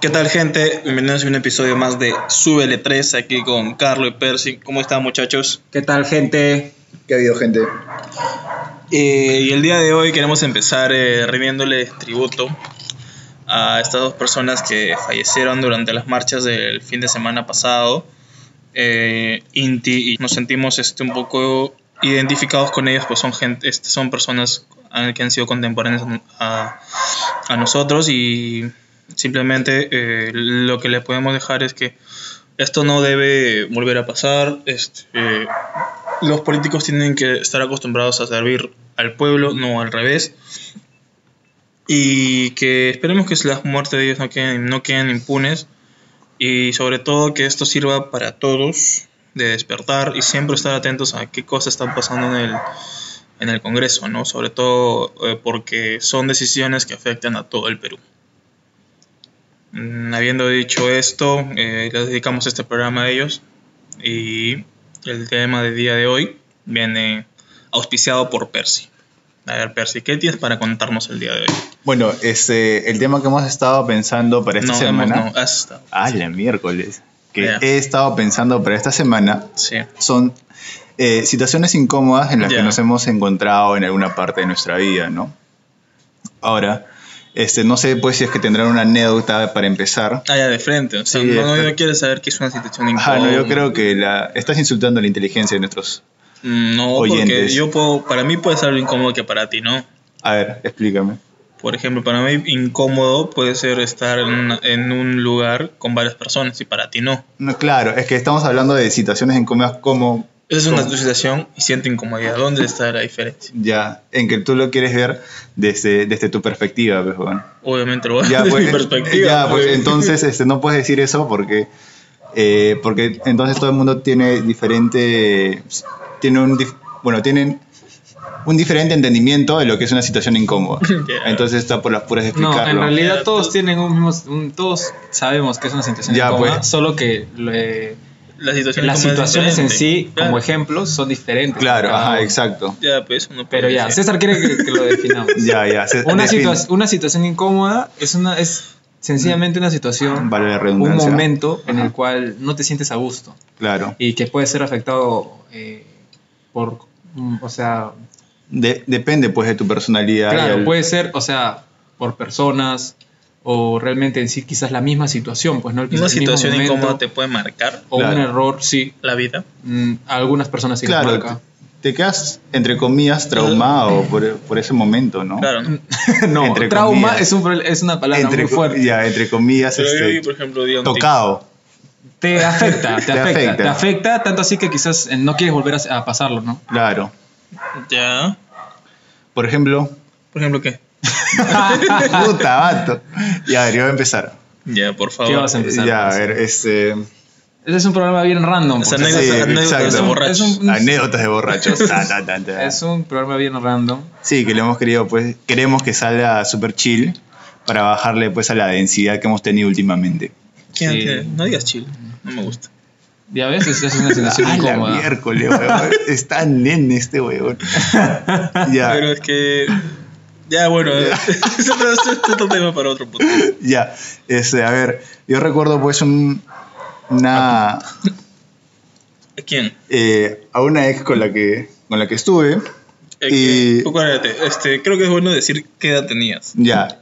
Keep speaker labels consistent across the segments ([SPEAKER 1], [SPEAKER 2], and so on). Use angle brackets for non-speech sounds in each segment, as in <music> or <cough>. [SPEAKER 1] ¿Qué tal, gente? Bienvenidos a un episodio más de Súbele 3 aquí con Carlo y Percy. ¿Cómo están, muchachos?
[SPEAKER 2] ¿Qué tal, gente?
[SPEAKER 3] ¿Qué ha habido, gente?
[SPEAKER 1] Eh, y el día de hoy queremos empezar eh, rindiéndole tributo a estas dos personas que fallecieron durante las marchas del fin de semana pasado. eh, Inti y nos sentimos este, un poco identificados con ellos, pues son, gente, este, son personas a- que han sido contemporáneas a, a nosotros y simplemente eh, lo que le podemos dejar es que esto no debe volver a pasar. Este, eh, los políticos tienen que estar acostumbrados a servir al pueblo, no al revés. Y que esperemos que las muertes de ellos no queden, no queden impunes. Y sobre todo que esto sirva para todos de despertar y siempre estar atentos a qué cosas están pasando en el, en el Congreso, ¿no? Sobre todo eh, porque son decisiones que afectan a todo el Perú. Mm, habiendo dicho esto, eh, les dedicamos este programa a ellos y el tema del día de hoy viene auspiciado por Percy. A ver, Percy, ¿qué tienes para contarnos el día de hoy?
[SPEAKER 3] Bueno, este, el tema que hemos estado pensando para esta
[SPEAKER 1] no, hemos-
[SPEAKER 3] semana.
[SPEAKER 1] no, has estado.
[SPEAKER 3] Ah, la miércoles. Que
[SPEAKER 1] Ya.
[SPEAKER 3] he estado pensando para esta semana
[SPEAKER 1] Sí.
[SPEAKER 3] son eh, situaciones incómodas en las
[SPEAKER 1] Ya.
[SPEAKER 3] que nos hemos encontrado en alguna parte de nuestra vida, ¿no? Ahora, este, no sé pues si es que tendrán una anécdota para empezar.
[SPEAKER 1] Ah, ya, de frente. O sea,
[SPEAKER 3] Sí,
[SPEAKER 1] no, no,
[SPEAKER 3] de-
[SPEAKER 1] yo quiero saber qué es una situación incómoda.
[SPEAKER 3] Ah, no, yo creo que la, estás insultando la inteligencia de nuestros...
[SPEAKER 1] Mm, No, porque
[SPEAKER 3] oyentes.
[SPEAKER 1] yo puedo, para mí puede ser algo incómodo que para ti, ¿no?
[SPEAKER 3] A ver, explícame.
[SPEAKER 1] Por ejemplo, para mí incómodo puede ser estar en, una- en un lugar con varias personas y para ti no.
[SPEAKER 3] No, claro, es que estamos hablando de situaciones incómodas como
[SPEAKER 1] Esa es una
[SPEAKER 3] ¿Cómo?
[SPEAKER 1] situación y siento incomodidad. ¿Dónde está la diferencia?
[SPEAKER 3] Ya, en que tú lo quieres ver desde, desde tu perspectiva, pues, weón.
[SPEAKER 1] Obviamente lo voy a <laughs>
[SPEAKER 3] Ya,
[SPEAKER 1] desde
[SPEAKER 3] pues,
[SPEAKER 1] mi perspectiva.
[SPEAKER 3] ya, pues,
[SPEAKER 1] pues.
[SPEAKER 3] entonces este, no puedes decir eso porque, eh, porque entonces todo el mundo tiene diferente, tiene un, dif- bueno, tienen un diferente entendimiento de lo que es una
[SPEAKER 1] <laughs>
[SPEAKER 3] situación incómoda.
[SPEAKER 1] Ya.
[SPEAKER 3] Entonces está por las puras de
[SPEAKER 2] No,
[SPEAKER 3] explicarlo.
[SPEAKER 2] en
[SPEAKER 1] Eh,
[SPEAKER 2] realidad todos tienen un mismo. un- todos sabemos que es una situación
[SPEAKER 3] Ya,
[SPEAKER 2] incómoda,
[SPEAKER 3] pues.
[SPEAKER 2] solo que le-
[SPEAKER 1] La situación
[SPEAKER 2] las
[SPEAKER 1] incómoda es
[SPEAKER 2] situaciones en sí,
[SPEAKER 1] diferente.
[SPEAKER 2] como
[SPEAKER 1] Claro.
[SPEAKER 2] ejemplos, son diferentes.
[SPEAKER 3] Claro,
[SPEAKER 2] Cada
[SPEAKER 3] ajá,
[SPEAKER 2] uno.
[SPEAKER 3] exacto.
[SPEAKER 1] Ya, pues uno
[SPEAKER 2] Pero
[SPEAKER 1] puede
[SPEAKER 2] ya,
[SPEAKER 1] decir.
[SPEAKER 2] César quiere que, que lo definamos.
[SPEAKER 3] <laughs> Ya, ya. se-
[SPEAKER 2] una,
[SPEAKER 3] define.
[SPEAKER 2] situa- una situación incómoda es una es sencillamente una situación,
[SPEAKER 3] Vale la
[SPEAKER 2] un
[SPEAKER 3] redundancia.
[SPEAKER 2] momento en el
[SPEAKER 3] Ajá.
[SPEAKER 2] cual no te sientes a gusto.
[SPEAKER 3] Claro.
[SPEAKER 2] y que puede ser afectado eh, por, mm, o sea,
[SPEAKER 3] De- depende, pues, de tu personalidad. y
[SPEAKER 2] claro,
[SPEAKER 3] el-
[SPEAKER 2] puede ser, o sea, por personas o realmente en sí quizás la misma situación, pues no el,
[SPEAKER 1] Una
[SPEAKER 2] el mismo
[SPEAKER 1] situación
[SPEAKER 2] momento,
[SPEAKER 1] incómoda te puede marcar
[SPEAKER 2] o un
[SPEAKER 3] Claro.
[SPEAKER 2] error, sí,
[SPEAKER 1] la vida.
[SPEAKER 2] mm, a algunas personas sí les
[SPEAKER 3] Claro,
[SPEAKER 2] marca.
[SPEAKER 3] te, te quedas, entre comillas, traumado por, por ese momento, <laughs> ¿no?
[SPEAKER 1] Claro,
[SPEAKER 2] Mm,
[SPEAKER 1] ¿no?
[SPEAKER 2] no, <laughs>
[SPEAKER 3] entre
[SPEAKER 2] trauma
[SPEAKER 3] comillas.
[SPEAKER 2] es un pro- es una palabra
[SPEAKER 3] Entre,
[SPEAKER 2] muy
[SPEAKER 3] co-
[SPEAKER 2] fuerte.
[SPEAKER 3] ya, entre comillas,
[SPEAKER 1] Pero yo,
[SPEAKER 3] este,
[SPEAKER 1] vi, por ejemplo, digo, un tic.
[SPEAKER 3] tocado.
[SPEAKER 2] Te
[SPEAKER 3] <laughs>
[SPEAKER 2] afecta, te,
[SPEAKER 3] Te
[SPEAKER 2] afecta,
[SPEAKER 3] afecta.
[SPEAKER 2] te afecta tanto así que quizás eh, no quieres volver a, a pasarlo, ¿no?
[SPEAKER 3] Claro.
[SPEAKER 1] Ya.
[SPEAKER 2] <laughs>
[SPEAKER 3] Por ejemplo,
[SPEAKER 1] Por ejemplo, ¿qué?
[SPEAKER 3] puta, vato. Ya, a ver, yo voy a empezar.
[SPEAKER 1] Ya, por favor.
[SPEAKER 2] ¿Qué vas a empezar?
[SPEAKER 3] Ya, a ver, este,
[SPEAKER 2] Ese es un programa bien random.
[SPEAKER 1] Es
[SPEAKER 2] pues.
[SPEAKER 1] anécdota,
[SPEAKER 3] Sí,
[SPEAKER 1] anécdotas
[SPEAKER 3] exacto.
[SPEAKER 1] de borrachos.
[SPEAKER 2] Es un-
[SPEAKER 3] anécdotas de borrachos. Ta, ta, ta, ta.
[SPEAKER 2] Es un programa bien random.
[SPEAKER 3] Sí, que lo hemos querido, pues, queremos que salga super chill para bajarle, pues, a la densidad que hemos tenido últimamente.
[SPEAKER 1] ¿Quién
[SPEAKER 2] Sí.
[SPEAKER 1] tiene? No digas chile, no me gusta.
[SPEAKER 2] Ya ves, es, es
[SPEAKER 3] <laughs>
[SPEAKER 2] una
[SPEAKER 3] Ah,
[SPEAKER 2] sensación
[SPEAKER 3] la
[SPEAKER 2] incómoda.
[SPEAKER 3] miércoles,
[SPEAKER 2] <laughs>
[SPEAKER 3] weón. Está nene este weón. Ya.
[SPEAKER 1] Pero es que. Ya, bueno, ese otro- ese <laughs> es otro tema para otro punto.
[SPEAKER 3] <laughs> Ya, este, a ver, yo recuerdo pues un, una,
[SPEAKER 1] ¿Quién?
[SPEAKER 3] eh, a una ex con la que, con la que estuve,
[SPEAKER 1] Eh,
[SPEAKER 3] Y-
[SPEAKER 1] que- acuérdate, este, creo que es bueno decir qué edad tenías.
[SPEAKER 3] ya,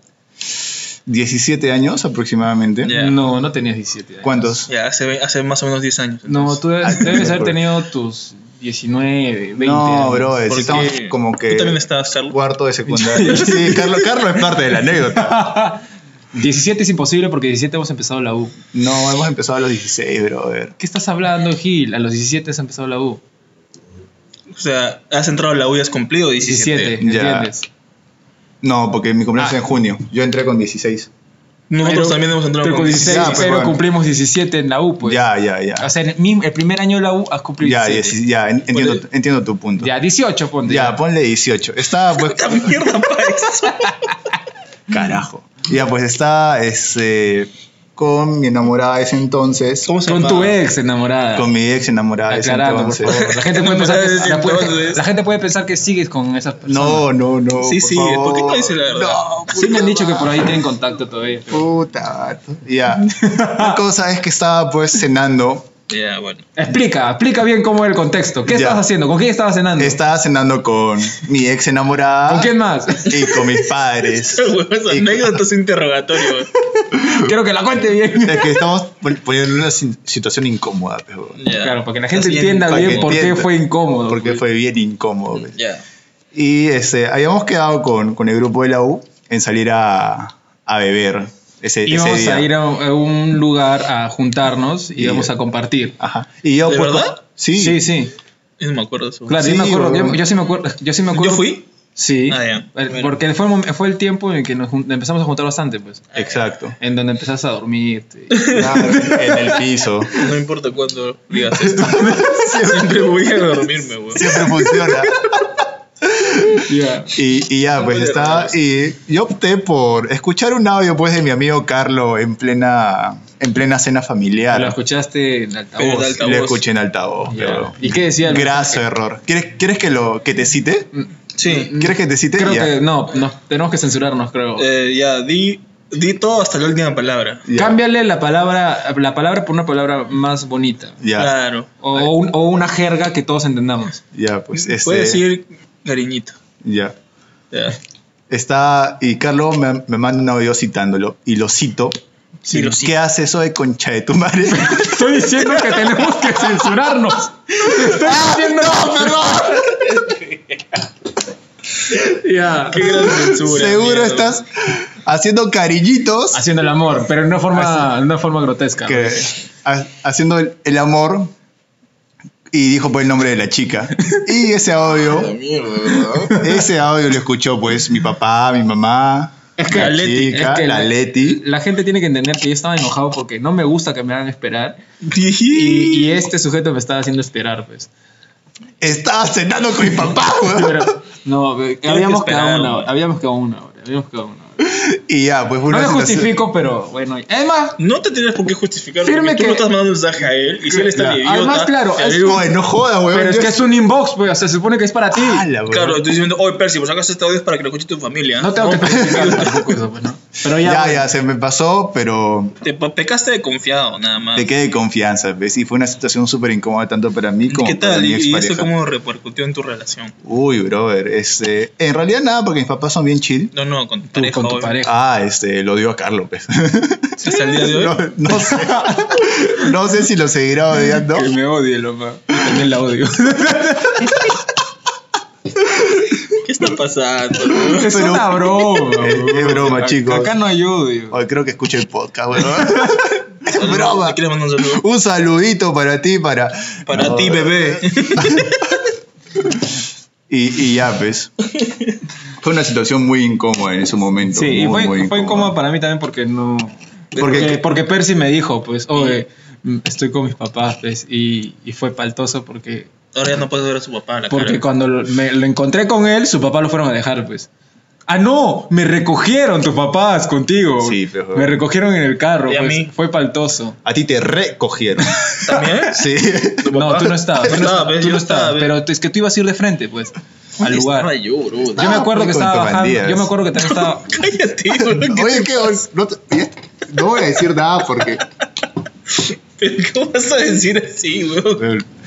[SPEAKER 3] 17 años aproximadamente.
[SPEAKER 1] Ya.
[SPEAKER 2] No, no tenías 17 años.
[SPEAKER 3] ¿Cuántos?
[SPEAKER 1] Ya, hace, ve- hace más o menos 10 años.
[SPEAKER 2] No, tú
[SPEAKER 3] Ah,
[SPEAKER 2] debes, debes
[SPEAKER 3] no me
[SPEAKER 2] haber
[SPEAKER 3] acuerdo.
[SPEAKER 2] tenido tus 19, 20
[SPEAKER 3] No,
[SPEAKER 2] años.
[SPEAKER 3] bro, eh. es-
[SPEAKER 1] Porque
[SPEAKER 3] estamos como que
[SPEAKER 1] Tú también estabas, Carlos.
[SPEAKER 3] cuarto de secundaria. sí, Carlos, Carlos es parte de la anécdota.
[SPEAKER 2] 17 es imposible porque 17 hemos empezado la U.
[SPEAKER 3] No, hemos empezado a los 16, brother.
[SPEAKER 2] ¿Qué estás hablando, Gil? A los 17 has empezado la U.
[SPEAKER 1] O sea, has entrado a la U y has cumplido 17.
[SPEAKER 2] 17,
[SPEAKER 3] Ya.
[SPEAKER 2] ¿entiendes?
[SPEAKER 3] No, porque mi cumpleaños
[SPEAKER 2] Ah.
[SPEAKER 3] es en junio. Yo entré con 16.
[SPEAKER 1] Nosotros
[SPEAKER 2] Pero-
[SPEAKER 1] también hemos entrado
[SPEAKER 2] pero con 16,
[SPEAKER 3] Ya, pues,
[SPEAKER 2] pero
[SPEAKER 3] bueno.
[SPEAKER 2] cumplimos 17 en la U, pues.
[SPEAKER 3] ya, ya, ya.
[SPEAKER 2] O sea, en el, mismo- el primer año de la U has cumplido
[SPEAKER 3] Ya,
[SPEAKER 2] 17.
[SPEAKER 3] 17, ya, en- entiendo,
[SPEAKER 1] Ponle-
[SPEAKER 3] entiendo tu punto.
[SPEAKER 2] Ya, 18 ponte.
[SPEAKER 3] Ya, ponle 18. Estaba
[SPEAKER 1] <laughs>
[SPEAKER 3] pues
[SPEAKER 1] ¡Puta pues. mierda para eso!
[SPEAKER 3] Carajo. Ya, pues está este, con mi enamorada de ese entonces.
[SPEAKER 1] ¿Cómo se
[SPEAKER 2] Con
[SPEAKER 1] llama?
[SPEAKER 2] tu ex enamorada.
[SPEAKER 3] Con mi ex enamorada de ese
[SPEAKER 2] Aclarando, por
[SPEAKER 3] entonces.
[SPEAKER 2] favor.
[SPEAKER 1] <laughs>
[SPEAKER 2] La gente, puede
[SPEAKER 1] No me
[SPEAKER 2] pensar que,
[SPEAKER 1] hagas
[SPEAKER 2] la, puede-
[SPEAKER 1] entonces.
[SPEAKER 2] la gente puede pensar que sigues con esas personas.
[SPEAKER 3] No, no, no.
[SPEAKER 1] Sí,
[SPEAKER 3] por
[SPEAKER 1] sí, ¿por qué no
[SPEAKER 3] favor.
[SPEAKER 1] dice la verdad?
[SPEAKER 3] No,
[SPEAKER 2] Sí me han
[SPEAKER 3] puta
[SPEAKER 2] dicho que por ahí tienen contacto todavía. pero-
[SPEAKER 3] Puta, vato. ya.
[SPEAKER 2] <laughs>
[SPEAKER 3] La cosa es que estaba pues cenando.
[SPEAKER 1] Ya, bueno. <laughs>
[SPEAKER 2] Explica, explica bien cómo era el contexto. ¿Qué
[SPEAKER 3] Ya.
[SPEAKER 2] estabas haciendo? ¿Con quién estabas cenando?
[SPEAKER 3] Estaba cenando con mi ex enamorada.
[SPEAKER 2] ¿Con quién más?
[SPEAKER 3] <laughs> Y con mis padres.
[SPEAKER 1] Esas
[SPEAKER 3] Y-
[SPEAKER 1] anécdotas interrogatorios.
[SPEAKER 2] Quiero que la cuente bien.
[SPEAKER 3] Es que estamos pon- poniendo en una sin- situación incómoda, pues, weón.
[SPEAKER 1] Ya.
[SPEAKER 2] Claro, para que la gente
[SPEAKER 1] Así en-
[SPEAKER 2] entienda
[SPEAKER 3] para
[SPEAKER 2] bien
[SPEAKER 3] que
[SPEAKER 2] por qué
[SPEAKER 3] entienda.
[SPEAKER 2] fue incómodo. pues?
[SPEAKER 3] Porque fue bien incómodo. pues.
[SPEAKER 1] Ya.
[SPEAKER 3] Y este, habíamos quedado con, con el grupo de la U en salir a, a beber ese, ese
[SPEAKER 2] Íbamos
[SPEAKER 3] día.
[SPEAKER 2] a ir a a un lugar a juntarnos y íbamos a compartir.
[SPEAKER 3] Ajá. Y yo,
[SPEAKER 1] ¿De
[SPEAKER 3] pues,
[SPEAKER 1] verdad?
[SPEAKER 3] Sí.
[SPEAKER 2] sí. sí.
[SPEAKER 1] Yo no me acuerdo de eso.
[SPEAKER 2] Claro,
[SPEAKER 3] Sí,
[SPEAKER 2] yo, me acuerdo,
[SPEAKER 3] weón.
[SPEAKER 2] yo, yo sí me acuerdo. Yo sí me acuerdo.
[SPEAKER 1] ¿Yo fui?
[SPEAKER 2] Sí.
[SPEAKER 1] Ah, ya.
[SPEAKER 2] Eh,
[SPEAKER 1] Bueno.
[SPEAKER 2] Porque fue el, mom- fue el tiempo en el que nos jun- empezamos a juntar bastante, pues.
[SPEAKER 3] Exacto.
[SPEAKER 2] En donde empezás a dormir.
[SPEAKER 1] <laughs>
[SPEAKER 3] en el piso.
[SPEAKER 1] No importa cuándo digas
[SPEAKER 2] <laughs>
[SPEAKER 1] esto. Siempre voy a dormirme, weón.
[SPEAKER 3] Siempre funciona. Y, y ya, pues estaba. Y yo opté por escuchar un audio pues, de mi amigo Carlo en plena, en plena cena
[SPEAKER 2] Lo
[SPEAKER 3] familiar.
[SPEAKER 2] escuchaste en
[SPEAKER 1] Pero
[SPEAKER 2] altavoz.
[SPEAKER 1] de
[SPEAKER 3] Y Lo escuché en altavoz.
[SPEAKER 2] Ya.
[SPEAKER 3] pero-
[SPEAKER 2] ¿Y qué decía? el-
[SPEAKER 3] Graso error. ¿Quieres, quieres que, lo, que te cite?
[SPEAKER 1] Sí.
[SPEAKER 3] ¿Quieres que te cite?
[SPEAKER 2] Mm, Creo
[SPEAKER 3] Ya.
[SPEAKER 2] que no, no, tenemos que censurarnos, creo.
[SPEAKER 1] Eh, ya, di, di todo hasta la última palabra.
[SPEAKER 3] Ya.
[SPEAKER 2] Cámbiale la palabra, la palabra por una palabra más bonita.
[SPEAKER 3] Ya,
[SPEAKER 1] Claro.
[SPEAKER 2] O, un- o una jerga que todos entendamos.
[SPEAKER 3] ya, pues. Este,
[SPEAKER 1] Puedes decir cariñito.
[SPEAKER 3] Ya. <laughs>
[SPEAKER 1] Ya.
[SPEAKER 3] Está. Y Carlos me, me manda un audio citándolo. Y lo cito.
[SPEAKER 1] Sí, lo
[SPEAKER 3] ¿Qué
[SPEAKER 1] siento.
[SPEAKER 3] hace eso de concha de
[SPEAKER 2] <laughs>
[SPEAKER 3] tu madre?
[SPEAKER 2] <laughs> Estoy diciendo que tenemos que censurarnos. Te estoy diciendo. No, perdón. <laughs> Ya.
[SPEAKER 1] Qué gran censura.
[SPEAKER 3] Seguro
[SPEAKER 1] mierda.
[SPEAKER 3] estás haciendo cariñitos.
[SPEAKER 2] Haciendo el amor, pero de una forma, de una forma grotesca.
[SPEAKER 3] que- ha- haciendo el, el amor. Y dijo pues el nombre de la chica. Y
[SPEAKER 2] <laughs>
[SPEAKER 3] ese audio. Ese audio lo escuchó pues mi papá, mi mamá.
[SPEAKER 2] Es que-
[SPEAKER 3] la
[SPEAKER 1] La Leti,
[SPEAKER 3] chica,
[SPEAKER 2] es que
[SPEAKER 3] la
[SPEAKER 2] la-
[SPEAKER 3] Leti.
[SPEAKER 2] La gente tiene que entender que yo estaba enojado porque no me gusta que me hagan esperar.
[SPEAKER 1] Y-
[SPEAKER 2] Y, y este sujeto me estaba haciendo esperar, <laughs> pues.
[SPEAKER 3] Estaba cenando con mi papá, weón.
[SPEAKER 2] Pero, no, habíamos
[SPEAKER 1] que
[SPEAKER 2] quedado
[SPEAKER 1] esperar,
[SPEAKER 2] una
[SPEAKER 1] güey.
[SPEAKER 2] hora. Habíamos quedado una hora. Habíamos quedado una hora.
[SPEAKER 3] Y ya, pues
[SPEAKER 2] No
[SPEAKER 3] una
[SPEAKER 2] lo
[SPEAKER 3] situación-
[SPEAKER 2] justifico, pero bueno. Además,
[SPEAKER 1] No te tienes por qué justificar
[SPEAKER 2] Firme
[SPEAKER 1] porque tú
[SPEAKER 2] que-
[SPEAKER 1] no estás mandando un mensaje a él y si él está
[SPEAKER 3] Claro.
[SPEAKER 1] de idiota.
[SPEAKER 2] Además, claro,
[SPEAKER 1] te
[SPEAKER 2] es-
[SPEAKER 1] digo,
[SPEAKER 3] Oye, no jodas, weón.
[SPEAKER 2] pero es
[SPEAKER 3] yo- Ah,
[SPEAKER 2] que es un inbox, pues. O sea, se supone que es para ti.
[SPEAKER 3] Ala, weón.
[SPEAKER 1] Claro, estoy diciendo, oye Percy, por si acaso este audio es para que lo escuche tu familia.
[SPEAKER 2] No tengo que
[SPEAKER 1] pero-
[SPEAKER 2] justificar
[SPEAKER 3] <laughs>
[SPEAKER 2] tampoco eso, pues, ¿no? Pero ya.
[SPEAKER 3] Ya,
[SPEAKER 2] bueno.
[SPEAKER 3] ya, se me pasó, pero
[SPEAKER 1] Te pe- pecaste de confiado, nada más.
[SPEAKER 3] te quedé de confianza, ¿ves? Y fue una situación súper incómoda tanto para mí
[SPEAKER 1] ¿Y
[SPEAKER 3] como
[SPEAKER 1] ¿Qué
[SPEAKER 3] para
[SPEAKER 1] tal?
[SPEAKER 3] mi
[SPEAKER 1] ¿Y- ¿Y
[SPEAKER 3] expareja.
[SPEAKER 1] eso cómo repercutió en tu relación?
[SPEAKER 3] Uy, brother, este... En realidad nada, porque mis papás son bien chill.
[SPEAKER 1] No, no, con tu
[SPEAKER 2] Tú,
[SPEAKER 1] pareja.
[SPEAKER 2] con tu
[SPEAKER 1] obvio.
[SPEAKER 2] pareja.
[SPEAKER 3] Ah, este, lo dio a Carlos, pues.
[SPEAKER 1] Hasta el día de hoy.
[SPEAKER 3] <laughs> No, no sé. No sé si lo
[SPEAKER 1] <laughs>
[SPEAKER 3] seguirá odiando.
[SPEAKER 2] Que me odie, loco. Yo También la odio.
[SPEAKER 1] ¿Qué está
[SPEAKER 3] <laughs>
[SPEAKER 1] pasando?
[SPEAKER 2] es
[SPEAKER 3] <laughs> Pero-
[SPEAKER 2] una broma.
[SPEAKER 3] Es- Eh, es broma,
[SPEAKER 2] Acá-
[SPEAKER 3] chicos.
[SPEAKER 2] Acá no hay odio.
[SPEAKER 3] Ay, creo que escuché el podcast, weón. <laughs> Es broma.
[SPEAKER 1] ¿Te quieres mandar un saludo?
[SPEAKER 3] Un saludito para ti, para...
[SPEAKER 1] Para
[SPEAKER 3] No.
[SPEAKER 1] ti, bebé. <laughs>
[SPEAKER 3] Y, y ya,
[SPEAKER 1] <laughs>
[SPEAKER 3] pues. Fue una situación muy incómoda en ese momento.
[SPEAKER 2] Sí, y
[SPEAKER 3] muy,
[SPEAKER 2] fue,
[SPEAKER 3] muy
[SPEAKER 2] fue Eh, incómodo para mí también porque no.
[SPEAKER 3] Porque-
[SPEAKER 2] Porque, porque Percy me dijo, pues, oye, mm, estoy con mis papás, pues, y, y fue paltoso porque,
[SPEAKER 1] Ahora ya no puedes ver a su papá a la <laughs>
[SPEAKER 2] porque
[SPEAKER 1] cara.
[SPEAKER 2] cuando lo, me- lo encontré con él, su papá lo fueron a dejar, pues. Ah, no, me recogieron tus papás contigo.
[SPEAKER 3] Sí, pero-
[SPEAKER 2] Me recogieron en el carro,
[SPEAKER 1] ¿Y a
[SPEAKER 2] pues,
[SPEAKER 1] mí?
[SPEAKER 2] fue paltoso.
[SPEAKER 3] A ti te recogieron.
[SPEAKER 1] ¿También?
[SPEAKER 3] <laughs> sí.
[SPEAKER 1] ¿Tu
[SPEAKER 2] No,
[SPEAKER 1] papá?
[SPEAKER 2] tú no estabas, tú no,
[SPEAKER 1] Estaba,
[SPEAKER 2] estabas,
[SPEAKER 1] pues,
[SPEAKER 2] tú
[SPEAKER 1] yo
[SPEAKER 2] no
[SPEAKER 1] estaba,
[SPEAKER 2] estabas,
[SPEAKER 1] pues.
[SPEAKER 2] pero es que tú ibas a ir de frente, pues,
[SPEAKER 1] Estaba
[SPEAKER 2] al lugar.
[SPEAKER 1] yo, bro.
[SPEAKER 2] Yo me acuerdo que
[SPEAKER 3] Con tu
[SPEAKER 2] estaba bajando,
[SPEAKER 3] bandida.
[SPEAKER 2] yo me acuerdo que también estaba,
[SPEAKER 1] <laughs> Cállate, bro. ¿qué
[SPEAKER 3] Oye, ¿qué? No, te- ya- no voy a decir nada porque...
[SPEAKER 1] te- <laughs> ¿Cómo vas a decir así, bro?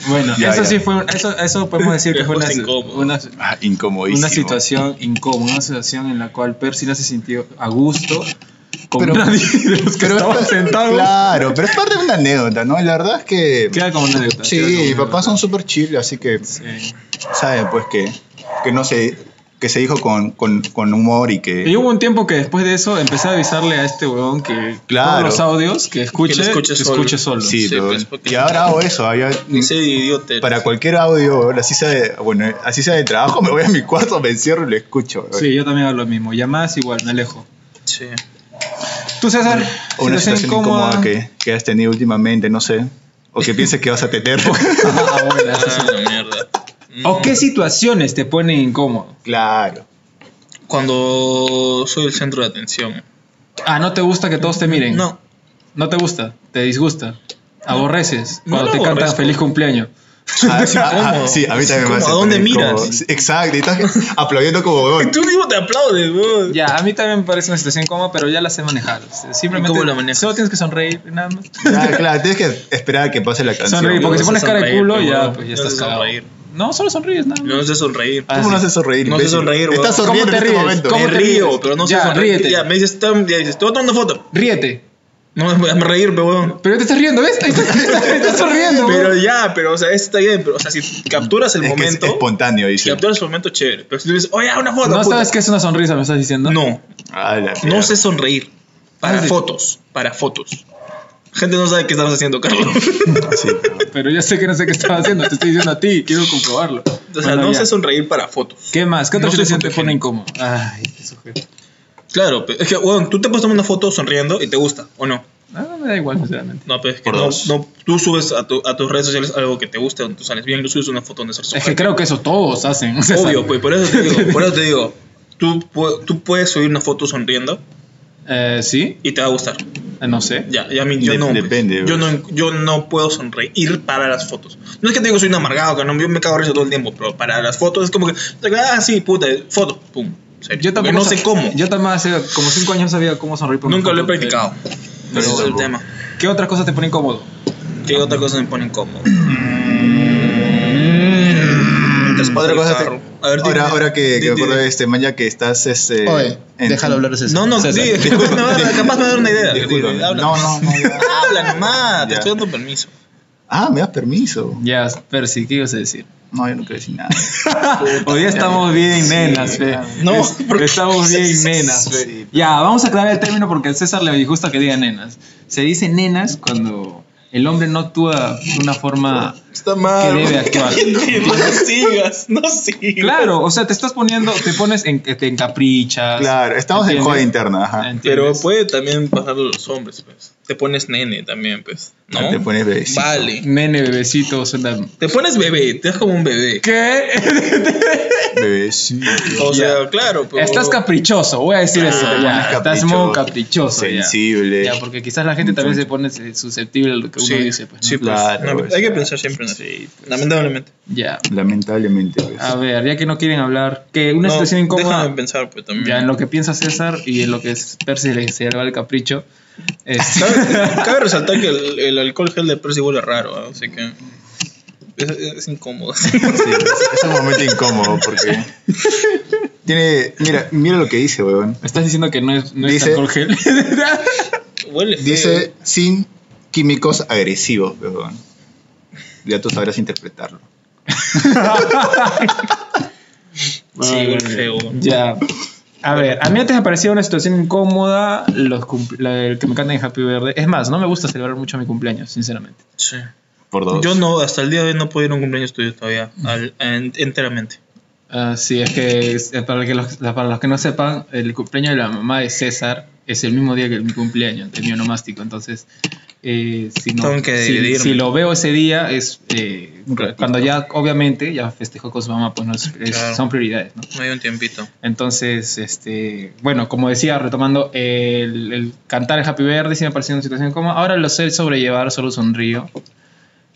[SPEAKER 2] Bueno,
[SPEAKER 3] <laughs> Ya,
[SPEAKER 2] eso
[SPEAKER 3] ya.
[SPEAKER 2] sí fue, un- eso, eso podemos decir que fue una,
[SPEAKER 1] Cosa incómoda.
[SPEAKER 2] una,
[SPEAKER 3] <laughs> Ah, incomodísimo.
[SPEAKER 2] una situación incómoda, una situación en la cual Percy no se sintió a gusto con <laughs>
[SPEAKER 3] Pero-
[SPEAKER 2] nadie de los que
[SPEAKER 3] <laughs>
[SPEAKER 2] estaban
[SPEAKER 3] esto-
[SPEAKER 2] sentados.
[SPEAKER 3] Claro, pero es parte de una anécdota, ¿no? La verdad es que...
[SPEAKER 2] Queda como una anécdota.
[SPEAKER 3] Sí,
[SPEAKER 2] queda como
[SPEAKER 3] mis
[SPEAKER 2] una
[SPEAKER 3] papás son
[SPEAKER 2] anécdota.
[SPEAKER 3] súper chill, así que
[SPEAKER 2] Sí.
[SPEAKER 3] saben pues que, que no se, que se dijo con, con, con humor y
[SPEAKER 2] Y
[SPEAKER 3] que...
[SPEAKER 2] hubo un tiempo que después de eso empecé a avisarle a este huevón que
[SPEAKER 3] Claro.
[SPEAKER 2] todos los audios que escuche,
[SPEAKER 1] Que lo escuche
[SPEAKER 2] que
[SPEAKER 1] solo.
[SPEAKER 2] escuche solo.
[SPEAKER 3] Sí,
[SPEAKER 1] Sí,
[SPEAKER 3] lo-
[SPEAKER 1] pues, porque-
[SPEAKER 3] y ahora hago eso. ahora yo-
[SPEAKER 1] Ese idiota.
[SPEAKER 3] para cualquier audio, así sea, de, bueno, así sea de trabajo, <laughs> me voy a mi cuarto, me encierro y lo escucho.
[SPEAKER 2] Sí, yo también hago lo mismo. Llamadas igual, me alejo.
[SPEAKER 1] Sí.
[SPEAKER 2] Tú, César,
[SPEAKER 3] Una situación incómoda, que, que has tenido últimamente, no sé. O que pienses que vas
[SPEAKER 1] <laughs>
[SPEAKER 3] a
[SPEAKER 2] <laughs>
[SPEAKER 3] tener.
[SPEAKER 2] Ah, bueno, eso sí.
[SPEAKER 1] Ah,
[SPEAKER 2] <laughs>
[SPEAKER 1] la mierda.
[SPEAKER 2] ¿O qué situaciones te ponen incómodo?
[SPEAKER 3] <laughs> claro.
[SPEAKER 1] Cuando soy el centro de atención.
[SPEAKER 2] Ah, ¿no te gusta que todos te miren?
[SPEAKER 1] No.
[SPEAKER 2] no te gusta, te disgusta, aborreces
[SPEAKER 1] No
[SPEAKER 2] cuando
[SPEAKER 1] lo
[SPEAKER 2] te cantan
[SPEAKER 1] aborrezco.
[SPEAKER 2] feliz cumpleaños.
[SPEAKER 3] Ah, ah,
[SPEAKER 1] incómodo.
[SPEAKER 3] sí, a mí
[SPEAKER 1] Es
[SPEAKER 3] también
[SPEAKER 1] incómodo.
[SPEAKER 3] me
[SPEAKER 1] ¿A
[SPEAKER 3] hace
[SPEAKER 1] dónde
[SPEAKER 3] sentir
[SPEAKER 1] miras?
[SPEAKER 3] incómodo. Sí, Exacto, y
[SPEAKER 1] <laughs>
[SPEAKER 3] estás aplaudiendo como huevón.
[SPEAKER 1] Tú mismo te aplaudes, weón.
[SPEAKER 2] Ya, a mí también me parece una situación cómoda, pero ya la sé manejar. O sea, Simplemente
[SPEAKER 1] ¿Cómo la manejas?
[SPEAKER 2] solo tienes que sonreír, nada más. <laughs>
[SPEAKER 3] Ya, claro, tienes que esperar a que pase la canción.
[SPEAKER 2] Sonreír, porque
[SPEAKER 1] no
[SPEAKER 2] si
[SPEAKER 1] sé
[SPEAKER 2] pones cara de
[SPEAKER 1] sonreír,
[SPEAKER 2] culo,
[SPEAKER 1] pero
[SPEAKER 2] ya,
[SPEAKER 1] bueno,
[SPEAKER 2] pues ya
[SPEAKER 1] yo
[SPEAKER 2] estás
[SPEAKER 1] sé
[SPEAKER 2] cagado.
[SPEAKER 1] sonreír.
[SPEAKER 2] No, solo sonríes, nada
[SPEAKER 1] Yo
[SPEAKER 2] más.
[SPEAKER 1] no sé sonreír.
[SPEAKER 2] Ah,
[SPEAKER 3] ¿Cómo no
[SPEAKER 2] sí.
[SPEAKER 3] haces sonreír?
[SPEAKER 1] No sé
[SPEAKER 3] imbécil?
[SPEAKER 1] sonreír, huevón.
[SPEAKER 3] Estás
[SPEAKER 1] ¿Cómo
[SPEAKER 3] sonriendo
[SPEAKER 2] te
[SPEAKER 3] en este
[SPEAKER 2] ríes?
[SPEAKER 3] momento.
[SPEAKER 2] ¿Cómo
[SPEAKER 1] Me
[SPEAKER 2] te ríes?
[SPEAKER 1] río, pero no sé
[SPEAKER 2] Ya,
[SPEAKER 1] sonreír.
[SPEAKER 2] ríete.
[SPEAKER 1] Ya, me dices, "Tom", ya dices, te voy a tomar una foto.
[SPEAKER 2] Ríete.
[SPEAKER 1] No, me me reírme, weón.
[SPEAKER 2] Pero ya te estás riendo, ¿ves? Ahí estás, ahí estás sonriendo.
[SPEAKER 1] Pero
[SPEAKER 2] güey.
[SPEAKER 1] ya, pero, o sea, está bien, pero, o sea, si capturas el
[SPEAKER 3] Es que es
[SPEAKER 1] momento,
[SPEAKER 3] espontáneo,
[SPEAKER 1] si
[SPEAKER 3] dice.
[SPEAKER 1] capturas el momento, chévere. Pero si tú dices, oye, una foto,
[SPEAKER 2] no
[SPEAKER 1] puta".
[SPEAKER 2] sabes qué es una sonrisa, me estás diciendo.
[SPEAKER 1] No,
[SPEAKER 3] Ah, la
[SPEAKER 1] no
[SPEAKER 3] mierda.
[SPEAKER 1] sé sonreír.
[SPEAKER 2] Ah,
[SPEAKER 1] Para
[SPEAKER 2] sí.
[SPEAKER 1] fotos, para fotos. Gente no sabe qué estamos haciendo, <laughs> Carlos.
[SPEAKER 3] Sí, no.
[SPEAKER 2] Pero yo sé que no sé qué estaba haciendo, te estoy diciendo a ti, quiero comprobarlo.
[SPEAKER 1] O sea,
[SPEAKER 2] Bueno,
[SPEAKER 1] no
[SPEAKER 2] ya.
[SPEAKER 1] sé sonreír para fotos.
[SPEAKER 2] ¿Qué más? ¿Qué otra
[SPEAKER 1] no soy
[SPEAKER 2] situación te pone
[SPEAKER 1] fotogénico.
[SPEAKER 2] incómodo? Ay, qué sujeto.
[SPEAKER 1] Claro, pe- es que, weón, tú te puedes tomar una foto sonriendo y te gusta, ¿o no?
[SPEAKER 2] No, me da igual, sinceramente.
[SPEAKER 1] No, pero es que
[SPEAKER 3] Por
[SPEAKER 1] no,
[SPEAKER 3] dos.
[SPEAKER 1] no- tú subes a, tu- a tus redes sociales algo que te guste, donde tú sales bien, tú subes una foto donde sales
[SPEAKER 2] Es que
[SPEAKER 1] ojete.
[SPEAKER 2] creo que eso todos hacen. <laughs> César.
[SPEAKER 1] Obvio, pues, por eso te digo, por eso te digo, tú, pu- tú puedes subir una foto sonriendo
[SPEAKER 2] Eh, ¿Sí?
[SPEAKER 1] y te va a gustar.
[SPEAKER 2] Eh, No sé.
[SPEAKER 1] Ya, ya a mí, yo
[SPEAKER 3] Dep-
[SPEAKER 1] no. pues.
[SPEAKER 3] depende,
[SPEAKER 1] Yo no, yo no puedo sonreír para las fotos. No es que te digo soy un amargado, que no, yo me cago eso todo el tiempo, pero para las fotos es como que, ah, sí, puta, foto, pum. serio.
[SPEAKER 2] Yo
[SPEAKER 1] Porque
[SPEAKER 2] tampoco.
[SPEAKER 1] no
[SPEAKER 2] sab-
[SPEAKER 1] sé cómo.
[SPEAKER 2] Yo también hace como 5 años sabía cómo sonreír por una
[SPEAKER 1] Nunca lo he
[SPEAKER 2] foto.
[SPEAKER 1] practicado.
[SPEAKER 3] Pero
[SPEAKER 1] Ese es el
[SPEAKER 3] tampoco.
[SPEAKER 1] tema.
[SPEAKER 2] ¿Qué otra cosa te pone incómodo?
[SPEAKER 1] ¿Qué otra cosa me pone incómodo?
[SPEAKER 3] Mm. Otra cosa te-
[SPEAKER 1] A ver, dime.
[SPEAKER 3] ahora, ahora que, que
[SPEAKER 1] Dime,
[SPEAKER 3] me acuerdo
[SPEAKER 1] dime.
[SPEAKER 3] de este man ya que estás este,
[SPEAKER 4] Oye,
[SPEAKER 3] en-
[SPEAKER 4] déjalo hablar de César.
[SPEAKER 1] <laughs> No, no, sí,
[SPEAKER 4] César.
[SPEAKER 1] capaz me va a dar- capaz me va a dar una idea.
[SPEAKER 3] Discúlpame.
[SPEAKER 1] Habla.
[SPEAKER 3] No, no, no. ya.
[SPEAKER 1] Habla nomás, te
[SPEAKER 3] Ya.
[SPEAKER 1] estoy dando permiso.
[SPEAKER 3] Ah, me das permiso.
[SPEAKER 2] Ya, Percy, ¿qué ibas a decir?
[SPEAKER 3] No, yo no quiero decir nada.
[SPEAKER 1] <laughs>
[SPEAKER 2] Hoy día estamos bien nenas, fe.
[SPEAKER 1] No,
[SPEAKER 2] Es-
[SPEAKER 1] porque-
[SPEAKER 2] estamos bien nenas, fe.
[SPEAKER 3] Sí.
[SPEAKER 2] Ya, vamos a aclarar el término porque al César le disgusta que diga nenas. Se dice nenas cuando el hombre no actúa de una forma
[SPEAKER 1] Está
[SPEAKER 2] que
[SPEAKER 1] mal.
[SPEAKER 2] debe actuar.
[SPEAKER 1] <laughs> No sigas, no sigas.
[SPEAKER 2] Claro, o sea, te estás poniendo, te pones en que te encaprichas.
[SPEAKER 3] Claro, estamos en
[SPEAKER 2] ¿Entiendes? Ah,
[SPEAKER 3] joda interna, ajá.
[SPEAKER 1] Pero
[SPEAKER 2] ¿Entiendes?
[SPEAKER 1] puede también pasarlo a los hombres, pues. Te pones nene también, pues. ¿No?
[SPEAKER 3] Ah, Te pones bebecito.
[SPEAKER 1] Vale.
[SPEAKER 2] Nene, bebecito, suena.
[SPEAKER 1] Te pones bebé, te das como un bebé.
[SPEAKER 2] ¿Qué?
[SPEAKER 3] Bebecito.
[SPEAKER 1] O
[SPEAKER 2] Ya.
[SPEAKER 1] sea, claro, pues. pero.
[SPEAKER 2] <laughs> Estás caprichoso, voy a decir eso.
[SPEAKER 1] Ah,
[SPEAKER 2] ya,
[SPEAKER 3] caprichoso,
[SPEAKER 2] estás muy caprichoso.
[SPEAKER 3] sensible.
[SPEAKER 2] Ya. ya, porque quizás la gente también se pone eh, susceptible a lo que uno
[SPEAKER 1] Sí,
[SPEAKER 2] dice. Pues, ¿no?
[SPEAKER 1] sí, pues.
[SPEAKER 3] Claro,
[SPEAKER 1] No,
[SPEAKER 3] pues,
[SPEAKER 1] hay que
[SPEAKER 3] claro.
[SPEAKER 1] pensar siempre en eso. Lamentablemente.
[SPEAKER 2] Ya.
[SPEAKER 3] Lamentablemente. pues.
[SPEAKER 2] A ver, ya que no quieren hablar, que una
[SPEAKER 1] No,
[SPEAKER 2] situación incómoda.
[SPEAKER 1] Déjame pensar, pues también.
[SPEAKER 2] Ya en lo que piensa César y en lo que es Percy le se le va el capricho. eh, es-
[SPEAKER 1] <laughs> Cabe, cabe resaltar que el, el alcohol gel de Percy huele raro, ¿ah? así que. Es, es incómodo. <laughs>
[SPEAKER 2] pues
[SPEAKER 3] Sí, es, es un momento incómodo porque. Tiene. Mira, mira lo que dice, weón.
[SPEAKER 2] Me estás diciendo que no es, no es
[SPEAKER 3] Dice-
[SPEAKER 1] <laughs>
[SPEAKER 2] alcohol gel.
[SPEAKER 1] Huele feo.
[SPEAKER 3] Dice sin químicos agresivos, weón. Ya tú sabrás interpretarlo.
[SPEAKER 1] Sí, huele feo.
[SPEAKER 2] Ya. A ver, a mí antes me parecía una situación incómoda los cum- la- el que me canten Happy Verde. Es más, no me gusta celebrar mucho mi cumpleaños, sinceramente.
[SPEAKER 1] Sí.
[SPEAKER 3] Por dos.
[SPEAKER 1] Yo no, hasta el día de hoy no puedo ir a un cumpleaños tuyo todavía, al- en- enteramente.
[SPEAKER 2] Ah, sí, es que es- para, que los, para los que no sepan, el cumpleaños de la mamá de César es el mismo día que mi cumpleaños, el mío nomástico. Entonces, eh, si, no-
[SPEAKER 1] Tengo que
[SPEAKER 2] si,
[SPEAKER 1] dividirme.
[SPEAKER 2] si lo veo ese día, es eh,
[SPEAKER 3] Un ratito.
[SPEAKER 2] cuando ya, obviamente, ya festejó con su mamá, pues no es- es-
[SPEAKER 1] Claro.
[SPEAKER 2] son prioridades, ¿no?
[SPEAKER 1] No hay un tiempito.
[SPEAKER 2] Entonces, este, bueno, como decía, retomando el, el cantar el Happy Verde, sí me pareció una situación incómoda. Ahora lo sé sobrellevar, solo sonrío.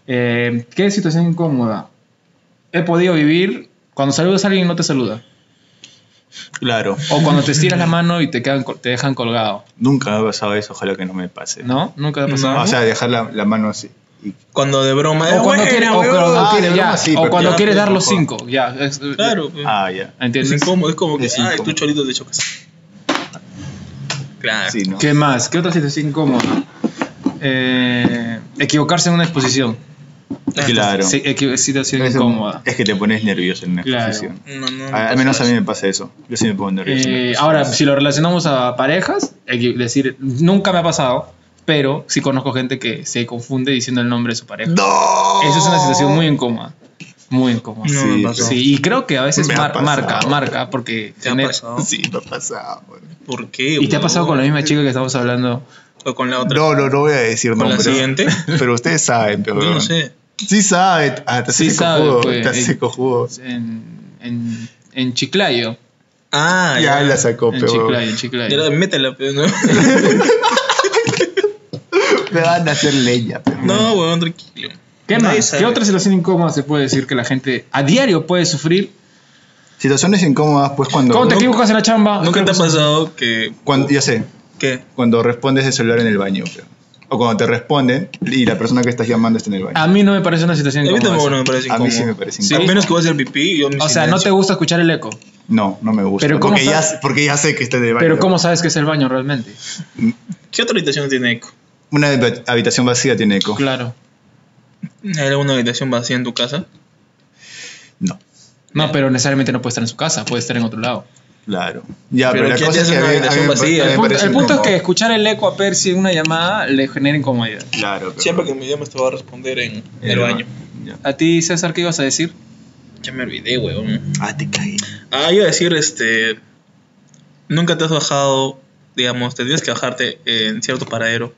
[SPEAKER 2] Eh, ¿Qué situación incómoda? He podido vivir cuando saludas a alguien y no te saluda.
[SPEAKER 3] Claro.
[SPEAKER 2] O cuando te estiras la mano y te, quedan, col- te dejan colgado.
[SPEAKER 3] Nunca me ha pasado eso, ojalá que no me pase.
[SPEAKER 2] ¿No? Nunca te ha pasado.
[SPEAKER 1] No.
[SPEAKER 3] O sea, dejar la, la mano así. Y,
[SPEAKER 1] Cuando de broma.
[SPEAKER 2] O cuando
[SPEAKER 1] "Bueno,
[SPEAKER 2] quieres, o
[SPEAKER 1] weón".
[SPEAKER 2] cuando
[SPEAKER 3] Ah,
[SPEAKER 2] quieres,
[SPEAKER 3] de
[SPEAKER 2] ya.
[SPEAKER 3] broma sí,
[SPEAKER 2] o
[SPEAKER 3] pero
[SPEAKER 2] cuando
[SPEAKER 1] ya,
[SPEAKER 2] quieres
[SPEAKER 1] pues,
[SPEAKER 2] dar los
[SPEAKER 3] por favor.
[SPEAKER 2] cinco. Ya. es-
[SPEAKER 1] Claro, pues.
[SPEAKER 3] ah, ya.
[SPEAKER 1] es
[SPEAKER 2] ¿Entiendes?
[SPEAKER 1] incómodo, es como que,
[SPEAKER 3] Es
[SPEAKER 1] ay,
[SPEAKER 3] incómodo.
[SPEAKER 1] tú cholito te chocas. Claro.
[SPEAKER 3] Sí, ¿no?
[SPEAKER 2] ¿Qué más? ¿Qué otra situación incómoda? Eh, equivocarse en una exposición.
[SPEAKER 1] Ah,
[SPEAKER 3] Claro.
[SPEAKER 2] Sí, equi- situación
[SPEAKER 3] Es un-
[SPEAKER 2] incómoda.
[SPEAKER 3] Es que te pones nervioso en una
[SPEAKER 2] Claro.
[SPEAKER 3] exposición.
[SPEAKER 1] No, no,
[SPEAKER 3] A-
[SPEAKER 1] no
[SPEAKER 3] al menos
[SPEAKER 1] pasa
[SPEAKER 3] a mí
[SPEAKER 1] eso.
[SPEAKER 3] me pasa eso. Yo sí me pongo nervioso. en
[SPEAKER 2] Eh,
[SPEAKER 3] las
[SPEAKER 2] ahora,
[SPEAKER 3] exposiciones.
[SPEAKER 2] si lo relacionamos a parejas, equi- decir, nunca me ha pasado, pero sí conozco gente que se confunde diciendo el nombre de su pareja.
[SPEAKER 3] ¡No!
[SPEAKER 2] Eso es una situación muy incómoda. Muy incómoda.
[SPEAKER 1] No
[SPEAKER 3] Sí,
[SPEAKER 1] me pasó.
[SPEAKER 2] Sí, y creo que a veces
[SPEAKER 3] Me ha
[SPEAKER 2] mar-
[SPEAKER 3] pasado.
[SPEAKER 2] marca, marca, porque...
[SPEAKER 1] ¿Te ha
[SPEAKER 2] genera-
[SPEAKER 1] pasado?
[SPEAKER 3] <laughs> Sí, me ha pasado. weón.
[SPEAKER 1] ¿Por qué?
[SPEAKER 2] Y te ha pasado con la
[SPEAKER 1] la
[SPEAKER 2] misma chica que estamos hablando.
[SPEAKER 1] o con la otra.
[SPEAKER 3] No, no, no voy a decir
[SPEAKER 1] con la
[SPEAKER 3] nombres.
[SPEAKER 1] siguiente.
[SPEAKER 3] Pero ustedes saben, pero.
[SPEAKER 1] Yo no sé.
[SPEAKER 3] Sí saben. Ah, te hace
[SPEAKER 2] Sí sabe,
[SPEAKER 3] cojudo,
[SPEAKER 2] pues.
[SPEAKER 3] Te hace cojudo.
[SPEAKER 2] En, en, en Chiclayo.
[SPEAKER 1] Ah,
[SPEAKER 3] Ya la sacó,
[SPEAKER 2] En
[SPEAKER 3] pero. <laughs>
[SPEAKER 2] Chiclayo, en
[SPEAKER 1] Ya,
[SPEAKER 2] Chiclayo.
[SPEAKER 1] métela, pero no.
[SPEAKER 3] Me van a hacer leña, pe.
[SPEAKER 1] No, huevón, tranquilo.
[SPEAKER 2] ¿Qué
[SPEAKER 1] Nadie
[SPEAKER 2] más?
[SPEAKER 1] sabe.
[SPEAKER 2] ¿Qué otra situación incómoda se puede decir que la gente a diario puede sufrir?
[SPEAKER 3] Situaciones incómodas, pues cuando.
[SPEAKER 2] ¿Cómo te
[SPEAKER 1] nunca-
[SPEAKER 2] equivocas en la chamba?
[SPEAKER 1] ¿Nunca
[SPEAKER 2] Creo
[SPEAKER 1] te ha
[SPEAKER 2] que-
[SPEAKER 1] pasado que...
[SPEAKER 3] cuando- ya sé,
[SPEAKER 1] ¿Qué?
[SPEAKER 3] cuando respondes el celular en el baño, pe. O cuando te responden y la persona que estás llamando está en el baño.
[SPEAKER 2] A mí no me parece una situación
[SPEAKER 1] A mí
[SPEAKER 2] incómoda.
[SPEAKER 1] tampoco no
[SPEAKER 2] esa.
[SPEAKER 1] me parece
[SPEAKER 3] A
[SPEAKER 1] incómodo.
[SPEAKER 3] mí sí me parece
[SPEAKER 1] A
[SPEAKER 3] incómodo.
[SPEAKER 1] menos que voy a hacer pipí, yo en
[SPEAKER 2] O sea, no te
[SPEAKER 1] silencio.
[SPEAKER 2] gusta escuchar el eco.
[SPEAKER 3] No, no me gusta.
[SPEAKER 2] Pero ¿cómo
[SPEAKER 3] porque, ya,
[SPEAKER 2] sabes?
[SPEAKER 3] porque ya sé que está en el baño.
[SPEAKER 2] Pero ¿cómo sabes que es el baño realmente?
[SPEAKER 1] ¿Qué otra habitación tiene eco?
[SPEAKER 3] Una hab- habitación vacía tiene eco.
[SPEAKER 2] Claro.
[SPEAKER 1] ¿Era una habitación vacía en tu casa?
[SPEAKER 3] No,
[SPEAKER 2] No, pero necesariamente no puede estar en su casa, puede estar en otro lado.
[SPEAKER 3] claro. Ya,
[SPEAKER 1] Pero
[SPEAKER 3] pero, la
[SPEAKER 1] ¿quién
[SPEAKER 3] cosa es
[SPEAKER 1] tiene
[SPEAKER 3] que a
[SPEAKER 1] una
[SPEAKER 3] mí- a mí
[SPEAKER 1] habitación
[SPEAKER 3] me
[SPEAKER 1] vacía?
[SPEAKER 3] parece-
[SPEAKER 2] El
[SPEAKER 3] a mí
[SPEAKER 1] me
[SPEAKER 2] punto,
[SPEAKER 3] parece
[SPEAKER 2] el punto es
[SPEAKER 3] incómodo.
[SPEAKER 2] que escuchar el eco a Percy en una llamada le genera incomodidad.
[SPEAKER 3] Claro, pero-
[SPEAKER 1] Siempre que me llames te va a responder en
[SPEAKER 3] Eh,
[SPEAKER 1] el baño.
[SPEAKER 3] ya.
[SPEAKER 2] A ti, César, ¿qué ibas a <laughs> decir?
[SPEAKER 1] Ya me olvidé, weón.
[SPEAKER 3] Ah, te caí.
[SPEAKER 1] Ah, iba a decir, este... Nunca te has bajado, digamos, tendrías que bajarte en cierto paradero.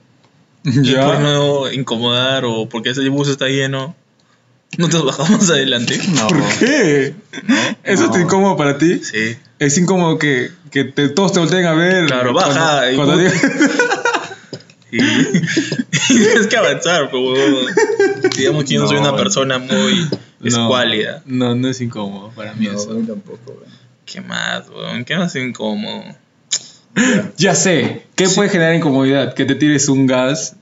[SPEAKER 1] Y por no incomodar o porque ese bus está lleno, no te has bajado más <laughs> adelante.
[SPEAKER 3] No,
[SPEAKER 2] qué? ¿Eso
[SPEAKER 3] No.
[SPEAKER 2] es incómodo para ti?
[SPEAKER 1] Sí.
[SPEAKER 2] Es incómodo que, que te- todos te volteen a ver.
[SPEAKER 1] Claro, baja, y puta. <laughs> Y, <laughs> y tienes que avanzar, pues, como digamos que yo no, soy una
[SPEAKER 3] No.
[SPEAKER 1] persona muy escuálida.
[SPEAKER 2] No, no es incómodo para mí eso.
[SPEAKER 3] tampoco, güey.
[SPEAKER 1] ¿Qué más, weón? ¿Qué más incómodo?
[SPEAKER 2] Ya sé, ¿qué puede generar incomodidad? Que te tires un gas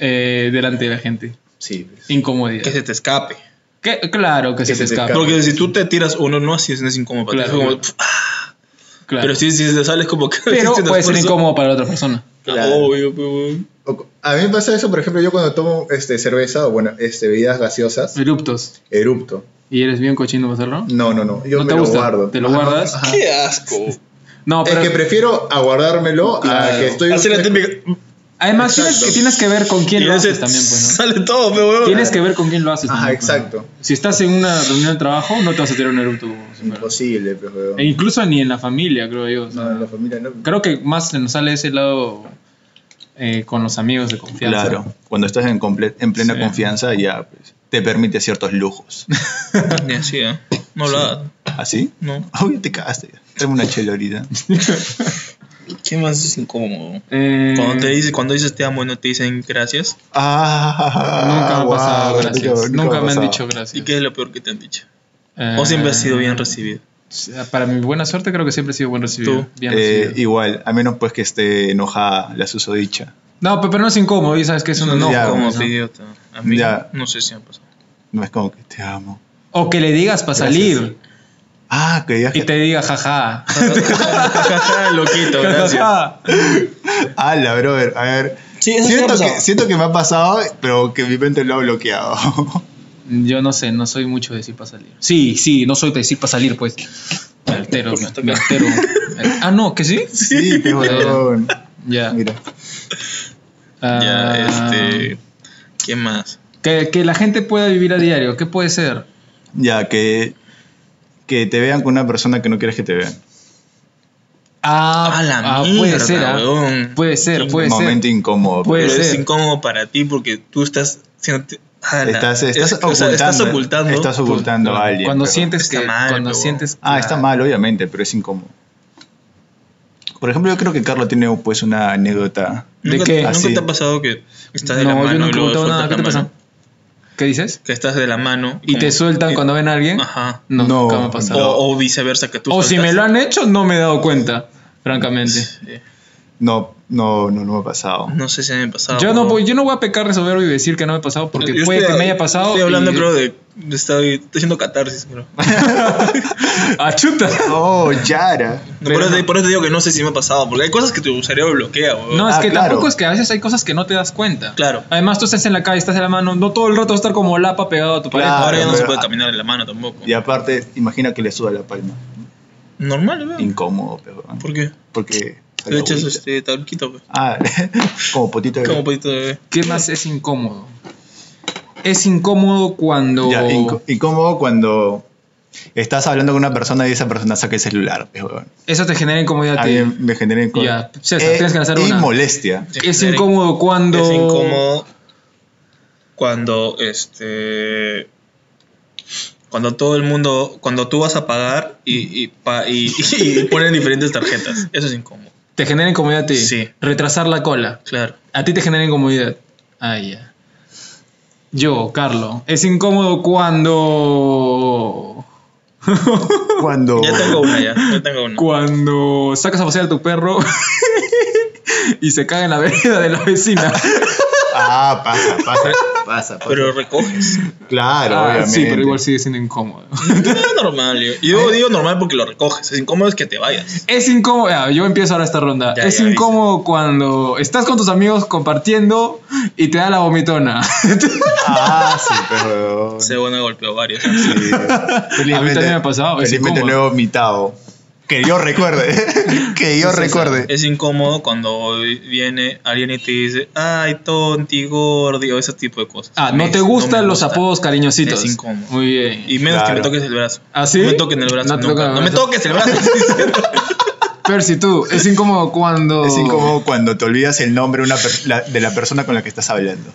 [SPEAKER 2] eh, delante de la gente.
[SPEAKER 3] Sí, pues.
[SPEAKER 2] Incomodidad.
[SPEAKER 1] Que se te escape.
[SPEAKER 2] Que- claro que, se, te escapa.
[SPEAKER 1] Porque si tú te tiras uno, no así es, no es incómodo para ti.
[SPEAKER 2] Claro.
[SPEAKER 1] Es como, pf, ah,
[SPEAKER 2] Claro.
[SPEAKER 1] Pero si, <laughs> si te sales como que.
[SPEAKER 2] Pero
[SPEAKER 1] hiciste un
[SPEAKER 2] puede ser
[SPEAKER 1] esfuerzo.
[SPEAKER 2] incómodo para la otra persona.
[SPEAKER 1] Ah,
[SPEAKER 3] Claro.
[SPEAKER 1] Obvio, weón.
[SPEAKER 3] O- A mí me pasa eso, por ejemplo, yo cuando tomo este, cerveza o bueno, este, bebidas gaseosas,
[SPEAKER 2] Eruptos.
[SPEAKER 3] erupto.
[SPEAKER 2] ¿Y eres bien cochino para hacerlo?
[SPEAKER 3] No, no, no. Yo
[SPEAKER 2] ¿No
[SPEAKER 3] me
[SPEAKER 2] te
[SPEAKER 3] lo
[SPEAKER 2] gusta?
[SPEAKER 3] guardo.
[SPEAKER 2] ¿Te lo
[SPEAKER 3] Ajá,
[SPEAKER 2] guardas?
[SPEAKER 3] ajá.
[SPEAKER 1] Qué asco.
[SPEAKER 2] No, pero.
[SPEAKER 3] Es que prefiero aguardármelo
[SPEAKER 2] Claro.
[SPEAKER 3] a que estoy.
[SPEAKER 1] Hacer la típica.
[SPEAKER 2] además tienes
[SPEAKER 3] Exacto.
[SPEAKER 2] que, tienes que ver con quién
[SPEAKER 1] y
[SPEAKER 2] lo
[SPEAKER 1] ese
[SPEAKER 2] haces también, pues,
[SPEAKER 1] <laughs> Sale todo, pe,
[SPEAKER 2] ¿no?
[SPEAKER 1] weón.
[SPEAKER 2] Tienes que ver con quién lo haces.
[SPEAKER 3] Ajá,
[SPEAKER 2] también, pues, ¿no?
[SPEAKER 3] exacto.
[SPEAKER 2] Si estás en una reunión de trabajo, no te vas a tirar un erupto. como si fuera.
[SPEAKER 3] Imposible, pero.
[SPEAKER 2] E incluso ni en la familia, creo yo. o sea,
[SPEAKER 3] No, en la familia no.
[SPEAKER 2] Creo que más se nos sale ese lado eh, con los amigos de confianza.
[SPEAKER 3] Claro, cuando estás en, comple- en plena
[SPEAKER 2] Sí.
[SPEAKER 3] confianza ya pues, te permite ciertos lujos. <laughs>
[SPEAKER 1] Ni así, ¿eh? No lo hagas.
[SPEAKER 3] ¿Así?
[SPEAKER 1] No.
[SPEAKER 3] Obvio te cagaste. Tráeme una chela ahorita.
[SPEAKER 1] ¿Qué más es incómodo?
[SPEAKER 2] Eh,
[SPEAKER 1] Cuando, te dice, cuando dices te amo y no te dicen gracias.
[SPEAKER 3] Ah,
[SPEAKER 2] Nunca me ha
[SPEAKER 3] wow,
[SPEAKER 2] pasado
[SPEAKER 3] nunca-
[SPEAKER 2] gracias. Nunca, me, han
[SPEAKER 3] pasado.
[SPEAKER 2] dicho gracias.
[SPEAKER 1] ¿Y qué es lo peor que te han dicho?
[SPEAKER 2] Eh,
[SPEAKER 1] O siempre has sido bien recibido.
[SPEAKER 2] Para mi buena suerte, creo que siempre he sido buen recibido.
[SPEAKER 1] Tú.
[SPEAKER 2] Bien
[SPEAKER 3] Eh,
[SPEAKER 2] recibido.
[SPEAKER 3] igual, a menos pues que esté enojada la susodicha.
[SPEAKER 2] No, pe- pero no es incómodo, y sabes que es un enojo.
[SPEAKER 3] ya,
[SPEAKER 1] como
[SPEAKER 2] pues, ¿no?
[SPEAKER 1] idiota. A mí
[SPEAKER 3] Ya.
[SPEAKER 1] no sé si me ha pasado. <laughs>
[SPEAKER 3] No es como que te amo.
[SPEAKER 2] O que le digas para salir
[SPEAKER 3] Ah, que digas
[SPEAKER 2] y
[SPEAKER 3] que...
[SPEAKER 2] te diga
[SPEAKER 1] <laughs>
[SPEAKER 2] jaja.
[SPEAKER 1] Jajaja, loquito,
[SPEAKER 2] <laughs>
[SPEAKER 1] gracias.
[SPEAKER 2] Jajaja.
[SPEAKER 3] Ala, brother, a ver.
[SPEAKER 1] Sí, eso sí me ha
[SPEAKER 3] siento, que,
[SPEAKER 1] pasado.
[SPEAKER 3] siento que me ha pasado, pero que mi mente lo ha
[SPEAKER 1] <laughs>
[SPEAKER 3] bloqueado.
[SPEAKER 2] Yo no sé, no soy mucho de decir para salir. Sí, sí, no soy de decir para salir, pues. Me altero, me,
[SPEAKER 1] <laughs>
[SPEAKER 2] me altero. Ah, no, que sí.
[SPEAKER 3] sí, qué huevón.
[SPEAKER 2] Ya.
[SPEAKER 3] Mira.
[SPEAKER 1] Ya,
[SPEAKER 2] Ah,
[SPEAKER 1] este. ¿Qué más?
[SPEAKER 2] Que, que la gente pueda vivir a diario, ¿qué puede ser?
[SPEAKER 3] Ya, que, que te vean con una persona que no quieres que te vean.
[SPEAKER 2] Ah,
[SPEAKER 1] A la
[SPEAKER 2] ah,
[SPEAKER 1] mierda,
[SPEAKER 2] puede ser, ah.
[SPEAKER 1] weón.
[SPEAKER 2] puede ser,
[SPEAKER 1] Sí,
[SPEAKER 2] puede ser.
[SPEAKER 3] Momento incómodo.
[SPEAKER 2] Puede
[SPEAKER 1] Pero es
[SPEAKER 2] ser.
[SPEAKER 1] incómodo para ti porque tú estás. siéndote- a la-
[SPEAKER 3] Estás, estás,
[SPEAKER 1] es-
[SPEAKER 3] ocultando, ¿eh?
[SPEAKER 1] o sea, estás ocultando.
[SPEAKER 3] Estás ocultando a alguien.
[SPEAKER 2] Cuando
[SPEAKER 3] pero-
[SPEAKER 2] sientes
[SPEAKER 1] Está
[SPEAKER 2] que,
[SPEAKER 1] mal,
[SPEAKER 2] cuando
[SPEAKER 1] pero-
[SPEAKER 2] sientes
[SPEAKER 3] Ah, está mal, obviamente, pero es incómodo. Por ejemplo, yo creo que Carlos tiene pues una anécdota.
[SPEAKER 1] ¿Nunca,
[SPEAKER 2] ¿De qué?
[SPEAKER 1] ¿Nunca
[SPEAKER 3] Así.
[SPEAKER 1] te ha pasado que estás de la
[SPEAKER 2] no,
[SPEAKER 1] mano
[SPEAKER 2] yo
[SPEAKER 1] y
[SPEAKER 2] nunca he
[SPEAKER 1] luego
[SPEAKER 2] preguntado
[SPEAKER 1] sueltas
[SPEAKER 2] nada. ¿Qué
[SPEAKER 1] la
[SPEAKER 2] te
[SPEAKER 1] mano?
[SPEAKER 2] pasa? ¿Qué dices?
[SPEAKER 1] Que estás de la mano
[SPEAKER 2] ¿Y te
[SPEAKER 1] como-
[SPEAKER 2] sueltan
[SPEAKER 1] y-
[SPEAKER 2] cuando ven a alguien?
[SPEAKER 1] Ajá.
[SPEAKER 2] No,
[SPEAKER 3] No,
[SPEAKER 2] nunca me ha pasado.
[SPEAKER 1] O, o viceversa que tú.
[SPEAKER 2] O, si me
[SPEAKER 1] sueltas.
[SPEAKER 2] lo han hecho, no me he dado cuenta, francamente.
[SPEAKER 1] Sí.
[SPEAKER 3] No, no, no, no me ha pasado.
[SPEAKER 1] No sé si me ha pasado.
[SPEAKER 2] Yo no,
[SPEAKER 1] weón.
[SPEAKER 2] voy, yo no voy a pecar de soberbio y decir que no me ha pasado porque
[SPEAKER 1] Yo
[SPEAKER 2] puede
[SPEAKER 1] estoy-
[SPEAKER 2] que me haya pasado.
[SPEAKER 1] Estoy hablando,
[SPEAKER 2] y-
[SPEAKER 1] creo, de. de- Estoy, estoy haciendo catarsis, creo.
[SPEAKER 2] <laughs> ¡Ah, chuta!
[SPEAKER 3] Oh, Yara.
[SPEAKER 1] No, por, eso, te- por eso te digo que no sé si me ha pasado, porque hay cosas que tu cerebro bloquea, weón.
[SPEAKER 2] No, es
[SPEAKER 3] Ah,
[SPEAKER 2] que
[SPEAKER 3] claro.
[SPEAKER 2] tampoco es que a veces hay cosas que no te das cuenta.
[SPEAKER 1] Claro.
[SPEAKER 2] Además, tú estás en la calle, estás en la mano, no todo el rato vas a estar como lapa pegado a tu pared.
[SPEAKER 3] Claro.
[SPEAKER 1] Ahora ya no
[SPEAKER 3] pero-
[SPEAKER 1] se puede caminar en la mano tampoco.
[SPEAKER 3] Y aparte, imagina que le suda la palma.
[SPEAKER 1] Normal, weón.
[SPEAKER 3] Incómodo, pero. ¿no?
[SPEAKER 1] ¿Por qué?
[SPEAKER 3] Porque.
[SPEAKER 1] Le echas
[SPEAKER 3] agüita.
[SPEAKER 1] este talquito, weón.
[SPEAKER 3] Ah, <laughs> como potito de.
[SPEAKER 1] Como poquito de bebé.
[SPEAKER 2] ¿Qué más es incómodo? Es incómodo cuando.
[SPEAKER 3] Ya, inc- incómodo cuando estás hablando con una persona y esa persona saca el celular. pues, weón.
[SPEAKER 2] Eso te genera incomodidad.
[SPEAKER 3] A
[SPEAKER 2] a
[SPEAKER 3] mí
[SPEAKER 2] ti.
[SPEAKER 3] me genera incó- Eh,
[SPEAKER 2] Ya, César, tienes que lanzar
[SPEAKER 3] y
[SPEAKER 2] una.
[SPEAKER 3] molestia.
[SPEAKER 2] Es incómodo cuando.
[SPEAKER 1] Es incómodo cuando este. Cuando todo el mundo. Cuando tú vas a pagar y, y, pa- y- <laughs> y ponen diferentes tarjetas. Eso es incómodo.
[SPEAKER 2] Te genera incomodidad a ti.
[SPEAKER 1] Sí.
[SPEAKER 2] Retrasar la cola.
[SPEAKER 1] Claro.
[SPEAKER 2] A ti te genera incomodidad. Ah, ya. Yo, Carlos, es incómodo cuando.
[SPEAKER 3] Cuando.
[SPEAKER 1] Ya tengo una, ya. Ya tengo una.
[SPEAKER 2] Cuando sacas a pasear a tu perro <laughs> y se caga en la vereda de la
[SPEAKER 1] <laughs>
[SPEAKER 2] vecina.
[SPEAKER 3] Ah, pasa, pasa, pasa. pasa.
[SPEAKER 1] Pero recoges.
[SPEAKER 3] claro,
[SPEAKER 2] Ah,
[SPEAKER 3] obviamente.
[SPEAKER 2] sí, pero igual sigue siendo incómodo.
[SPEAKER 1] Es normal. Yo, yo digo normal porque lo recoges. Es incómodo es que te vayas.
[SPEAKER 2] Es incómodo, ah, yo empiezo ahora esta ronda.
[SPEAKER 1] Ya,
[SPEAKER 2] es
[SPEAKER 1] ya,
[SPEAKER 2] incómodo cuando estás con tus amigos compartiendo y te da la vomitona. <laughs>
[SPEAKER 3] Ah, sí, pero.
[SPEAKER 1] Se bueno, golpeó varios.
[SPEAKER 3] Sí.
[SPEAKER 2] A mí también me ha pasado, es
[SPEAKER 3] Felizmente no he
[SPEAKER 2] incómodo.
[SPEAKER 3] vomitado. Que yo recuerde. <laughs> que yo recuerde.
[SPEAKER 1] Es incómodo cuando viene alguien y te dice, ay, tonti, gordi, o ese tipo de cosas.
[SPEAKER 2] Ah, no
[SPEAKER 1] Me-
[SPEAKER 2] te gustan
[SPEAKER 1] me
[SPEAKER 2] los
[SPEAKER 1] gusta.
[SPEAKER 2] apodos cariñositos.
[SPEAKER 1] Es incómodo.
[SPEAKER 2] Muy bien.
[SPEAKER 1] Y menos que
[SPEAKER 3] Claro.
[SPEAKER 1] me toques el brazo.
[SPEAKER 2] ¿Ah, sí?
[SPEAKER 1] No me toquen el brazo.
[SPEAKER 2] No te
[SPEAKER 1] nunca.
[SPEAKER 2] tocan el
[SPEAKER 1] No me
[SPEAKER 2] brazo.
[SPEAKER 1] toques el
[SPEAKER 2] <laughs>
[SPEAKER 1] brazo. <laughs>
[SPEAKER 2] Percy, tú, es incómodo cuando.
[SPEAKER 3] Es incómodo cuando te olvidas el nombre una per- la- de la persona con la que estás hablando.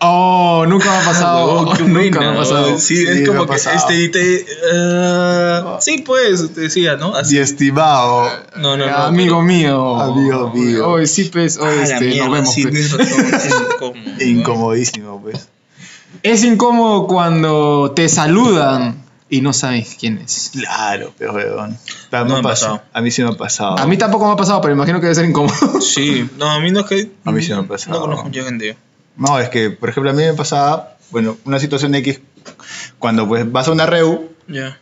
[SPEAKER 2] Oh, nunca me
[SPEAKER 1] <laughs>
[SPEAKER 2] ha pasado.
[SPEAKER 1] Huevón, Oh, qué
[SPEAKER 2] nunca me
[SPEAKER 1] vaina,
[SPEAKER 2] ha
[SPEAKER 1] huevón.
[SPEAKER 2] pasado.
[SPEAKER 1] Sí,
[SPEAKER 3] Sí, me
[SPEAKER 1] es
[SPEAKER 3] ha
[SPEAKER 1] como que
[SPEAKER 3] pasado.
[SPEAKER 1] este y te. ah, sí, pues, te decía, ¿no? Así.
[SPEAKER 3] Y estimado.
[SPEAKER 1] No, no, no.
[SPEAKER 2] Amigo mío.
[SPEAKER 3] Amigo mío.
[SPEAKER 2] Hoy sí, pues, hoy
[SPEAKER 1] pero- Ah, la
[SPEAKER 2] este,
[SPEAKER 1] mierda,
[SPEAKER 2] nos vemos.
[SPEAKER 1] sí,
[SPEAKER 2] pues.
[SPEAKER 1] tienes
[SPEAKER 3] <laughs>
[SPEAKER 1] razón, es incómodo, huevón.
[SPEAKER 3] e Incomodísimo, pues.
[SPEAKER 2] Es incómodo cuando te saludan y no sabes quién es.
[SPEAKER 3] Claro, pero weón. Ta-
[SPEAKER 1] No
[SPEAKER 3] me
[SPEAKER 1] me ha
[SPEAKER 3] pasó.
[SPEAKER 1] pasado.
[SPEAKER 3] A mí sí me ha pasado.
[SPEAKER 2] A mí tampoco me ha pasado, pero imagino que debe ser incómodo.
[SPEAKER 1] Sí, no, a mí no es que.
[SPEAKER 3] A mí sí me ha pasado.
[SPEAKER 1] No conozco mucha gente.
[SPEAKER 3] No, es que, por ejemplo, a mí me pasaba, bueno, una situación X, cuando pues vas a una REU
[SPEAKER 1] Ya.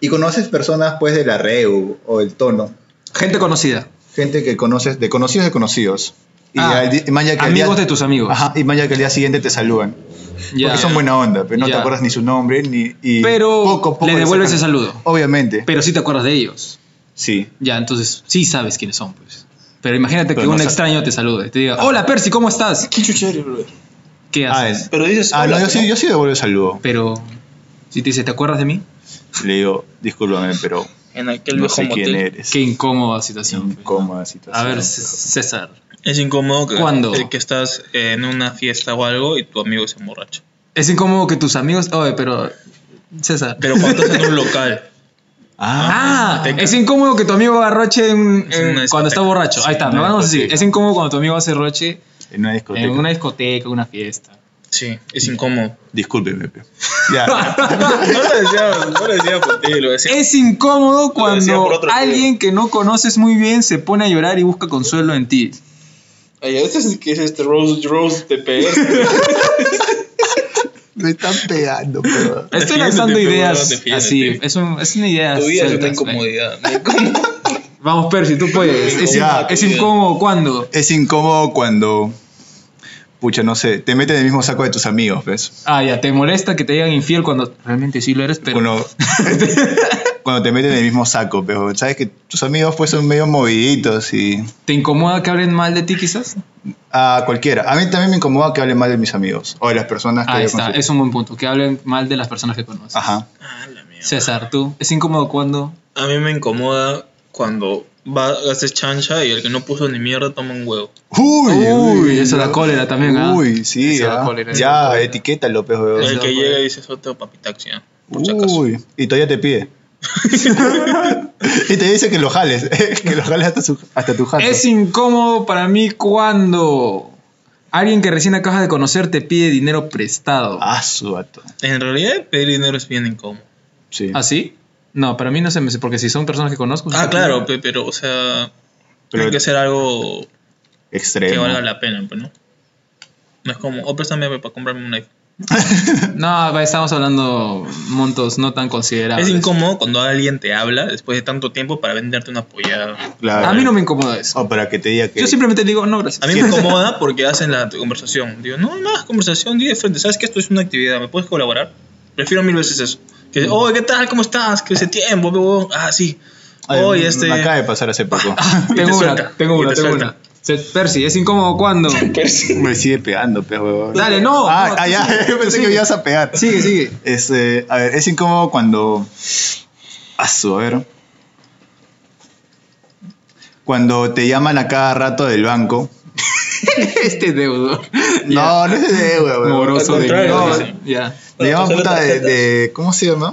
[SPEAKER 3] y conoces personas pues de la REU o el tono.
[SPEAKER 2] <laughs> Gente conocida.
[SPEAKER 3] Gente que conoces, de conocidos de conocidos. Y
[SPEAKER 2] Ah,
[SPEAKER 3] al di- y maña que al
[SPEAKER 2] amigos
[SPEAKER 3] día-
[SPEAKER 2] de tus amigos.
[SPEAKER 3] Ajá, y mañana que al día siguiente te saludan.
[SPEAKER 2] Ya.
[SPEAKER 3] Porque son buena onda, pero no
[SPEAKER 2] Ya.
[SPEAKER 3] te acuerdas ni su nombre, ni. Y
[SPEAKER 2] Pero le devuelves el
[SPEAKER 3] sacan-
[SPEAKER 2] saludo.
[SPEAKER 3] Obviamente.
[SPEAKER 2] Pero sí te acuerdas de ellos.
[SPEAKER 3] sí.
[SPEAKER 2] Ya, entonces sí sabes quiénes son, pues. Pero imagínate
[SPEAKER 3] Pero
[SPEAKER 2] que
[SPEAKER 3] no
[SPEAKER 2] un
[SPEAKER 3] sa-
[SPEAKER 2] extraño te salude y te diga, hola Percy, ¿cómo estás?
[SPEAKER 1] ¿Qué chucha eres, brother?
[SPEAKER 2] ¿Qué
[SPEAKER 3] Ah,
[SPEAKER 2] haces?
[SPEAKER 3] es-
[SPEAKER 1] Pero dices.
[SPEAKER 3] ah, no,
[SPEAKER 1] hola,
[SPEAKER 3] yo sí, yo sí devuelvo el saludo.
[SPEAKER 2] Pero si te dice, ¿te acuerdas de mí?
[SPEAKER 3] Le digo, discúlpame, pero
[SPEAKER 1] En aquel
[SPEAKER 3] no
[SPEAKER 1] viejo
[SPEAKER 3] sé
[SPEAKER 1] motel.
[SPEAKER 3] quién eres.
[SPEAKER 2] Qué incómoda situación. pues, ¿no?
[SPEAKER 3] incómoda situación.
[SPEAKER 2] A ver,
[SPEAKER 3] pero-
[SPEAKER 2] C- César.
[SPEAKER 1] Es incómodo que,
[SPEAKER 2] ¿Cuándo?
[SPEAKER 1] eh, que estás en una fiesta o algo y tu amigo se emborracha.
[SPEAKER 2] Es incómodo que tus amigos. Oye, pero. César.
[SPEAKER 1] Pero cuando estás en un local.
[SPEAKER 3] Ah,
[SPEAKER 2] Ah,
[SPEAKER 1] pues, discoteca.
[SPEAKER 2] es incómodo que tu amigo haga roche en-
[SPEAKER 1] Es una
[SPEAKER 2] en- cuando
[SPEAKER 1] discoteca.
[SPEAKER 2] está borracho. Ahí está,
[SPEAKER 3] una
[SPEAKER 2] no vamos a decir.
[SPEAKER 3] discoteca.
[SPEAKER 2] Es incómodo cuando tu amigo hace roche
[SPEAKER 3] en una discoteca.
[SPEAKER 2] en una discoteca, una fiesta.
[SPEAKER 1] Sí, es incómodo.
[SPEAKER 3] Discúlpeme, pe.
[SPEAKER 2] <laughs>
[SPEAKER 3] Ya.
[SPEAKER 1] No lo decía, no lo decía por ti, lo decía.
[SPEAKER 2] Es incómodo
[SPEAKER 1] decía por
[SPEAKER 2] cuando
[SPEAKER 1] otro
[SPEAKER 2] alguien que no conoces muy bien se pone a llorar y busca consuelo en ti.
[SPEAKER 1] Oye, este es, que es este Rose, Rose <laughs> TPS.
[SPEAKER 3] Me están pegando, pero.
[SPEAKER 2] Estoy
[SPEAKER 1] Defiéndete,
[SPEAKER 2] lanzando
[SPEAKER 1] pe,
[SPEAKER 2] ideas
[SPEAKER 1] huevón, defiéndete.
[SPEAKER 2] así. Es, un- es una idea.
[SPEAKER 1] Tu vida es una
[SPEAKER 2] sueltas,
[SPEAKER 1] incomodidad. muy incómodo.
[SPEAKER 2] pe. Vamos, Percy, tú puedes. Es,
[SPEAKER 3] Ya.
[SPEAKER 2] es incómodo cuando.
[SPEAKER 3] Es incómodo cuando. Pucha, no sé. Te meten en el mismo saco de tus amigos, ¿ves?
[SPEAKER 2] Ah, ya, te molesta que te digan infiel cuando realmente sí lo eres, pero.
[SPEAKER 3] Cuando, <laughs> cuando te meten en el mismo saco, pero sabes que tus amigos pues son medio moviditos y.
[SPEAKER 2] ¿Te incomoda que hablen mal de ti quizás?
[SPEAKER 3] A cualquiera. A mí también me incomoda que hablen mal de mis amigos o de las personas que
[SPEAKER 2] Ahí
[SPEAKER 3] yo
[SPEAKER 2] está,
[SPEAKER 3] considero.
[SPEAKER 2] es un buen punto. Que hablen mal de las personas que conoces.
[SPEAKER 3] Ajá.
[SPEAKER 1] Ah, la mierda.
[SPEAKER 2] César, tú, ¿es incómodo cuando?
[SPEAKER 1] A mí me incomoda cuando va, haces chancha y el que no puso ni mierda toma un huevo.
[SPEAKER 3] Uy,
[SPEAKER 2] Uy, eso da cólera también, ¿ah?
[SPEAKER 3] Uy, sí,
[SPEAKER 2] Eso da
[SPEAKER 3] ah.
[SPEAKER 2] cólera, eso da
[SPEAKER 3] ya,
[SPEAKER 2] cólera.
[SPEAKER 3] etiqueta López,
[SPEAKER 2] Eso
[SPEAKER 1] el
[SPEAKER 2] no
[SPEAKER 1] que
[SPEAKER 2] puede.
[SPEAKER 1] llega y dice, suelta papi taxi, ¿no? por si acaso.
[SPEAKER 3] Pues Uy, y todavía
[SPEAKER 2] <laughs>
[SPEAKER 3] te pide. y te dice que lo jales, <laughs> que lo jales hasta, su- hasta tu jato.
[SPEAKER 2] Es incómodo para mí cuando alguien que recién acabas de conocer te pide dinero prestado.
[SPEAKER 3] Ah, su vato.
[SPEAKER 1] En realidad, pedir dinero es bien incómodo.
[SPEAKER 3] Sí.
[SPEAKER 2] ¿Ah, sí? No, para mí no se me hace, porque si son personas que conozco. sí
[SPEAKER 1] Ah,
[SPEAKER 2] te
[SPEAKER 1] claro,
[SPEAKER 2] piden.
[SPEAKER 1] pe- pero, o sea,
[SPEAKER 3] Pues Pero
[SPEAKER 1] tiene que ser algo que
[SPEAKER 3] extremo.
[SPEAKER 1] valga la pena, pues, ¿no? No es como, oh, préstame para comprarme un iPhone.
[SPEAKER 2] <laughs> No, va, estamos hablando montos no tan considerables.
[SPEAKER 1] es incómodo cuando alguien te habla después de tanto tiempo para venderte una pollada.
[SPEAKER 3] Claro.
[SPEAKER 2] A mí no me incomoda eso.
[SPEAKER 3] O para que te diga que.
[SPEAKER 2] Yo simplemente digo, no,
[SPEAKER 1] A
[SPEAKER 2] gracias.
[SPEAKER 1] mí me incomoda porque hacen la conversación. Digo, no, no hagas conversación, di de frente. ¿Sabes que esto es una actividad? ¿Me puedes colaborar? Prefiero mil veces eso. Que, oh, ¿qué tal? ¿Cómo estás? Que hace tiempo, pe, huevón. Ah, sí.
[SPEAKER 3] Ay,
[SPEAKER 1] Oye,
[SPEAKER 3] me
[SPEAKER 1] este.
[SPEAKER 3] acaba de pasar
[SPEAKER 2] <laughs>
[SPEAKER 3] hace poco.
[SPEAKER 1] Y te
[SPEAKER 2] tengo una,
[SPEAKER 1] suelta,
[SPEAKER 2] tengo
[SPEAKER 1] y
[SPEAKER 2] una,
[SPEAKER 1] te
[SPEAKER 2] tengo
[SPEAKER 1] suelta.
[SPEAKER 2] una. Se- Percy, ¿es
[SPEAKER 1] <laughs>
[SPEAKER 2] incómodo cuando?
[SPEAKER 3] <laughs> me sigue pegando, pe, huevón.
[SPEAKER 2] Dale, no,
[SPEAKER 3] Ah,
[SPEAKER 2] no,
[SPEAKER 3] ah,
[SPEAKER 2] tú
[SPEAKER 3] ya,
[SPEAKER 2] sigue,
[SPEAKER 3] yo
[SPEAKER 2] tú
[SPEAKER 3] <laughs> pensé que
[SPEAKER 2] sigue.
[SPEAKER 3] me ibas a pegar.
[SPEAKER 2] Sigue, sigue.
[SPEAKER 3] Es, eh, a ver, es incómodo cuando. A su, a ver. Cuando te llaman a cada rato del banco.
[SPEAKER 2] <laughs> Este deudor. <laughs> Este
[SPEAKER 3] No, no es de deuda, weón.
[SPEAKER 2] Moroso
[SPEAKER 1] Al
[SPEAKER 2] de
[SPEAKER 1] contrario,
[SPEAKER 2] mierda.
[SPEAKER 1] dice.
[SPEAKER 2] No, ya.
[SPEAKER 3] Le llaman
[SPEAKER 1] Sale
[SPEAKER 3] puta
[SPEAKER 2] <laughs>
[SPEAKER 3] de,
[SPEAKER 1] tarjeta.
[SPEAKER 3] de- ¿Cómo se llama?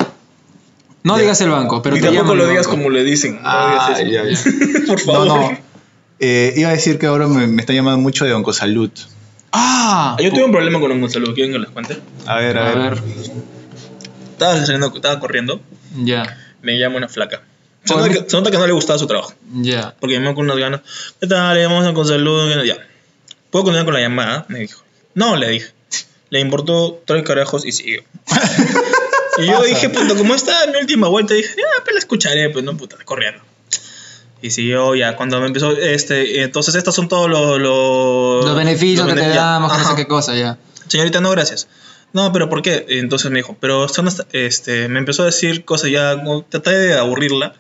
[SPEAKER 2] No
[SPEAKER 3] Ya.
[SPEAKER 2] digas el banco, pero
[SPEAKER 1] y
[SPEAKER 2] te
[SPEAKER 1] tampoco
[SPEAKER 2] llaman
[SPEAKER 1] lo
[SPEAKER 2] el
[SPEAKER 1] digas
[SPEAKER 2] banco.
[SPEAKER 1] como le dicen. No
[SPEAKER 3] Ah,
[SPEAKER 1] digas
[SPEAKER 3] ya,
[SPEAKER 1] eso. <laughs>
[SPEAKER 3] ya.
[SPEAKER 1] Por
[SPEAKER 3] No,
[SPEAKER 1] favor.
[SPEAKER 3] no. Eh, iba a decir que ahora me, me está llamando mucho de Oncosalud.
[SPEAKER 2] ¡Ah!
[SPEAKER 1] Yo tuve un problema con un Gonzalo, ¿quieren que les cuente?
[SPEAKER 3] A ver, a,
[SPEAKER 2] A
[SPEAKER 3] ver.
[SPEAKER 2] ver,
[SPEAKER 1] Estaba saliendo, estaba corriendo,
[SPEAKER 2] ya,
[SPEAKER 1] me llama una flaca. Se nota, que, se nota que no le gustaba su trabajo,
[SPEAKER 2] ya.
[SPEAKER 1] porque me con unas ganas. ¿Qué tal? Vamos a Gonzalo, ya. ¿Puedo continuar con la llamada? Me dijo. No, le dije. Le importó tres carajos y
[SPEAKER 2] <laughs>
[SPEAKER 1] siguió. y yo dije, puta, como esta es mi última vuelta, dije, ah, pues la escucharé, pues no, puta, corriendo. Y siguió ya, cuando me empezó, este, entonces estos son todos los... Los,
[SPEAKER 2] Los beneficios
[SPEAKER 1] los
[SPEAKER 2] que te
[SPEAKER 1] beneficios.
[SPEAKER 2] damos, que no sé
[SPEAKER 1] Ajá.
[SPEAKER 2] qué cosa, ya.
[SPEAKER 1] Señorita, no, gracias. No, pero ¿por qué? Entonces me dijo, pero son hasta- este, me empezó a decir cosas, ya no, traté de aburrirla.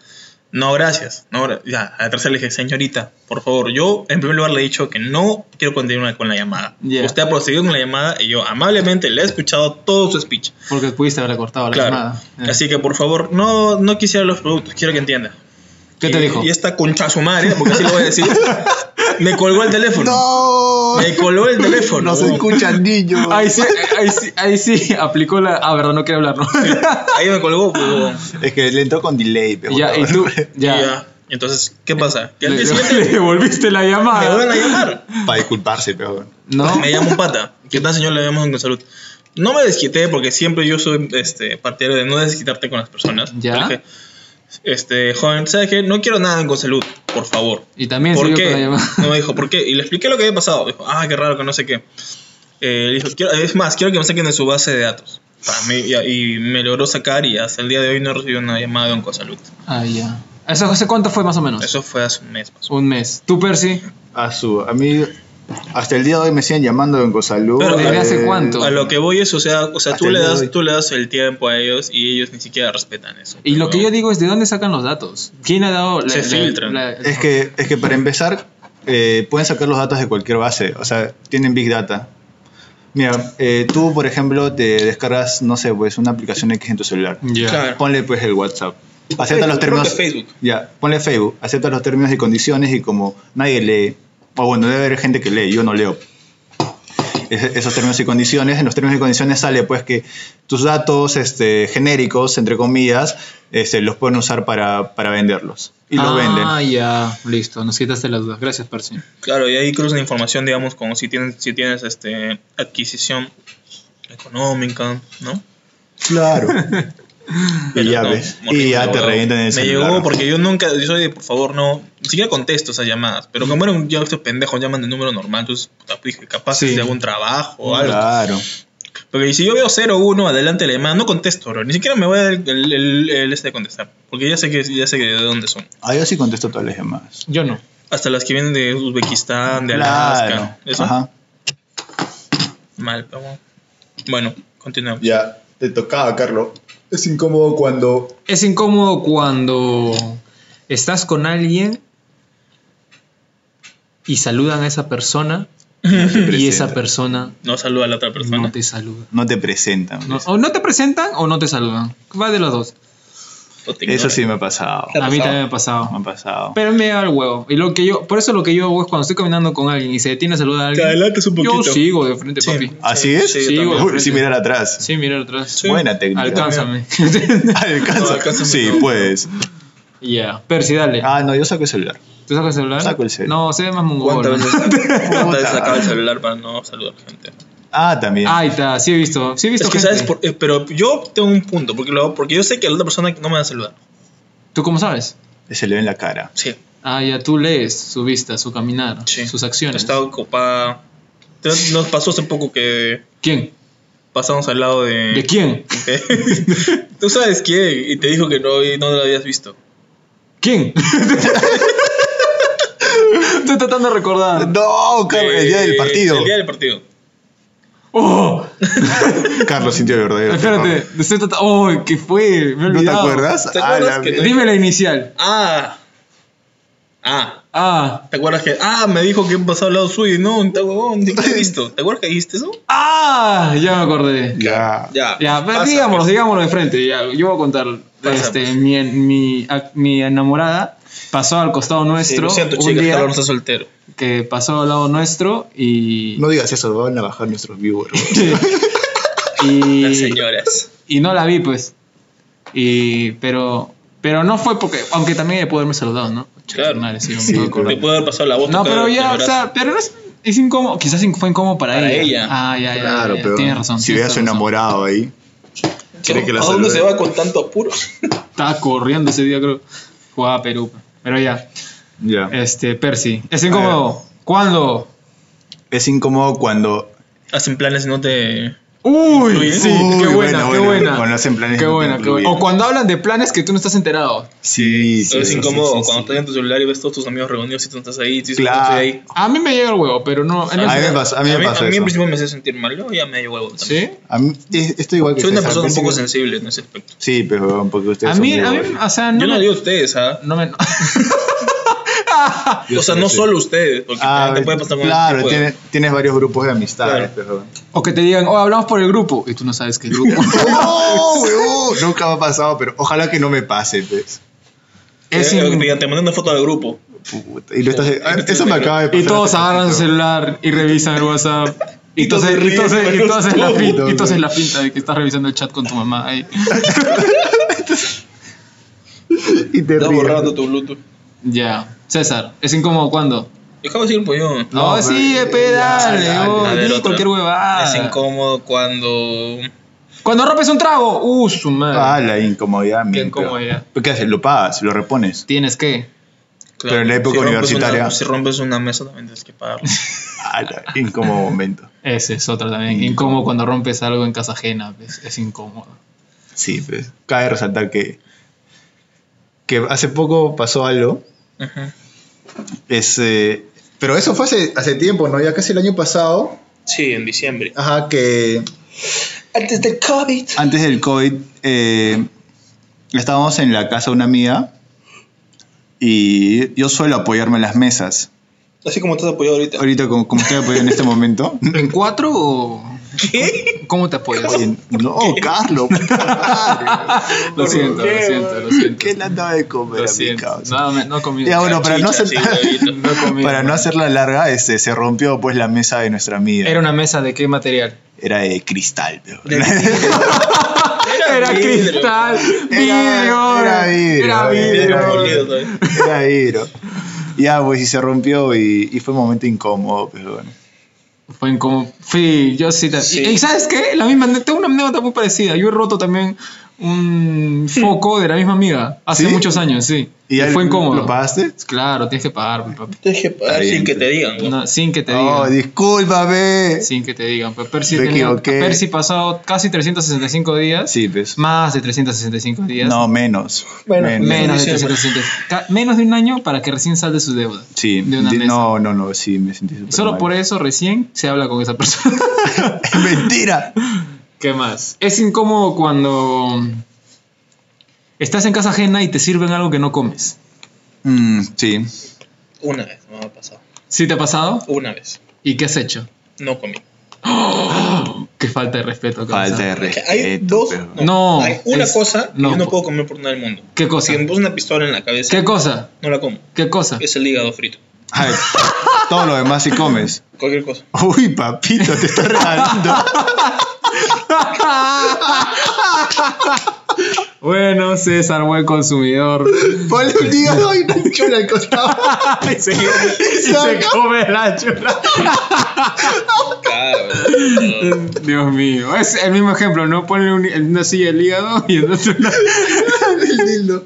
[SPEAKER 1] No, gracias. No, gra- ya, a la tercera le dije, señorita, por favor, yo en primer lugar le he dicho que no quiero continuar con la llamada.
[SPEAKER 2] Ya.
[SPEAKER 1] Usted ha proseguido con la llamada y yo amablemente le he escuchado todo su speech.
[SPEAKER 2] Porque pudiste haber cortado la
[SPEAKER 1] claro.
[SPEAKER 2] llamada. Ya.
[SPEAKER 1] Así que por favor, no, no quisiera los productos, quiero que entienda.
[SPEAKER 2] ¿Qué te
[SPEAKER 1] Y-
[SPEAKER 2] dijo?
[SPEAKER 1] Y esta concha su madre, porque así lo voy a
[SPEAKER 2] <laughs>
[SPEAKER 1] decir, me colgó el teléfono.
[SPEAKER 3] ¡No!
[SPEAKER 1] Me colgó el teléfono.
[SPEAKER 3] No se escuchan <laughs> niños.
[SPEAKER 2] Ahí sí, ahí sí, ahí sí aplicó la. Ah, verdad, no quiero hablar, <laughs> ¿no?
[SPEAKER 1] Ahí me colgó. pues, huevón.
[SPEAKER 3] Es que le entró con delay, pero
[SPEAKER 2] ya, y
[SPEAKER 3] bueno.
[SPEAKER 2] tú,
[SPEAKER 1] Y
[SPEAKER 2] ya.
[SPEAKER 1] ya. Entonces, ¿qué pasa? Que al
[SPEAKER 2] Le,
[SPEAKER 1] día
[SPEAKER 2] <laughs>
[SPEAKER 1] siguiente
[SPEAKER 2] le devolviste la
[SPEAKER 1] me
[SPEAKER 2] llamada.
[SPEAKER 1] vuelven a llamar.
[SPEAKER 3] <laughs> Para disculparse, pero bueno.
[SPEAKER 2] No,
[SPEAKER 1] Me llama un pata. ¿Qué tal, señor? Le vemos en salud. No me desquité porque siempre yo soy este, partidario de no desquitarte con las personas.
[SPEAKER 2] Ya.
[SPEAKER 1] Le dije, Este, joven, ¿sabes qué? No quiero nada en Consalud, por favor.
[SPEAKER 2] y también
[SPEAKER 1] ¿Por
[SPEAKER 2] siguió
[SPEAKER 1] qué?
[SPEAKER 2] con la llamada.
[SPEAKER 1] <laughs>
[SPEAKER 2] <laughs>
[SPEAKER 1] No me dijo, ¿por qué? Y le expliqué lo que había pasado. Dijo, ah, qué raro, que no sé qué. Eh, le dijo, "Quiero- es más, quiero que me saquen de su base de datos. Pa, me- y, y me logró sacar y hasta el día de hoy no he recibido una llamada de Oncosalud.
[SPEAKER 2] Ah, ya. ¿Eso hace cuánto fue más o menos?
[SPEAKER 1] Eso fue hace un mes más o
[SPEAKER 2] Un mes. ¿Tú, Percy?
[SPEAKER 3] A Ah, su, a mí, hasta el día de eh, hoy me siguen llamando en Cosalú.
[SPEAKER 1] Pero, ¿desde
[SPEAKER 2] hace cuánto?
[SPEAKER 1] A lo que voy es, o sea, o sea
[SPEAKER 3] Hasta
[SPEAKER 1] tú,
[SPEAKER 3] el
[SPEAKER 1] le
[SPEAKER 3] día de
[SPEAKER 1] das,
[SPEAKER 3] hoy.
[SPEAKER 1] tú le das el tiempo a ellos y ellos ni siquiera respetan eso.
[SPEAKER 2] Y lo que yo
[SPEAKER 1] Pero,
[SPEAKER 2] digo es, ¿de dónde sacan los datos? ¿Quién ha dado la,
[SPEAKER 1] Se
[SPEAKER 2] la-
[SPEAKER 1] filtran.
[SPEAKER 2] la-
[SPEAKER 3] Es que, es que para empezar, eh, pueden sacar los datos de cualquier base, o sea, tienen Big Data. Mira, eh, tú, por ejemplo, te descargas, no sé, pues una aplicación X en tu celular.
[SPEAKER 2] Ya.
[SPEAKER 1] Claro.
[SPEAKER 3] Ponle pues el WhatsApp. Acepta
[SPEAKER 1] Facebook,
[SPEAKER 3] los términos.
[SPEAKER 1] creo que Facebook.
[SPEAKER 3] Ya, ponle Facebook, acepta los términos y condiciones y como nadie lee, o bueno, debe haber gente que lee, yo no leo. Es- Esos términos y condiciones, en los términos y condiciones sale pues que tus datos este, genéricos, entre comillas, este, los pueden usar para, para venderlos. Y los
[SPEAKER 2] ah,
[SPEAKER 3] venden.
[SPEAKER 2] ya. Listo, nos quitaste las dudas. Gracias, Percy.
[SPEAKER 1] Claro, y ahí cruzan información, digamos, como si tienes, si tienes este, adquisición económica, ¿no?
[SPEAKER 3] <laughs> Claro.
[SPEAKER 1] Pero
[SPEAKER 3] ya
[SPEAKER 1] no,
[SPEAKER 3] ves.
[SPEAKER 1] horrible,
[SPEAKER 3] Y ya te
[SPEAKER 1] huevón.
[SPEAKER 3] revientan en el
[SPEAKER 1] Me
[SPEAKER 3] celular.
[SPEAKER 1] llegó porque yo nunca, yo soy de, por favor, no, ni siquiera contesto esas llamadas. Pero como eran ya estos pendejos, llaman de número normal, entonces, puta, dije, capaz
[SPEAKER 2] Sí.
[SPEAKER 1] es de algún trabajo o algo.
[SPEAKER 3] Claro.
[SPEAKER 1] Porque si yo veo 0-1 adelante le mando, no contesto, bro. Ni siquiera me voy a dar el, el, el- el este de contestar. Porque ya sé que ya sé que de dónde son.
[SPEAKER 3] Ah, yo sí contesto todas las demás.
[SPEAKER 2] Yo no.
[SPEAKER 1] Hasta las que vienen de Uzbekistán, de Alaska.
[SPEAKER 3] Claro.
[SPEAKER 1] Eso.
[SPEAKER 3] Ajá.
[SPEAKER 1] Mal, pero bueno, continuamos.
[SPEAKER 4] Ya, te tocaba, Carlos. Es incómodo cuando
[SPEAKER 2] Es incómodo cuando estás con alguien y saludan a esa persona y esa persona
[SPEAKER 1] No saluda a la otra
[SPEAKER 2] no
[SPEAKER 1] persona.
[SPEAKER 2] te saluda.
[SPEAKER 3] No te presentan. pues.
[SPEAKER 2] No- o no te presentan o no te saludan. Va de los dos.
[SPEAKER 1] o te
[SPEAKER 3] Eso
[SPEAKER 1] ignora.
[SPEAKER 3] sí me ha pasado.
[SPEAKER 1] ¿Te ha
[SPEAKER 2] A mí
[SPEAKER 1] pasado?
[SPEAKER 2] también me ha pasado.
[SPEAKER 3] Me ha pasado.
[SPEAKER 2] Pero me da el huevo. Y lo que yo, por eso lo que yo hago es cuando estoy caminando con alguien y se detiene a saludar a
[SPEAKER 1] Te
[SPEAKER 2] alguien.
[SPEAKER 1] adelantas un
[SPEAKER 2] Yo
[SPEAKER 1] poquito.
[SPEAKER 2] sigo de frente,
[SPEAKER 1] Sí.
[SPEAKER 2] papi.
[SPEAKER 3] ¿Así es?
[SPEAKER 1] Sí, yo
[SPEAKER 2] Sí,
[SPEAKER 1] también.
[SPEAKER 2] güey.
[SPEAKER 3] Uy, sin mirar atrás.
[SPEAKER 2] Sí, mirar atrás.
[SPEAKER 1] Sí.
[SPEAKER 3] Buena técnica.
[SPEAKER 2] Alcánzame.
[SPEAKER 3] Alcanza.
[SPEAKER 1] No, alcánzame,
[SPEAKER 3] sí,
[SPEAKER 1] no.
[SPEAKER 3] puedes.
[SPEAKER 2] <laughs> Ya. Percy, dale.
[SPEAKER 3] Ah, no, yo saqué el celular.
[SPEAKER 2] ¿Tú sacas el celular?
[SPEAKER 3] Saco el celular.
[SPEAKER 2] No, se ve más mongol.
[SPEAKER 1] ¿Cuántas
[SPEAKER 2] <laughs>
[SPEAKER 1] veces, <laughs> cuántas veces
[SPEAKER 3] Puta.
[SPEAKER 1] sacaba el celular para no saludar gente?
[SPEAKER 3] Ah, también.
[SPEAKER 2] Ahí está, sí he visto. Sí he visto
[SPEAKER 1] Es que
[SPEAKER 2] gente.
[SPEAKER 1] sabes, por- eh, pero yo tengo un punto, porque, lo hago- porque yo sé que a la otra persona no me va a saludar.
[SPEAKER 2] ¿Tú cómo sabes?
[SPEAKER 3] Se le ve en la cara.
[SPEAKER 1] Sí.
[SPEAKER 2] Ah, ya tú lees su vista, su caminar,
[SPEAKER 1] Sí.
[SPEAKER 2] sus acciones.
[SPEAKER 1] Estaba ocupada. Entonces, Nos pasó hace poco que
[SPEAKER 2] ¿Quién?
[SPEAKER 1] pasamos al lado de.
[SPEAKER 2] ¿De quién?
[SPEAKER 1] de- <laughs> Tú sabes quién y te dijo que no, y no lo habías visto.
[SPEAKER 2] ¿Quién? <laughs> Estoy tratando de recordar.
[SPEAKER 3] No, Carlos, el día del
[SPEAKER 1] Eh,
[SPEAKER 3] partido.
[SPEAKER 1] El día del partido.
[SPEAKER 2] ¡Oh!
[SPEAKER 3] Carlos sintió el verdadero.
[SPEAKER 2] Espérate,
[SPEAKER 3] terror.
[SPEAKER 2] estoy tratando. ¡Oh! ¿Qué fue? Me he
[SPEAKER 3] ¿No te
[SPEAKER 2] olvidado.
[SPEAKER 3] acuerdas?
[SPEAKER 1] ¿Te
[SPEAKER 3] Ah,
[SPEAKER 1] acuerdas
[SPEAKER 3] la
[SPEAKER 1] que
[SPEAKER 3] mierda.
[SPEAKER 2] Dime la inicial.
[SPEAKER 1] Ah. Ah.
[SPEAKER 2] Ah.
[SPEAKER 1] ¿Te acuerdas que.? Ah, me dijo que pasaba al lado suyo. y No, está huevón, ni que he visto. ¿Te acuerdas que dijiste eso?
[SPEAKER 2] Ah, ya me acordé.
[SPEAKER 3] Ya.
[SPEAKER 1] Ya. <laughs>
[SPEAKER 2] Ya, pero
[SPEAKER 1] pasa,
[SPEAKER 2] digámoslo,
[SPEAKER 1] pues.
[SPEAKER 2] digámoslo de frente. Ya, yo voy a contar.
[SPEAKER 1] Pasa,
[SPEAKER 2] este,
[SPEAKER 1] pues.
[SPEAKER 2] mi, mi, a- mi enamorada pasó al costado
[SPEAKER 1] Sí,
[SPEAKER 2] nuestro.
[SPEAKER 1] lo siento,
[SPEAKER 2] un
[SPEAKER 1] chicas,
[SPEAKER 2] día
[SPEAKER 1] Carlos está soltero.
[SPEAKER 2] que pasó al lado nuestro y.
[SPEAKER 3] No digas eso, van a bajar nuestros
[SPEAKER 2] <laughs>
[SPEAKER 3] viewers.
[SPEAKER 1] Las
[SPEAKER 2] y,
[SPEAKER 1] señoras.
[SPEAKER 2] y no la vi, pues. Y, pero, pero no fue porque. Aunque también pude haberme saludado, ¿no? Chuta
[SPEAKER 1] Claro.
[SPEAKER 2] madre, sí, no me
[SPEAKER 3] Sí,
[SPEAKER 2] puedo acordar.
[SPEAKER 1] Te puede haber pasado la voz.
[SPEAKER 2] No,
[SPEAKER 1] tocar
[SPEAKER 2] pero
[SPEAKER 1] el
[SPEAKER 2] ya, o
[SPEAKER 1] brazo.
[SPEAKER 2] sea, pero no es. es incómodo, quizás inc- fue incómodo para,
[SPEAKER 1] Para ella.
[SPEAKER 2] Ah, ya, ya, ya.
[SPEAKER 4] Claro,
[SPEAKER 2] ya,
[SPEAKER 4] pero
[SPEAKER 2] Tienes razón.
[SPEAKER 3] Si
[SPEAKER 2] tienes
[SPEAKER 3] veas
[SPEAKER 2] razón.
[SPEAKER 3] enamorado ahí. Quiere que la
[SPEAKER 1] ¿A dónde
[SPEAKER 3] salude.
[SPEAKER 1] se va con tanto apuro?
[SPEAKER 2] Estaba corriendo ese día, creo. Jugaba a Perú. Pero ya.
[SPEAKER 3] Ya.
[SPEAKER 2] Este, Percy. Es incómodo. ¿Cuándo?
[SPEAKER 3] Es incómodo cuando.
[SPEAKER 1] <laughs> Hacen planes y no te.
[SPEAKER 2] Uy, sí,
[SPEAKER 3] Uy,
[SPEAKER 2] qué buena,
[SPEAKER 3] bueno,
[SPEAKER 2] qué
[SPEAKER 3] bueno,
[SPEAKER 2] buena.
[SPEAKER 3] cuando hacen planes
[SPEAKER 2] Qué
[SPEAKER 3] no te
[SPEAKER 2] buena, qué buena.
[SPEAKER 3] incluyen.
[SPEAKER 2] O cuando hablan de planes que tú no estás enterado.
[SPEAKER 3] Sí, sí.
[SPEAKER 1] es
[SPEAKER 3] sí,
[SPEAKER 1] incómodo
[SPEAKER 3] sí,
[SPEAKER 1] cuando
[SPEAKER 3] sí, sí.
[SPEAKER 1] estás en tu celular y ves todos tus amigos reunidos y tú no estás ahí. Tú dices,
[SPEAKER 3] Claro.
[SPEAKER 1] "No estoy ahí".
[SPEAKER 2] A mí me llega el huevo, pero no. él no
[SPEAKER 3] A mí
[SPEAKER 2] se-
[SPEAKER 3] me pasó, a mí me
[SPEAKER 1] a
[SPEAKER 3] pasó
[SPEAKER 1] mí en
[SPEAKER 3] eso.
[SPEAKER 1] principio me hace sentir mal, luego ya me dio huevo. también.
[SPEAKER 2] ¿Sí?
[SPEAKER 3] A mí- es- estoy igual que
[SPEAKER 1] Soy una
[SPEAKER 3] ustedes, al
[SPEAKER 1] persona un poco
[SPEAKER 3] principio-
[SPEAKER 1] sensible en ese aspecto.
[SPEAKER 3] Sí, pero weón, porque ustedes.
[SPEAKER 2] A
[SPEAKER 3] son
[SPEAKER 2] mí,
[SPEAKER 3] muy
[SPEAKER 2] a mí,
[SPEAKER 3] iguales.
[SPEAKER 2] o sea, no.
[SPEAKER 1] Yo no
[SPEAKER 2] me-
[SPEAKER 1] digo ustedes, ¿ah?
[SPEAKER 2] no me- <laughs>
[SPEAKER 3] Yo
[SPEAKER 1] o sea,
[SPEAKER 3] sé,
[SPEAKER 1] no
[SPEAKER 3] sí.
[SPEAKER 1] solo ustedes, porque
[SPEAKER 3] Ah,
[SPEAKER 1] te puede pasar con
[SPEAKER 3] claro,
[SPEAKER 1] este tipo de-
[SPEAKER 3] tiene- tienes varios grupos de amistades.
[SPEAKER 1] Claro.
[SPEAKER 3] pero-
[SPEAKER 1] <laughs>
[SPEAKER 2] o que te digan, oh, hablamos por el grupo. Y tú no sabes qué
[SPEAKER 3] <laughs>
[SPEAKER 2] grupo. <laughs>
[SPEAKER 3] ¡No, huevón! Nunca me ha pasado, pero ojalá que no me pase, pues.
[SPEAKER 2] es
[SPEAKER 1] Eh,
[SPEAKER 2] in-
[SPEAKER 1] te, te mandé una foto al grupo.
[SPEAKER 3] Puta, Y lo estás- ah, eso me acaba de pasar.
[SPEAKER 2] Y todos agarran su celular y revisan el WhatsApp. Y
[SPEAKER 1] Y todos
[SPEAKER 2] entonces, y
[SPEAKER 1] ríen,
[SPEAKER 2] entonces- y
[SPEAKER 1] menos
[SPEAKER 2] entonces
[SPEAKER 3] <laughs>
[SPEAKER 2] la
[SPEAKER 1] tú.
[SPEAKER 2] pinta, y entonces la pinta de que estás revisando el chat con tu mamá ahí.
[SPEAKER 3] Y te
[SPEAKER 1] Estás
[SPEAKER 3] ríes.
[SPEAKER 1] borrando tu Bluetooth.
[SPEAKER 2] Ya. César, ¿es incómodo cuándo?
[SPEAKER 1] Yo acabo de decir, pues yo.
[SPEAKER 2] No,
[SPEAKER 3] No,
[SPEAKER 2] sí,
[SPEAKER 3] pero-
[SPEAKER 2] pedale,
[SPEAKER 3] ya,
[SPEAKER 2] oh,
[SPEAKER 1] A ver,
[SPEAKER 2] di
[SPEAKER 1] otra.
[SPEAKER 2] cualquier huevada.
[SPEAKER 3] Ah.
[SPEAKER 1] Es incómodo cuando.
[SPEAKER 2] Cuando rompes un trago, uh, su madre.
[SPEAKER 3] Ah, la incomodidad.
[SPEAKER 2] Qué
[SPEAKER 3] men, pero-
[SPEAKER 2] incomodidad.
[SPEAKER 3] ¿Pero ¿Qué haces? Lo pagas, lo repones.
[SPEAKER 2] Tienes que.
[SPEAKER 1] claro,
[SPEAKER 3] Pero en la época
[SPEAKER 1] rompes
[SPEAKER 3] universitaria-
[SPEAKER 1] una- si rompes una mesa también tienes que
[SPEAKER 3] <laughs>
[SPEAKER 1] pagarlo.
[SPEAKER 3] Ah, la incómodo momento.
[SPEAKER 2] Ese es otro también.
[SPEAKER 3] Incómodo.
[SPEAKER 2] Incómodo cuando rompes algo en casa ajena. pues, es incómodo.
[SPEAKER 3] Sí, pues. Cabe resaltar que, que hace poco pasó algo.
[SPEAKER 1] Ajá.
[SPEAKER 3] Es, eh, pero eso fue hace, hace tiempo, ¿no? Ya casi el año pasado.
[SPEAKER 1] Sí, en diciembre.
[SPEAKER 3] Ajá, que
[SPEAKER 1] Antes del COVID.
[SPEAKER 3] antes del COVID eh, estábamos en la casa de una amiga y yo suelo apoyarme en las mesas.
[SPEAKER 1] Así como estás apoyado ahorita.
[SPEAKER 3] Ahorita, como, como estoy apoyado en este momento.
[SPEAKER 2] ¿En cuatro o.?
[SPEAKER 1] ¿Qué?
[SPEAKER 2] ¿Cómo te apoyas?
[SPEAKER 3] Oye, no, Carlos.
[SPEAKER 2] Lo siento, lo siento, lo siento.
[SPEAKER 3] ¿Qué le han dado de comer
[SPEAKER 2] Lo
[SPEAKER 3] a mi
[SPEAKER 2] siento.
[SPEAKER 3] causa?
[SPEAKER 2] No, me- no comí.
[SPEAKER 3] Ya, ah, bueno, para no, hacer, <laughs>
[SPEAKER 1] Salchicha, sí, huevito.
[SPEAKER 2] No comí.
[SPEAKER 3] para no hacerla larga, este, se rompió pues la mesa de nuestra amiga.
[SPEAKER 2] ¿Era una mesa de qué material?
[SPEAKER 3] Era de cristal, pero-
[SPEAKER 1] De Era vidrio.
[SPEAKER 2] cristal,
[SPEAKER 3] Era-
[SPEAKER 2] vidrio.
[SPEAKER 3] era vidrio,
[SPEAKER 2] Era
[SPEAKER 1] Vidrio
[SPEAKER 3] Era-
[SPEAKER 1] molido todavía.
[SPEAKER 3] Era vidrio. Ya, pues, y se rompió y, y fue un momento incómodo, pero bueno.
[SPEAKER 2] Fue incómodo. Fui, yo sí. la-
[SPEAKER 1] Sí.
[SPEAKER 2] Y, y ¿sabes qué? La misma, tengo una anécdota muy parecida. Yo he roto también un foco de la misma amiga hace
[SPEAKER 3] ¿Sí?
[SPEAKER 2] muchos años, sí. Y,
[SPEAKER 3] ya
[SPEAKER 2] fue
[SPEAKER 3] lo-
[SPEAKER 2] incómodo.
[SPEAKER 3] ¿Lo pagaste?
[SPEAKER 2] Claro, tienes que pagar, mi papi.
[SPEAKER 1] Tienes que pagar
[SPEAKER 3] Está
[SPEAKER 1] sin
[SPEAKER 3] bien,
[SPEAKER 1] que
[SPEAKER 3] sí.
[SPEAKER 1] te digan, güey.
[SPEAKER 2] No, sin que te
[SPEAKER 3] Oh,
[SPEAKER 2] digan.
[SPEAKER 3] discúlpame.
[SPEAKER 2] sin que te digan. Pero Percy,
[SPEAKER 3] Me
[SPEAKER 2] tenía,
[SPEAKER 3] equivoqué.
[SPEAKER 2] Percy pasado casi 365 días.
[SPEAKER 3] Sí, pues.
[SPEAKER 2] Más de 365 días.
[SPEAKER 3] No, menos.
[SPEAKER 1] Bueno,
[SPEAKER 2] Menos de
[SPEAKER 1] Diciembre.
[SPEAKER 2] 365. Ca- Menos de un año para que recién salde su deuda.
[SPEAKER 3] Sí,
[SPEAKER 2] De una
[SPEAKER 3] di-
[SPEAKER 2] mesa.
[SPEAKER 3] no, no, no, sí, me sentí súper
[SPEAKER 2] Solo por eso recién se habla con esa
[SPEAKER 3] <laughs>
[SPEAKER 2] persona.
[SPEAKER 3] eso. Mentira.
[SPEAKER 2] ¿Qué más? Es incómodo cuando estás en casa ajena y te sirven algo que no comes.
[SPEAKER 3] Mm, sí.
[SPEAKER 1] Una vez me ha pasado.
[SPEAKER 2] ¿Sí te ha pasado?
[SPEAKER 1] Una vez.
[SPEAKER 2] ¿Y qué has hecho?
[SPEAKER 1] No comí.
[SPEAKER 2] qué falta de respeto. cabeza.
[SPEAKER 3] Falta de
[SPEAKER 1] O sea,
[SPEAKER 3] respeto.
[SPEAKER 1] Hay dos.
[SPEAKER 3] pero-
[SPEAKER 2] No,
[SPEAKER 1] Hay una
[SPEAKER 2] es-
[SPEAKER 1] cosa que
[SPEAKER 2] no.
[SPEAKER 3] pues.
[SPEAKER 1] yo no puedo comer por nada del mundo.
[SPEAKER 2] ¿Qué cosa?
[SPEAKER 1] Si me puse una pistola en la cabeza,
[SPEAKER 2] ¿Qué cosa?
[SPEAKER 1] no la como.
[SPEAKER 2] ¿Qué cosa?
[SPEAKER 1] Es el hígado frito.
[SPEAKER 3] Ay, todo lo demás sí comes.
[SPEAKER 1] Cualquier cosa.
[SPEAKER 3] Uy, papito, te estás regalando.
[SPEAKER 2] Bueno, César, buen consumidor.
[SPEAKER 3] Ponle un hígado y una chula al costado.
[SPEAKER 2] y se, <laughs> y se come la chula.
[SPEAKER 1] <laughs> Cabrón.
[SPEAKER 2] Dios mío, es el mismo ejemplo, ¿no? Ponle un- en una silla el hígado y en otra la,
[SPEAKER 4] <laughs> El dildo.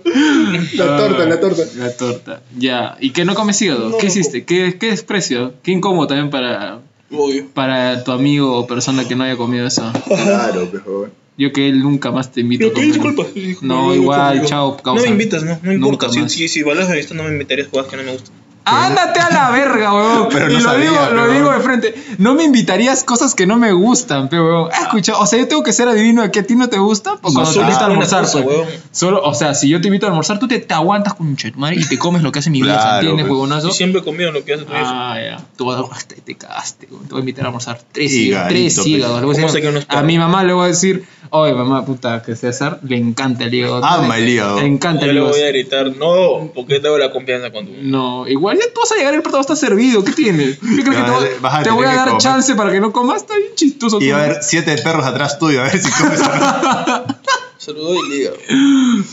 [SPEAKER 4] La torta, la torta.
[SPEAKER 2] la torta. Ya, ¿y que no comes hígado? ¿Qué hiciste? ¿Qué, qué desprecio? ¿Qué incómodo también para,
[SPEAKER 1] Obvio.
[SPEAKER 2] para tu amigo o persona que no haya comido eso?
[SPEAKER 4] Claro, pero.
[SPEAKER 2] Yo que él nunca más te invito
[SPEAKER 1] Pero
[SPEAKER 2] a
[SPEAKER 1] qué
[SPEAKER 2] comer.
[SPEAKER 1] disculpas.
[SPEAKER 2] No, igual, chao,
[SPEAKER 1] No
[SPEAKER 2] causa.
[SPEAKER 1] me invitas, no, no importa.
[SPEAKER 2] Nunca
[SPEAKER 1] Si,
[SPEAKER 2] más.
[SPEAKER 1] si, si valoras la amistad, no me invitarías a jugadas que no me gustan.
[SPEAKER 2] Ándate a la verga, weón.
[SPEAKER 3] <laughs> Pero
[SPEAKER 2] y
[SPEAKER 3] no
[SPEAKER 2] lo
[SPEAKER 3] sabía,
[SPEAKER 2] digo, lo
[SPEAKER 3] pero-
[SPEAKER 2] digo de frente. No me invitarías cosas que no me gustan, pero weón. Ah, escucha, o sea, yo tengo que ser adivino de que a ti no te gusta pues, cuando te
[SPEAKER 3] solo
[SPEAKER 2] invito a
[SPEAKER 1] una
[SPEAKER 2] almorzar,
[SPEAKER 1] cosa,
[SPEAKER 2] pues.
[SPEAKER 1] weón.
[SPEAKER 2] Solo, o sea, si yo te invito a almorzar, tú te, te aguantas con un chetumare y te comes lo que hace mi vieja,
[SPEAKER 3] Claro,
[SPEAKER 2] ¿entiendes,
[SPEAKER 3] pues.
[SPEAKER 2] huevonazo?
[SPEAKER 1] Y siempre he comido lo que hace tu vieja.
[SPEAKER 2] Ah, ya. Tú vas a- te, te cagaste, weón. Te voy a invitar a almorzar tres hígados.
[SPEAKER 3] Higadito,
[SPEAKER 2] Tres
[SPEAKER 3] pues.
[SPEAKER 2] hígados. Le voy a
[SPEAKER 1] ¿Cómo
[SPEAKER 2] decir,
[SPEAKER 1] sé que no es
[SPEAKER 2] a
[SPEAKER 1] perro?
[SPEAKER 2] mi mamá le voy a decir, oye, mamá, puta, que César le encanta el hígado.
[SPEAKER 3] Ama el hígado.
[SPEAKER 2] Le encanta
[SPEAKER 1] Yo
[SPEAKER 2] el
[SPEAKER 1] le
[SPEAKER 2] hígado.
[SPEAKER 1] voy a gritar, no, porque tengo la confianza con tu
[SPEAKER 2] No, igual ya tú vas a llegar y el plato va a estar servido. ¿Qué tienes? ¿Qué crees que te,
[SPEAKER 3] Vas a-
[SPEAKER 2] voy-
[SPEAKER 3] vas a
[SPEAKER 2] te voy a
[SPEAKER 3] tener que
[SPEAKER 2] dar
[SPEAKER 3] comer.
[SPEAKER 2] chance para que no comas? Está bien chistoso.
[SPEAKER 3] Y
[SPEAKER 2] tú.
[SPEAKER 3] va a haber siete perros atrás tuyo, a ver si comes.
[SPEAKER 1] Saludo y liga.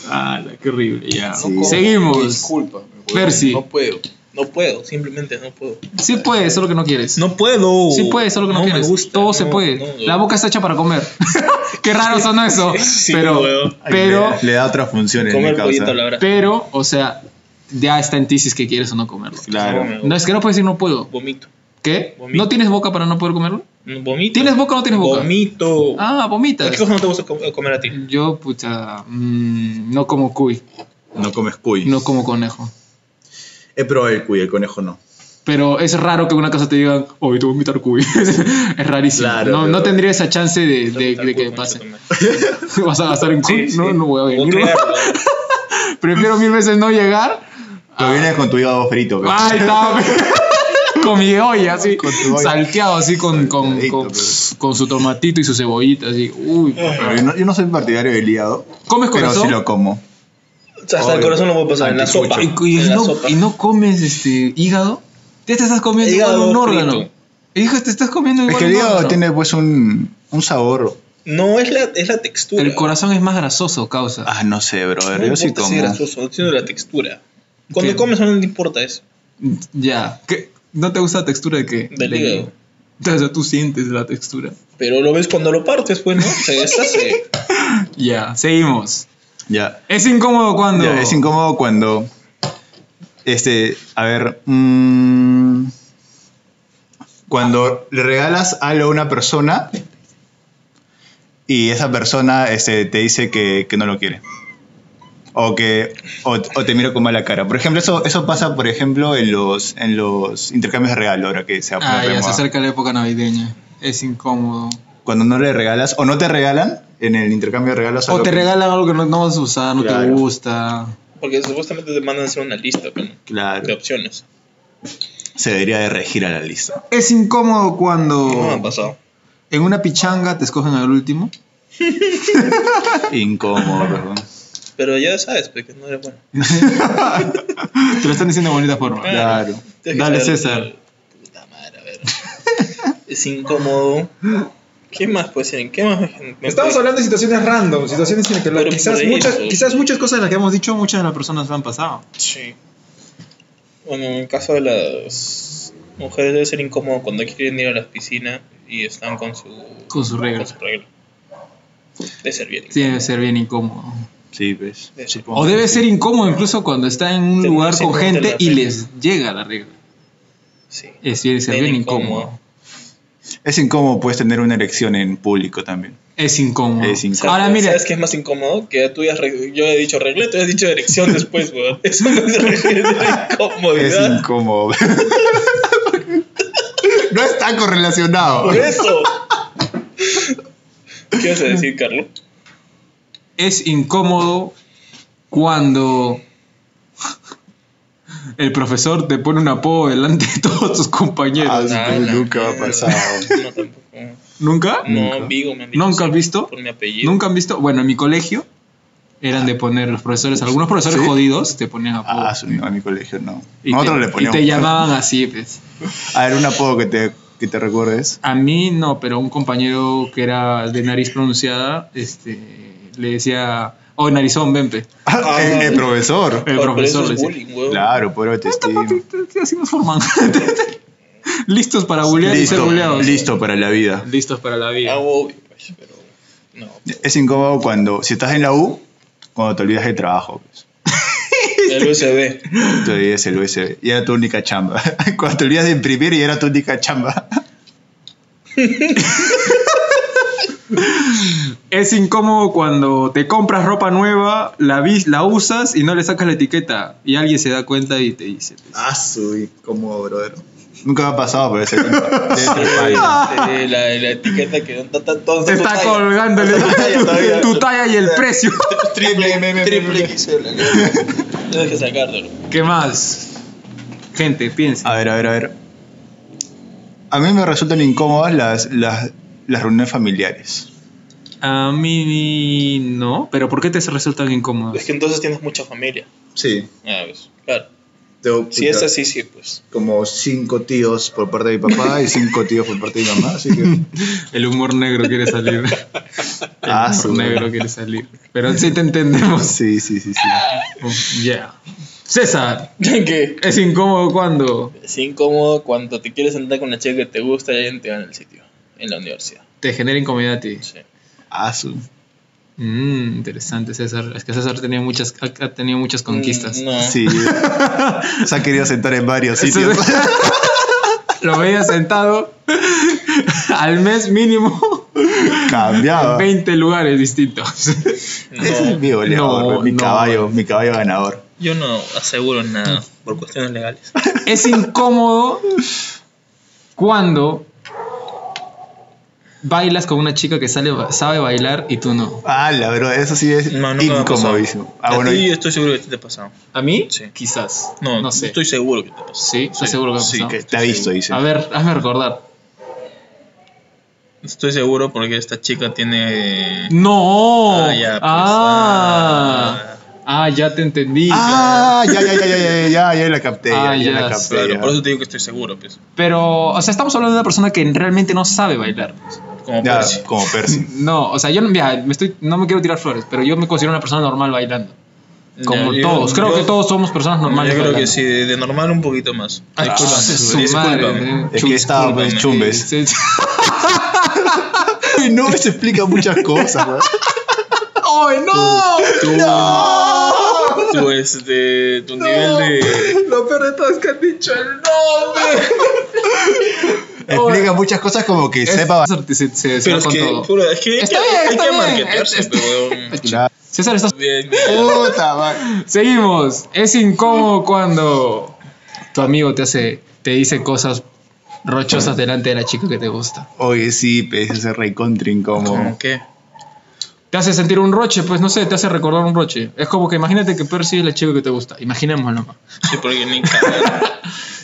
[SPEAKER 2] Ah, la- qué horrible. Ya.
[SPEAKER 3] Sí.
[SPEAKER 2] Seguimos.
[SPEAKER 4] Disculpa.
[SPEAKER 2] Percy.
[SPEAKER 1] No puedo. No puedo, simplemente no puedo.
[SPEAKER 2] Sí puedes, solo que no quieres.
[SPEAKER 1] No puedo.
[SPEAKER 2] Sí puedes, solo que no,
[SPEAKER 1] me
[SPEAKER 2] quieres.
[SPEAKER 1] gusta,
[SPEAKER 2] Todo
[SPEAKER 1] no,
[SPEAKER 2] se puede.
[SPEAKER 1] no,
[SPEAKER 2] La boca está hecha para comer. <laughs> Qué raro sonó eso.
[SPEAKER 1] Sí,
[SPEAKER 2] pero,
[SPEAKER 1] weón.
[SPEAKER 3] Ay,
[SPEAKER 2] pero,
[SPEAKER 3] Le, le da otras funciones. mi
[SPEAKER 1] Comer
[SPEAKER 3] causa.
[SPEAKER 1] pollito a la hora.
[SPEAKER 2] pero, o sea, ya está en tisis que quieres o no comerlo.
[SPEAKER 3] Claro.
[SPEAKER 2] No, es que no puedes decir no puedo.
[SPEAKER 1] Vomito.
[SPEAKER 2] ¿Qué?
[SPEAKER 1] Vomito.
[SPEAKER 2] ¿No tienes boca para no poder comerlo?
[SPEAKER 1] Vomito.
[SPEAKER 2] ¿Tienes boca o no tienes boca?
[SPEAKER 1] Vomito.
[SPEAKER 2] Ah, vomitas.
[SPEAKER 1] ¿Qué cosa no te gusta com- comer a ti?
[SPEAKER 2] Yo, puta, mm, no como cuy,
[SPEAKER 3] No comes cuy.
[SPEAKER 2] no como conejo.
[SPEAKER 3] He probado el cuy, el conejo no.
[SPEAKER 2] Pero es raro que una casa te digan, hoy te voy a invitar cuy. <laughs> es rarísimo.
[SPEAKER 3] Claro,
[SPEAKER 2] no,
[SPEAKER 3] pero-
[SPEAKER 2] no tendría esa chance de, de- de que
[SPEAKER 1] Concha tu
[SPEAKER 2] pase.
[SPEAKER 1] madre.
[SPEAKER 2] <laughs> ¿Vas a gastar en cuy?
[SPEAKER 1] Sí,
[SPEAKER 2] No,
[SPEAKER 1] sí.
[SPEAKER 2] no voy a venir.
[SPEAKER 1] Voy a creerlo.
[SPEAKER 2] <laughs> Prefiero mil veces no llegar.
[SPEAKER 3] Lo vienes con tu hígado frito. pe.
[SPEAKER 1] <laughs>
[SPEAKER 2] Ay, está. <laughs> con mi olla, así.
[SPEAKER 3] Con tu olla.
[SPEAKER 2] Salteado, así, con, con,
[SPEAKER 3] Salteadito,
[SPEAKER 2] con,
[SPEAKER 3] pero-
[SPEAKER 2] con su tomatito y su cebollita, así. Uy.
[SPEAKER 1] Eh.
[SPEAKER 3] Pero yo, no, yo no soy partidario del hígado.
[SPEAKER 2] ¿Comes
[SPEAKER 3] Pero
[SPEAKER 2] corazón?
[SPEAKER 3] sí lo como.
[SPEAKER 1] O sea, hasta el
[SPEAKER 3] Obvio.
[SPEAKER 1] corazón lo puedo pasar en la
[SPEAKER 3] Anticucho.
[SPEAKER 1] sopa.
[SPEAKER 2] Y, y
[SPEAKER 1] en la
[SPEAKER 2] no,
[SPEAKER 1] sopa.
[SPEAKER 2] y no comes este hígado. Ya te estás comiendo igual
[SPEAKER 1] Hígado
[SPEAKER 2] un
[SPEAKER 1] frito.
[SPEAKER 2] órgano. Hijo, te estás comiendo igual
[SPEAKER 3] Es que el
[SPEAKER 2] un
[SPEAKER 3] hígado
[SPEAKER 2] órgano.
[SPEAKER 3] tiene pues un, un sabor.
[SPEAKER 1] No, es la, es la textura.
[SPEAKER 2] El corazón es más grasoso, causa.
[SPEAKER 3] Ah, no sé, brother.
[SPEAKER 1] No
[SPEAKER 3] yo sí
[SPEAKER 1] importa si
[SPEAKER 3] como.
[SPEAKER 1] grasoso, no tiene la textura. Cuando
[SPEAKER 2] ¿Qué?
[SPEAKER 1] comes no te importa eso.
[SPEAKER 2] Ya. ¿Qué? ¿No te gusta la textura de qué?
[SPEAKER 1] Del hígado.
[SPEAKER 2] O sea, tú sientes la textura.
[SPEAKER 1] Pero lo ves cuando lo partes, pues, ¿no? Se
[SPEAKER 2] <laughs>
[SPEAKER 1] deshace.
[SPEAKER 2] Ya, seguimos.
[SPEAKER 3] Ya.
[SPEAKER 2] Es incómodo cuando.
[SPEAKER 3] Ya, es incómodo cuando. Este, a ver. mm, cuando le regalas algo a una persona y esa persona este, te dice que, que no lo quiere. O que. O, o te mira con mala cara. Por ejemplo, eso, eso pasa, por ejemplo, en los, en los intercambios de regalo, ahora que se va a poner
[SPEAKER 2] Ah,
[SPEAKER 3] de
[SPEAKER 2] ya se
[SPEAKER 3] moda.
[SPEAKER 2] acerca la época navideña. Es incómodo.
[SPEAKER 3] Cuando no le regalas, o no te regalan en el intercambio de regalos.
[SPEAKER 2] O
[SPEAKER 3] algo
[SPEAKER 2] te
[SPEAKER 3] que-
[SPEAKER 2] regalan algo que no, no vas a usar, no te
[SPEAKER 3] Claro.
[SPEAKER 2] gusta.
[SPEAKER 1] Porque supuestamente te mandan a hacer una lista pues, ¿no? de
[SPEAKER 3] Claro.
[SPEAKER 1] opciones.
[SPEAKER 3] Se debería de regir a la lista.
[SPEAKER 2] Es incómodo cuando.
[SPEAKER 1] No me ha pasado.
[SPEAKER 2] En una pichanga te escogen al último.
[SPEAKER 3] Incómodo, perdón.
[SPEAKER 1] Pero ya sabes, pues, que no era bueno.
[SPEAKER 2] Te lo están diciendo de bonita forma.
[SPEAKER 3] Claro.
[SPEAKER 1] Tienes que
[SPEAKER 2] Dale,
[SPEAKER 1] saber-
[SPEAKER 2] César.
[SPEAKER 1] Puta madre, a ver. es incómodo. ¿Qué más puede ser? ¿Qué más? me- me
[SPEAKER 2] Estamos
[SPEAKER 1] puede-
[SPEAKER 2] hablando de situaciones random, situaciones en las que la-
[SPEAKER 1] Pero
[SPEAKER 2] quizás,
[SPEAKER 1] por eso.
[SPEAKER 2] muchas, quizás muchas cosas de las que hemos dicho, muchas de las personas han pasado.
[SPEAKER 1] Sí. Bueno, en el caso de las mujeres debe ser incómodo cuando quieren ir a las piscinas y están con su,
[SPEAKER 2] Con su regla.
[SPEAKER 1] con su regla. Debe ser bien.
[SPEAKER 2] Sí, debe ser bien incómodo.
[SPEAKER 3] Sí, pues.
[SPEAKER 1] Debe ser.
[SPEAKER 2] O debe ser incómodo incluso cuando está en un
[SPEAKER 1] Te-
[SPEAKER 2] lugar
[SPEAKER 1] sí,
[SPEAKER 2] con
[SPEAKER 1] te
[SPEAKER 2] gente
[SPEAKER 1] la
[SPEAKER 2] y
[SPEAKER 1] regla.
[SPEAKER 2] les llega la regla.
[SPEAKER 1] Sí.
[SPEAKER 2] Es, debe ser
[SPEAKER 1] Bien
[SPEAKER 2] bien
[SPEAKER 1] incómodo.
[SPEAKER 2] incómodo.
[SPEAKER 3] Es incómodo puedes tener una erección en público también.
[SPEAKER 2] Es incómodo.
[SPEAKER 3] Es
[SPEAKER 1] O sea,
[SPEAKER 3] incómodo.
[SPEAKER 2] Ahora mira,
[SPEAKER 1] ¿Sabes qué es más incómodo? Que tú ya re- yo he dicho regla, tú has dicho dirección después,
[SPEAKER 2] <laughs>
[SPEAKER 1] weón. Eso no se refiere a
[SPEAKER 3] Es
[SPEAKER 1] incomodidad.
[SPEAKER 3] incómodo. <laughs> no está correlacionado.
[SPEAKER 1] Por eso. ¿Qué vas a decir, Carlos?
[SPEAKER 2] es incómodo cuando el profesor te pone un apodo delante de todos tus
[SPEAKER 3] Ah,
[SPEAKER 2] compañeros.
[SPEAKER 3] sí,
[SPEAKER 1] Ah, la
[SPEAKER 3] nunca ha
[SPEAKER 1] mierda.
[SPEAKER 3] pasado.
[SPEAKER 1] No, tampoco.
[SPEAKER 2] ¿Nunca?
[SPEAKER 1] No, Vigo me han dicho.
[SPEAKER 2] ¿Nunca has
[SPEAKER 1] así,
[SPEAKER 2] visto?
[SPEAKER 1] Por mi apellido.
[SPEAKER 2] ¿Nunca han visto? Bueno, en mi colegio eran de poner los profesores, algunos profesores
[SPEAKER 3] ¿Sí?
[SPEAKER 2] jodidos te ponían apodo.
[SPEAKER 3] Ah, su- a mi colegio no.
[SPEAKER 2] Y
[SPEAKER 3] Nosotros
[SPEAKER 2] te,
[SPEAKER 3] le
[SPEAKER 2] y
[SPEAKER 3] poníamos.
[SPEAKER 2] te llamaban así, pues.
[SPEAKER 3] A ver, un apodo que te, que te recuerdes.
[SPEAKER 2] A mí no, pero un compañero que era de nariz pronunciada, este, le decía, oh, narizón, ven, pe".
[SPEAKER 3] el, el profesor.
[SPEAKER 1] Por-
[SPEAKER 2] El
[SPEAKER 1] por
[SPEAKER 2] profesor
[SPEAKER 1] eso
[SPEAKER 2] le
[SPEAKER 1] es
[SPEAKER 2] decía.
[SPEAKER 1] bullying, weón.
[SPEAKER 3] Claro, pero te estima.
[SPEAKER 2] Así nos forman. <laughs> Listos para bullear y ser
[SPEAKER 3] Listo,
[SPEAKER 2] bulleados.
[SPEAKER 3] listo para la vida.
[SPEAKER 2] Listos para la vida.
[SPEAKER 1] Ah, obvio, pues, pero. No.
[SPEAKER 3] <laughs> Es incómodo cuando, si estás en la U, cuando te olvidas del trabajo. pues.
[SPEAKER 1] El USB.
[SPEAKER 3] Te olvidas el USB. Y era tu única chamba. <laughs> Cuando te olvidas de imprimir y era tu única chamba.
[SPEAKER 2] Es incómodo cuando te compras ropa nueva, la, vis- la usas y no le sacas la etiqueta. Y alguien se da cuenta y te dice. pues,
[SPEAKER 4] Ah, su incómodo, brother.
[SPEAKER 3] Nunca me ha pasado, pero ese
[SPEAKER 4] <laughs>
[SPEAKER 3] debe ser paila.
[SPEAKER 1] Eh, la, la etiqueta que no está tan tonta.
[SPEAKER 2] Te está colgando el-
[SPEAKER 1] talla todavía.
[SPEAKER 2] tu, talla y el precio.
[SPEAKER 1] Triple, triple XL. Tienes que sacártelo.
[SPEAKER 2] <laughs> ¿Qué más? Gente, piensa.
[SPEAKER 3] A ver, a ver, a ver. A mí me resultan incómodas las, las, las reuniones familiares.
[SPEAKER 2] A mí no, pero ¿por qué te resultan incómodos?
[SPEAKER 1] Es que entonces tienes mucha familia.
[SPEAKER 4] Sí.
[SPEAKER 1] Ah, pues, claro.
[SPEAKER 4] Tengo,
[SPEAKER 1] Si es así, sí,
[SPEAKER 3] <laughs>
[SPEAKER 1] pues.
[SPEAKER 4] Como cinco tíos por parte de mi papá y cinco tíos por parte de mi mamá, así
[SPEAKER 3] <laughs>
[SPEAKER 4] que.
[SPEAKER 2] El humor negro quiere salir. El
[SPEAKER 3] Ah,
[SPEAKER 2] humor
[SPEAKER 3] su-
[SPEAKER 2] negro quiere salir. Pero sí te entendemos.
[SPEAKER 3] Sí, sí, sí, sí.
[SPEAKER 2] Ya. Oh, César,
[SPEAKER 1] que
[SPEAKER 2] es incómodo cuando
[SPEAKER 1] es incómodo cuando te quieres sentar con una chica que te gusta y alguien te va en el sitio, en la universidad.
[SPEAKER 2] te genera incomodidad a ti.
[SPEAKER 1] Sí.
[SPEAKER 3] Ah, su.
[SPEAKER 2] Mm, interesante, César. Es que César tenía muchas, ha ha tenido muchas conquistas.
[SPEAKER 1] Mm, No.
[SPEAKER 3] Sí. Se ha querido sentar en varios sitios.
[SPEAKER 2] Entonces- Lo veía sentado <laughs> al mes mínimo en
[SPEAKER 3] <laughs> Cambiaba.
[SPEAKER 2] 20 lugares distintos.
[SPEAKER 3] Ese es
[SPEAKER 1] No,
[SPEAKER 3] mi goleador,
[SPEAKER 2] No,
[SPEAKER 3] mi
[SPEAKER 2] no.
[SPEAKER 3] caballo, mi caballo ganador.
[SPEAKER 1] yo no aseguro nada por cuestiones legales.
[SPEAKER 2] Es incómodo cuando bailas con una chica que sale, sabe bailar y tú no.
[SPEAKER 3] Ah, la verdad, eso sí es
[SPEAKER 1] No, nunca me ha pasado.
[SPEAKER 3] incomodísimo. Ah,
[SPEAKER 1] A
[SPEAKER 3] bueno,
[SPEAKER 1] ti estoy seguro que te ha pasado.
[SPEAKER 2] ¿A mí?
[SPEAKER 1] Sí.
[SPEAKER 2] Quizás.
[SPEAKER 1] No,
[SPEAKER 2] no sé.
[SPEAKER 1] estoy seguro que te ha pasado.
[SPEAKER 2] Sí, ¿Estás seguro que me ha
[SPEAKER 1] sí,
[SPEAKER 2] pasado?
[SPEAKER 3] que te ha visto, dice.
[SPEAKER 2] A ver, hazme recordar.
[SPEAKER 1] Estoy seguro porque esta chica tiene
[SPEAKER 2] ¡No!
[SPEAKER 1] Ah, ya, pues,
[SPEAKER 2] ah, Ah, ya te entendí.
[SPEAKER 3] Ah, ya, ya, ya, ya, ya, ya, ya la capté, ya,
[SPEAKER 2] Ah,
[SPEAKER 3] ya
[SPEAKER 2] ya,
[SPEAKER 3] la capté.
[SPEAKER 1] Claro,
[SPEAKER 3] ya.
[SPEAKER 1] por eso te digo que estoy seguro, pues.
[SPEAKER 2] Pero, o sea, estamos hablando de una persona que realmente no sabe bailar.
[SPEAKER 1] Como
[SPEAKER 3] Ya,
[SPEAKER 1] Percy.
[SPEAKER 3] como
[SPEAKER 1] <laughs>
[SPEAKER 3] Percy.
[SPEAKER 2] No, o sea, yo no- mira, me estoy, no me quiero tirar flores, pero yo me considero una persona normal bailando. Como
[SPEAKER 1] Ya, yo-
[SPEAKER 2] todos. Creo
[SPEAKER 1] yo-
[SPEAKER 2] que todos somos personas normales.
[SPEAKER 1] Yo creo que
[SPEAKER 2] bailando.
[SPEAKER 1] sí, de, de normal un poquito más.
[SPEAKER 2] Ay,
[SPEAKER 1] Disculpa,
[SPEAKER 2] su
[SPEAKER 1] discúlpame.
[SPEAKER 2] madre.
[SPEAKER 3] Es que estaba pues,
[SPEAKER 1] discúlpame.
[SPEAKER 3] chumbes.
[SPEAKER 2] Sí, sí. <laughs>
[SPEAKER 3] Uy, no, eso explica muchas cosas, weón.
[SPEAKER 2] ¡Ay, no!
[SPEAKER 1] Tu, este, tu nivel de...
[SPEAKER 2] Lo peor de todo es que han dicho el nombre.
[SPEAKER 3] <laughs> Explica muchas cosas como que sepa.
[SPEAKER 2] César, se, se- se
[SPEAKER 1] Pero
[SPEAKER 2] va
[SPEAKER 1] es
[SPEAKER 2] con
[SPEAKER 1] que,
[SPEAKER 2] todo.
[SPEAKER 1] pura, es que hay
[SPEAKER 2] Está
[SPEAKER 1] que,
[SPEAKER 2] bien,
[SPEAKER 1] hay
[SPEAKER 2] está
[SPEAKER 1] que
[SPEAKER 2] bien. Este-
[SPEAKER 1] marketearse,
[SPEAKER 2] Es-
[SPEAKER 1] pero, weón.
[SPEAKER 3] Claro.
[SPEAKER 2] César, estás...
[SPEAKER 1] Bien,
[SPEAKER 2] Oh.
[SPEAKER 3] Puta, va.
[SPEAKER 2] Seguimos. Es incómodo cuando tu amigo te hace, te dice cosas rochosas delante de la chica que te gusta.
[SPEAKER 3] Oye, sí, pues ese rey country
[SPEAKER 1] ¿Cómo
[SPEAKER 3] incómodo.
[SPEAKER 1] qué?
[SPEAKER 2] Te hace sentir un roche, pues no sé, te hace recordar un roche. Es como que imagínate que Percy es la chica que te gusta. Imaginémoslo.
[SPEAKER 1] Sí, porque ni <laughs> cagar.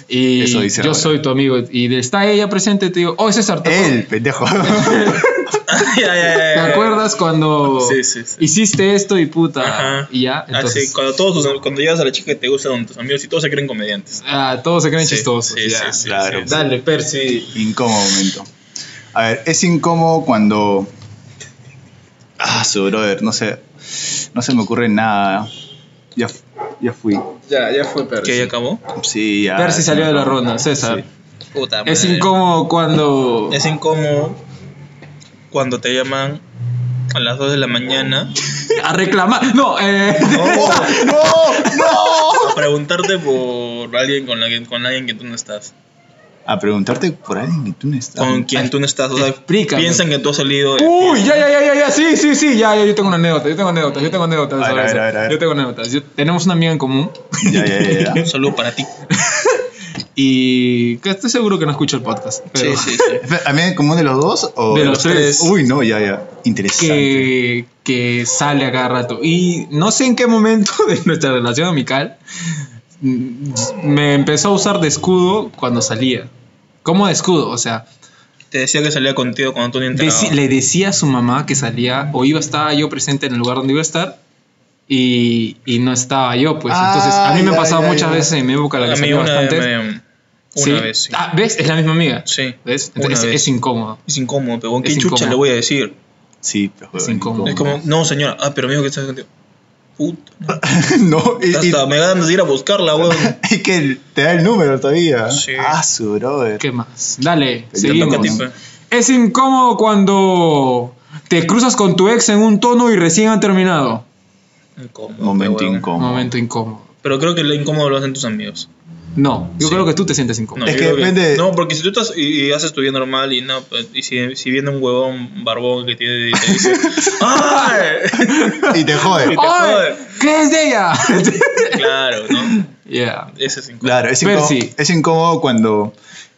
[SPEAKER 2] Y
[SPEAKER 3] Eso dice
[SPEAKER 2] yo
[SPEAKER 3] ahora.
[SPEAKER 2] soy tu amigo y está ella presente, te digo, oh, César, ¿te, acuer-
[SPEAKER 3] Él,
[SPEAKER 1] <laughs>
[SPEAKER 3] pendejo.
[SPEAKER 1] Ay, ay, ay,
[SPEAKER 2] te
[SPEAKER 1] ay.
[SPEAKER 2] acuerdas cuando
[SPEAKER 1] Eh, Sí, sí, sí.
[SPEAKER 2] hiciste esto y puta?
[SPEAKER 1] Ajá.
[SPEAKER 2] Y ya,
[SPEAKER 1] Ah,
[SPEAKER 2] entonces...
[SPEAKER 1] sí, cuando, todos tus- cuando llegas a la chica que te gusta donde tus amigos y todos se creen comediantes.
[SPEAKER 2] ah, todos se creen
[SPEAKER 1] Sí,
[SPEAKER 2] chistosos.
[SPEAKER 1] sí,
[SPEAKER 2] ya.
[SPEAKER 1] sí, sí,
[SPEAKER 3] claro.
[SPEAKER 1] sí, sí.
[SPEAKER 2] Dale, Percy.
[SPEAKER 3] incómodo momento. A ver, es incómodo cuando. Ah, su brother, no sé. No se me ocurre nada. Ya, fu- ya fui.
[SPEAKER 2] Ya, ya fue Percy.
[SPEAKER 1] ¿Que ya acabó?
[SPEAKER 3] Sí, ya.
[SPEAKER 1] Ah,
[SPEAKER 2] Percy salió de la ronda,
[SPEAKER 3] Sí.
[SPEAKER 2] César.
[SPEAKER 1] Puta madre.
[SPEAKER 2] Es incómodo cuando.
[SPEAKER 1] Es incómodo cuando te llaman a las 2 de la mañana
[SPEAKER 2] <laughs> A reclamar. No,
[SPEAKER 1] <laughs>
[SPEAKER 2] eh. <laughs>
[SPEAKER 1] a preguntarte por alguien con, la que- con alguien que tú no estás.
[SPEAKER 3] A preguntarte por alguien que tú no estás.
[SPEAKER 1] Con quien tú no estás. O sea,
[SPEAKER 2] Explícame.
[SPEAKER 1] piensan que tú has salido. de
[SPEAKER 2] Uy, ya, ya, ya, ya, ya, sí, sí, sí, ya, ya, yo tengo una anécdota, yo tengo anécdotas, yo tengo anécdotas.
[SPEAKER 3] A
[SPEAKER 2] sobre
[SPEAKER 3] ver, a ver,
[SPEAKER 2] eso.
[SPEAKER 3] a ver, a ver.
[SPEAKER 2] Yo tengo anécdotas. Yo- tenemos una amiga en común
[SPEAKER 3] <laughs> Ya, ya, ya.
[SPEAKER 2] <laughs>
[SPEAKER 3] ya.
[SPEAKER 1] Un saludo para ti.
[SPEAKER 2] y que estoy seguro que no escucha el podcast, pero
[SPEAKER 1] Sí, sí, sí.
[SPEAKER 3] Espera, ¿A mí en común de los dos? O
[SPEAKER 2] De los tres.
[SPEAKER 3] Uy, no, ya, ya. Interesante.
[SPEAKER 2] que, que sale a cada rato. Y no sé en qué momento <laughs> de nuestra relación amical mm, me empezó a usar de escudo cuando salía. ¿Cómo de escudo? O sea,
[SPEAKER 1] Te decía que salía contigo cuando tú ni entrabas.
[SPEAKER 2] Deci- le decía a su mamá que salía o iba estaba yo presente en el lugar donde iba a estar y, y no estaba yo, pues.
[SPEAKER 3] Ah,
[SPEAKER 2] Entonces, a mí me ha
[SPEAKER 3] ya,
[SPEAKER 2] pasado
[SPEAKER 3] ya,
[SPEAKER 2] muchas
[SPEAKER 3] ya.
[SPEAKER 2] veces en mi época, la que
[SPEAKER 1] a mí
[SPEAKER 2] salió
[SPEAKER 1] una vez
[SPEAKER 2] bastante.
[SPEAKER 1] me... Una
[SPEAKER 2] Sí.
[SPEAKER 1] vez, sí.
[SPEAKER 2] Ah, ¿ves? Es la misma amiga.
[SPEAKER 1] Sí,
[SPEAKER 2] ¿Ves?
[SPEAKER 1] una
[SPEAKER 2] Entonces, es,
[SPEAKER 1] vez.
[SPEAKER 2] es incómodo.
[SPEAKER 1] Es incómodo, pero ¿qué
[SPEAKER 2] Es
[SPEAKER 1] chucha
[SPEAKER 2] incómodo.
[SPEAKER 1] le voy a decir?
[SPEAKER 3] Sí, pero
[SPEAKER 2] Es
[SPEAKER 3] bueno,
[SPEAKER 2] incómodo.
[SPEAKER 1] Es como, no señora, ah, pero me dijo que estás contigo. Puta,
[SPEAKER 3] <laughs> no, y,
[SPEAKER 1] hasta me ganas de ir a buscarla, weón.
[SPEAKER 3] y- y que te da el número todavía.
[SPEAKER 1] Sí.
[SPEAKER 3] Ah, su brother.
[SPEAKER 2] ¿Qué más? Dale,
[SPEAKER 3] Te
[SPEAKER 2] seguimos.
[SPEAKER 1] Toca a
[SPEAKER 3] llamo
[SPEAKER 1] ti,
[SPEAKER 3] Bueno.
[SPEAKER 1] fe.
[SPEAKER 2] Es incómodo cuando te cruzas con tu ex en un tono y recién han terminado.
[SPEAKER 1] Incómodo, pe,
[SPEAKER 3] Momento
[SPEAKER 1] huevón.
[SPEAKER 3] incómodo.
[SPEAKER 2] Momento incómodo.
[SPEAKER 1] Pero creo que lo incómodo lo hacen tus amigos.
[SPEAKER 2] No, yo creo que tú te sientes
[SPEAKER 1] No,
[SPEAKER 2] incómodo.
[SPEAKER 3] Es
[SPEAKER 1] yo
[SPEAKER 3] que
[SPEAKER 1] creo
[SPEAKER 3] depende-
[SPEAKER 1] No, porque si tú estás y, y haces tu vida normal y no, pues, y si, si viene un huevón barbón que tiene y te
[SPEAKER 3] <laughs>
[SPEAKER 1] dice, ¡ay! <laughs>
[SPEAKER 3] Y te jode.
[SPEAKER 1] te
[SPEAKER 2] ¡Ay!
[SPEAKER 1] jode.
[SPEAKER 2] ¿Qué es de ella? <laughs>
[SPEAKER 1] claro, ¿no?
[SPEAKER 2] yeah.
[SPEAKER 1] Ese es incómodo.
[SPEAKER 3] Claro, es
[SPEAKER 2] Pero
[SPEAKER 3] incómodo,
[SPEAKER 2] sí.
[SPEAKER 3] es incómodo cuando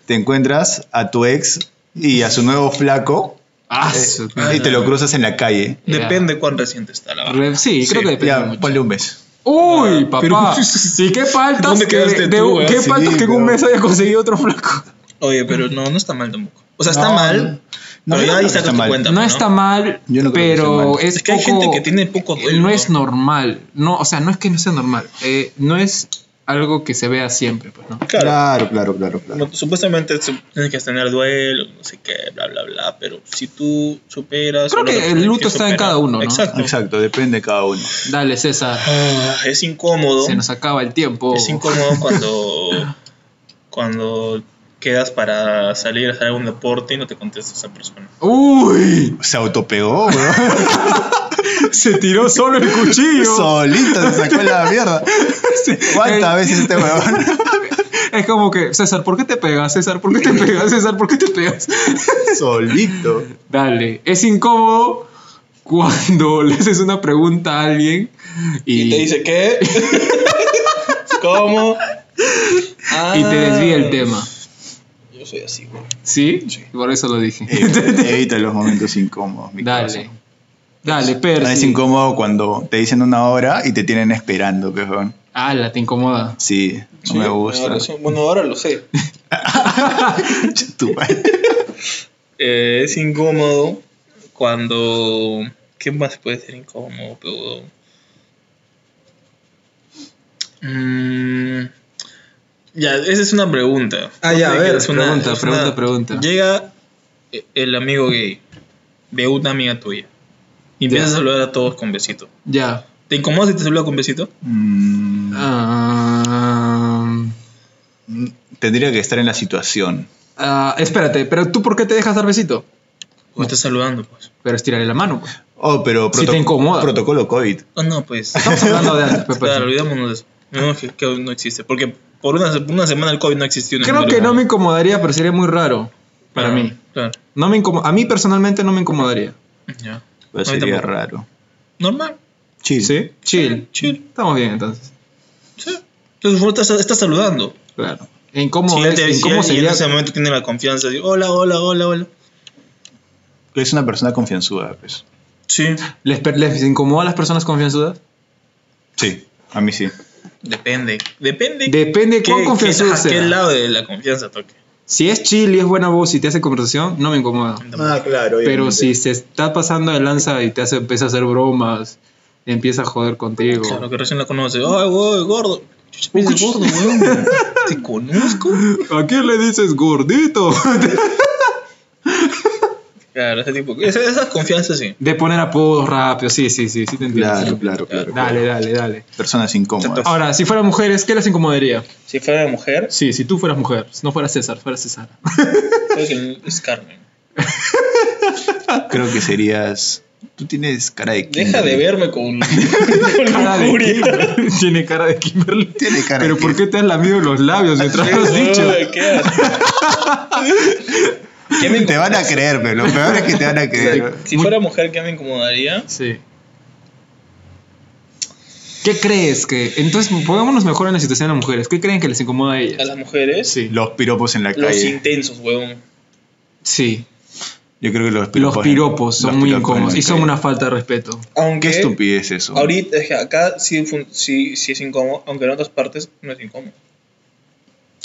[SPEAKER 3] te encuentras a tu ex y a su nuevo flaco
[SPEAKER 2] Ah,
[SPEAKER 3] eh,
[SPEAKER 2] su-
[SPEAKER 3] y te lo cruzas en la calle.
[SPEAKER 2] Ya.
[SPEAKER 1] Depende cuán reciente está la verdad.
[SPEAKER 2] Re- sí, creo
[SPEAKER 1] Sí,
[SPEAKER 2] que depende
[SPEAKER 3] Ya,
[SPEAKER 2] mucho.
[SPEAKER 3] ponle un beso.
[SPEAKER 2] Uy, papá.
[SPEAKER 1] pero-
[SPEAKER 2] ¿Y qué faltas?
[SPEAKER 1] ¿Dónde
[SPEAKER 2] que
[SPEAKER 1] quedaste
[SPEAKER 2] de-
[SPEAKER 1] tú, eh?
[SPEAKER 2] ¿Qué
[SPEAKER 3] Sí,
[SPEAKER 2] faltas que en un
[SPEAKER 3] pero-
[SPEAKER 2] mes haya conseguido otro flaco?
[SPEAKER 1] Oye, pero no, no está mal tampoco. O sea, está
[SPEAKER 3] No,
[SPEAKER 1] mal,
[SPEAKER 3] no. No, yo
[SPEAKER 1] pero
[SPEAKER 3] no
[SPEAKER 1] ya ahí
[SPEAKER 3] creo que
[SPEAKER 1] sacas
[SPEAKER 3] está
[SPEAKER 1] tu
[SPEAKER 3] mal.
[SPEAKER 1] cuenta.
[SPEAKER 2] No está mal,
[SPEAKER 3] Yo no creo que sea
[SPEAKER 2] pero
[SPEAKER 3] mal.
[SPEAKER 2] es,
[SPEAKER 1] Es que hay
[SPEAKER 2] poco- eh,
[SPEAKER 1] gente que tiene poco duelo,
[SPEAKER 2] No es
[SPEAKER 1] ¿no?
[SPEAKER 2] normal. No, o sea, no es que no sea normal. eh, no es algo que se vea siempre, pues, ¿no?
[SPEAKER 1] Claro.
[SPEAKER 3] Claro, claro, claro, claro.
[SPEAKER 1] Como Supuestamente su- tienes que tener duelo, no sé qué, bla, bla, bla, pero si tú superas...
[SPEAKER 2] Creo
[SPEAKER 1] o lo
[SPEAKER 2] que el
[SPEAKER 1] tienes
[SPEAKER 2] luto
[SPEAKER 1] que
[SPEAKER 2] está en
[SPEAKER 1] superar.
[SPEAKER 2] cada uno, ¿no?
[SPEAKER 1] Exacto.
[SPEAKER 3] Exacto, depende de cada uno.
[SPEAKER 2] Dale, César.
[SPEAKER 1] Ah, es incómodo.
[SPEAKER 2] Se nos acaba el tiempo.
[SPEAKER 1] Es incómodo cuando, cuando quedas para salir a hacer algún deporte y no te contesta esa persona.
[SPEAKER 2] ¡Uy!
[SPEAKER 3] Se
[SPEAKER 2] <laughs>
[SPEAKER 3] autopegó, bro.
[SPEAKER 2] Se tiró solo el cuchillo.
[SPEAKER 3] Solito se sacó la mierda.
[SPEAKER 2] <laughs>
[SPEAKER 3] ¿Cuántas veces este huevón?
[SPEAKER 2] Es como que, César, ¿por qué te pegas? César, ¿por qué te pegas? César, ¿por qué te pegas? <laughs>
[SPEAKER 3] Solito.
[SPEAKER 2] Dale, es incómodo cuando <laughs> le haces una pregunta a alguien y, <laughs>
[SPEAKER 1] ¿qué? ¿Cómo?
[SPEAKER 2] y te desvía
[SPEAKER 3] "Ah".
[SPEAKER 2] el tema.
[SPEAKER 1] Yo soy así, güey.
[SPEAKER 2] ¿Sí? Por eso lo dije.
[SPEAKER 3] Evita evita los momentos incómodos, mi
[SPEAKER 2] Dale.
[SPEAKER 3] causa.
[SPEAKER 2] Dale,
[SPEAKER 3] No Es
[SPEAKER 2] Percy.
[SPEAKER 3] incómodo cuando te dicen una hora y te tienen esperando, pejón.
[SPEAKER 2] Ala, te incomoda.
[SPEAKER 3] Sí, no me gusta. <laughs>
[SPEAKER 1] bueno, ahora lo sé.
[SPEAKER 3] Tu madre.
[SPEAKER 1] Eh, es incómodo cuando... ¿Qué más puede ser incómodo? Pero... Mm, ya, esa es una pregunta.
[SPEAKER 2] Ah, ya, a
[SPEAKER 1] Creo que
[SPEAKER 2] ver,
[SPEAKER 1] es
[SPEAKER 2] pregunta,
[SPEAKER 1] es
[SPEAKER 2] pregunta, pregunta.
[SPEAKER 1] Llega eh, el amigo gay de una amiga tuya y empieza
[SPEAKER 2] Ya.
[SPEAKER 1] a saludar a todos con besito.
[SPEAKER 2] Ya.
[SPEAKER 1] ¿Te incomoda si te saluda con besito?
[SPEAKER 3] Mm,
[SPEAKER 2] Ah,
[SPEAKER 3] tendría que estar en la situación.
[SPEAKER 2] ah, espérate, pero tú por qué te dejas dar besito?
[SPEAKER 1] ¿O estás saludando, pues?
[SPEAKER 2] Pero estiraré la mano, pues.
[SPEAKER 3] Oh, pero
[SPEAKER 2] Si te incomoda.
[SPEAKER 3] protocolo COVID.
[SPEAKER 1] Ah, no, pues.
[SPEAKER 2] Estamos hablando de antes, pues, Pepe.
[SPEAKER 1] claro, olvidémonos de eso. No, que, que no existe. Porque por una, por una semana el COVID no existió. en el
[SPEAKER 2] Creo
[SPEAKER 1] mundo.
[SPEAKER 2] que no me incomodaría, pero sería muy raro para
[SPEAKER 1] Claro,
[SPEAKER 2] mí.
[SPEAKER 1] Claro.
[SPEAKER 2] No me incomo- a mí personalmente no me incomodaría.
[SPEAKER 1] Ya.
[SPEAKER 3] Pero
[SPEAKER 1] A mí
[SPEAKER 3] sería
[SPEAKER 1] tampoco.
[SPEAKER 3] raro.
[SPEAKER 1] Normal.
[SPEAKER 3] Chill.
[SPEAKER 2] ¿Sí? Chill.
[SPEAKER 1] Chill.
[SPEAKER 2] Estamos bien, entonces.
[SPEAKER 1] Sí. Entonces, por favor, estás, estás saludando.
[SPEAKER 2] Claro. ¿En cómo,
[SPEAKER 1] Si ya
[SPEAKER 2] es-
[SPEAKER 1] te-
[SPEAKER 2] en
[SPEAKER 1] si
[SPEAKER 2] cómo
[SPEAKER 1] ya- si ya en
[SPEAKER 2] sería?
[SPEAKER 1] ese momento tiene la confianza. de, hola, hola, hola, hola.
[SPEAKER 3] Es una persona confianzuda, pues.
[SPEAKER 1] Sí.
[SPEAKER 2] ¿Les, per- les incomoda a las personas confianzudas?
[SPEAKER 3] Sí, a mí sí.
[SPEAKER 1] Depende. Depende.
[SPEAKER 2] Depende de
[SPEAKER 1] qué-
[SPEAKER 2] cuán confianzudo
[SPEAKER 1] qué, a qué
[SPEAKER 2] sea.
[SPEAKER 1] lado de la confianza toque.
[SPEAKER 2] Si es chill y es buena voz y te hace conversación, no me incomoda.
[SPEAKER 4] Ah,
[SPEAKER 2] Pero
[SPEAKER 4] claro. obviamente.
[SPEAKER 2] si se está pasando de lanza y te hace, empieza a hacer bromas, empieza a joder contigo.
[SPEAKER 1] Claro, que recién la conoce. Ay, güey, gordo. Chucha, me dices gordo, weón. <laughs> ¿Te conozco?
[SPEAKER 2] ¿A quién le dices gordito? <laughs>
[SPEAKER 1] Claro, ese tipo. Esa, esa confianza sí.
[SPEAKER 2] De poner apodos rápido, sí, sí, sí, sí te entiendo.
[SPEAKER 3] Claro, claro, claro.
[SPEAKER 2] Dale, dale, dale.
[SPEAKER 3] Personas incómodas.
[SPEAKER 2] Ahora, si fueran mujeres, ¿qué las incomodaría?
[SPEAKER 1] Si fuera mujer,
[SPEAKER 2] Sí, si tú fueras mujer, si no fuera César, fuera César.
[SPEAKER 1] creo que es Carmen.
[SPEAKER 3] Creo que serías. Tú tienes cara de.
[SPEAKER 1] Deja
[SPEAKER 3] Kimberly.
[SPEAKER 1] de verme con, <laughs>
[SPEAKER 2] <laughs> Cara
[SPEAKER 1] con
[SPEAKER 2] de
[SPEAKER 1] lujuria.
[SPEAKER 2] Kimberly. <laughs> Tiene cara de Kimberly.
[SPEAKER 3] Tiene cara
[SPEAKER 2] Pero
[SPEAKER 3] de
[SPEAKER 2] ¿por qué te has lamido los labios mientras lo has dicho?
[SPEAKER 1] Ay, qué asco. ¿Qué me
[SPEAKER 3] Te
[SPEAKER 1] incomoda?
[SPEAKER 3] van a creer, pero lo peor es que te van a
[SPEAKER 1] <laughs>
[SPEAKER 3] creer.
[SPEAKER 1] Si fuera mujer, ¿qué me incomodaría?
[SPEAKER 2] Sí. ¿Qué crees que.? Entonces, pongámonos mejor en la situación de las mujeres. ¿Qué creen que les incomoda a
[SPEAKER 1] A
[SPEAKER 2] ellas?
[SPEAKER 1] las mujeres,
[SPEAKER 2] Sí.
[SPEAKER 3] Los piropos en la
[SPEAKER 1] los
[SPEAKER 3] calle.
[SPEAKER 1] intensos, weón.
[SPEAKER 2] Sí.
[SPEAKER 3] Yo creo que los piropos.
[SPEAKER 2] Los piropos son
[SPEAKER 3] los
[SPEAKER 2] muy
[SPEAKER 3] piropos en
[SPEAKER 2] incómodos
[SPEAKER 3] la
[SPEAKER 2] y son
[SPEAKER 3] calle.
[SPEAKER 2] una falta de respeto.
[SPEAKER 1] Aunque
[SPEAKER 3] Qué estupidez eso.
[SPEAKER 1] Eh, ahorita, es que acá sí, fun- sí, sí es incómodo, aunque en otras partes no es incómodo.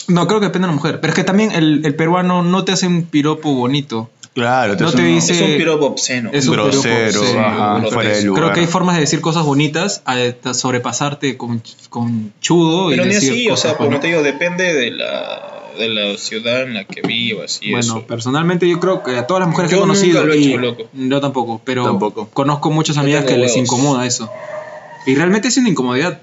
[SPEAKER 2] No, creo que depende de la mujer. Pero es que también el, el peruano no te hace un piropo bonito.
[SPEAKER 3] Claro,
[SPEAKER 2] No
[SPEAKER 3] hace
[SPEAKER 2] te
[SPEAKER 3] un-
[SPEAKER 2] dice-
[SPEAKER 1] Es
[SPEAKER 2] Sí.
[SPEAKER 1] un piropo obsceno.
[SPEAKER 2] Es un
[SPEAKER 3] Grosero,
[SPEAKER 2] piropo, sí,
[SPEAKER 3] ajá,
[SPEAKER 2] grosero.
[SPEAKER 3] fuera de lugar.
[SPEAKER 2] Creo que hay formas de decir cosas bonitas, a esta- sobrepasarte con, con chudo
[SPEAKER 1] Pero
[SPEAKER 2] y
[SPEAKER 1] ni
[SPEAKER 2] decir
[SPEAKER 1] así, o
[SPEAKER 2] cosas
[SPEAKER 1] sea, como
[SPEAKER 2] bonitas.
[SPEAKER 1] te digo, depende de la, de la ciudad en la que vivas y
[SPEAKER 2] Bueno,
[SPEAKER 1] eso.
[SPEAKER 2] personalmente yo creo que a todas las mujeres que
[SPEAKER 1] Yo
[SPEAKER 2] he conocido.
[SPEAKER 1] nunca lo he
[SPEAKER 2] y-
[SPEAKER 1] hecho, loco.
[SPEAKER 2] Yo tampoco, pero
[SPEAKER 3] Tampoco.
[SPEAKER 2] conozco muchas amigas
[SPEAKER 1] tengo
[SPEAKER 2] que les
[SPEAKER 1] huevos.
[SPEAKER 2] incomoda eso. Y realmente es una incomodidad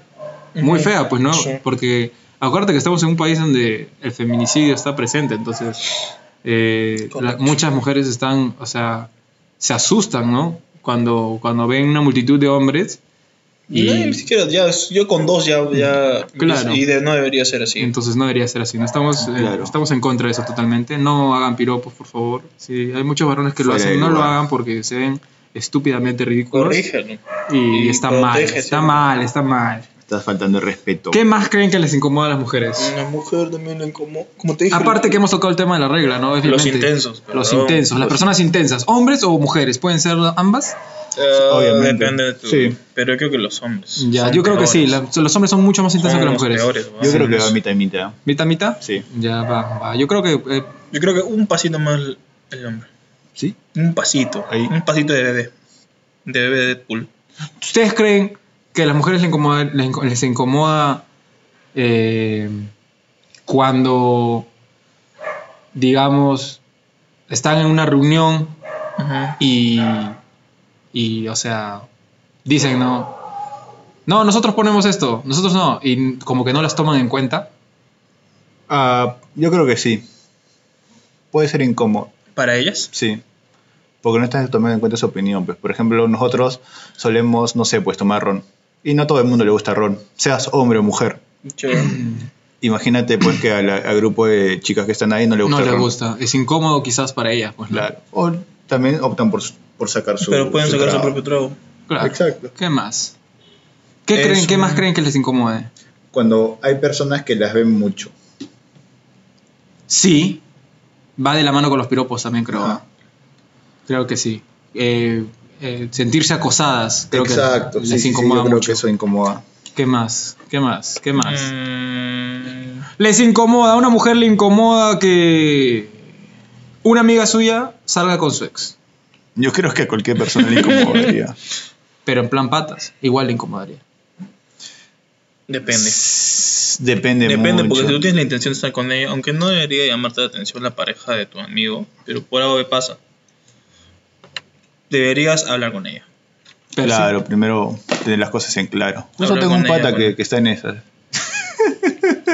[SPEAKER 2] muy
[SPEAKER 1] Ujú.
[SPEAKER 2] fea, pues, ¿no?
[SPEAKER 1] Sí.
[SPEAKER 2] Porque acuérdate que estamos en un país donde el feminicidio está presente, entonces eh, la-
[SPEAKER 1] Correcto.
[SPEAKER 2] muchas mujeres están, o sea, se asustan, ¿no? Cuando, cuando ven una multitud de hombres.
[SPEAKER 1] Y
[SPEAKER 2] Y-
[SPEAKER 1] no, ni siquiera, ya, yo con dos ya, ya
[SPEAKER 2] Claro.
[SPEAKER 1] y de- no debería ser así.
[SPEAKER 2] Entonces no debería ser así, no estamos, eh,
[SPEAKER 3] Claro.
[SPEAKER 2] estamos en contra de eso totalmente. No hagan piropos, por favor. Sí, hay muchos varones que lo
[SPEAKER 3] Fuera de
[SPEAKER 2] hacen, no lo
[SPEAKER 3] lugar.
[SPEAKER 2] hagan porque se ven estúpidamente ridículos.
[SPEAKER 1] Corrígelo.
[SPEAKER 2] Y,
[SPEAKER 1] Y
[SPEAKER 2] está mal,
[SPEAKER 1] protégese.
[SPEAKER 2] está mal, está mal.
[SPEAKER 3] Estás faltando el respeto.
[SPEAKER 2] ¿Qué más creen que les incomoda a las mujeres?
[SPEAKER 1] Una mujer también le incomoda. Como te dije.
[SPEAKER 2] Aparte que hemos tocado el tema de la regla, ¿no?
[SPEAKER 1] Los
[SPEAKER 2] Obviamente.
[SPEAKER 1] intensos,
[SPEAKER 2] Los
[SPEAKER 1] perdón.
[SPEAKER 2] intensos, las personas intensas, hombres o mujeres, pueden ser ambas.
[SPEAKER 1] Eh,
[SPEAKER 3] Obviamente.
[SPEAKER 1] Depende de tu.
[SPEAKER 3] Sí.
[SPEAKER 1] Pero yo creo que los hombres.
[SPEAKER 2] Ya,
[SPEAKER 1] son
[SPEAKER 2] yo creo que sí,
[SPEAKER 1] peores.
[SPEAKER 2] la- los hombres son mucho más
[SPEAKER 1] Son
[SPEAKER 2] intensos que las
[SPEAKER 1] los
[SPEAKER 2] mujeres.
[SPEAKER 1] peores, weón.
[SPEAKER 3] Yo creo que va mitad y mitad.
[SPEAKER 2] ¿Mitad, mitad?
[SPEAKER 3] Sí.
[SPEAKER 2] Ya, va, va. Yo creo que eh,
[SPEAKER 1] Yo creo que un pasito más el hombre.
[SPEAKER 3] ¿Sí?
[SPEAKER 1] Un pasito.
[SPEAKER 3] Ahí.
[SPEAKER 1] Un pasito de bebé. De bebé de Deadpool.
[SPEAKER 2] ¿Ustedes creen que a las mujeres les incomoda, les, inco- les incomoda eh, cuando, digamos, están en una reunión
[SPEAKER 1] Ujú.
[SPEAKER 2] y, y, o sea, dicen, no, no, nosotros ponemos esto, nosotros no, y como que no las toman en cuenta.
[SPEAKER 3] Ah, yo creo que sí. Puede ser incómodo,
[SPEAKER 1] ¿Para ellas?
[SPEAKER 3] sí. Porque no estás tomando en cuenta su opinión. Pues, por ejemplo, nosotros solemos, no sé, pues tomar ron. Y no a todo el mundo le gusta ron, seas hombre o mujer.
[SPEAKER 1] Chévere.
[SPEAKER 3] Imagínate pues que a la- al grupo de chicas que están ahí no le gusta
[SPEAKER 2] No
[SPEAKER 3] el
[SPEAKER 2] les
[SPEAKER 3] ron.
[SPEAKER 2] gusta, es incómodo quizás para ellas, pues ¿no?
[SPEAKER 3] Claro. O también optan por, por sacar su
[SPEAKER 1] <clears throat> Pero pueden
[SPEAKER 3] su
[SPEAKER 1] sacar su
[SPEAKER 3] trago.
[SPEAKER 1] propio trago.
[SPEAKER 2] Claro.
[SPEAKER 3] Exacto.
[SPEAKER 2] ¿Qué más? ¿Qué,
[SPEAKER 1] Es
[SPEAKER 2] creen, ¿qué
[SPEAKER 1] un-
[SPEAKER 2] más creen que les incomode?
[SPEAKER 4] Cuando hay personas que las ven mucho.
[SPEAKER 2] Sí, va de la mano con los piropos también, creo.
[SPEAKER 4] Ajá.
[SPEAKER 2] Creo que sí. Eh, eh, sentirse acosadas, creo
[SPEAKER 4] Exacto,
[SPEAKER 2] que
[SPEAKER 4] sí,
[SPEAKER 2] les
[SPEAKER 4] sí, sí,
[SPEAKER 2] incomoda
[SPEAKER 4] yo creo
[SPEAKER 2] mucho.
[SPEAKER 4] que eso incomoda.
[SPEAKER 2] ¿Qué más? ¿Qué más? ¿Qué más?
[SPEAKER 1] Mm,
[SPEAKER 2] Les incomoda, a una mujer le incomoda que una amiga suya salga con su ex,
[SPEAKER 3] Yo creo que a cualquier persona <laughs> le incomodaría.
[SPEAKER 2] pero en plan patas, igual le incomodaría.
[SPEAKER 1] depende.
[SPEAKER 3] Depende,
[SPEAKER 1] Depende,
[SPEAKER 3] mucho.
[SPEAKER 1] porque si tú tienes la intención de estar con ella, aunque no debería llamarte la atención la pareja de tu amigo, pero por algo que pasa, deberías hablar con ella.
[SPEAKER 2] Pero
[SPEAKER 3] Claro, primero tener las cosas en claro.
[SPEAKER 1] Hablar
[SPEAKER 3] Yo tengo
[SPEAKER 1] con
[SPEAKER 3] un
[SPEAKER 1] ella,
[SPEAKER 3] pata
[SPEAKER 1] con-
[SPEAKER 3] que, que está en esas. <laughs>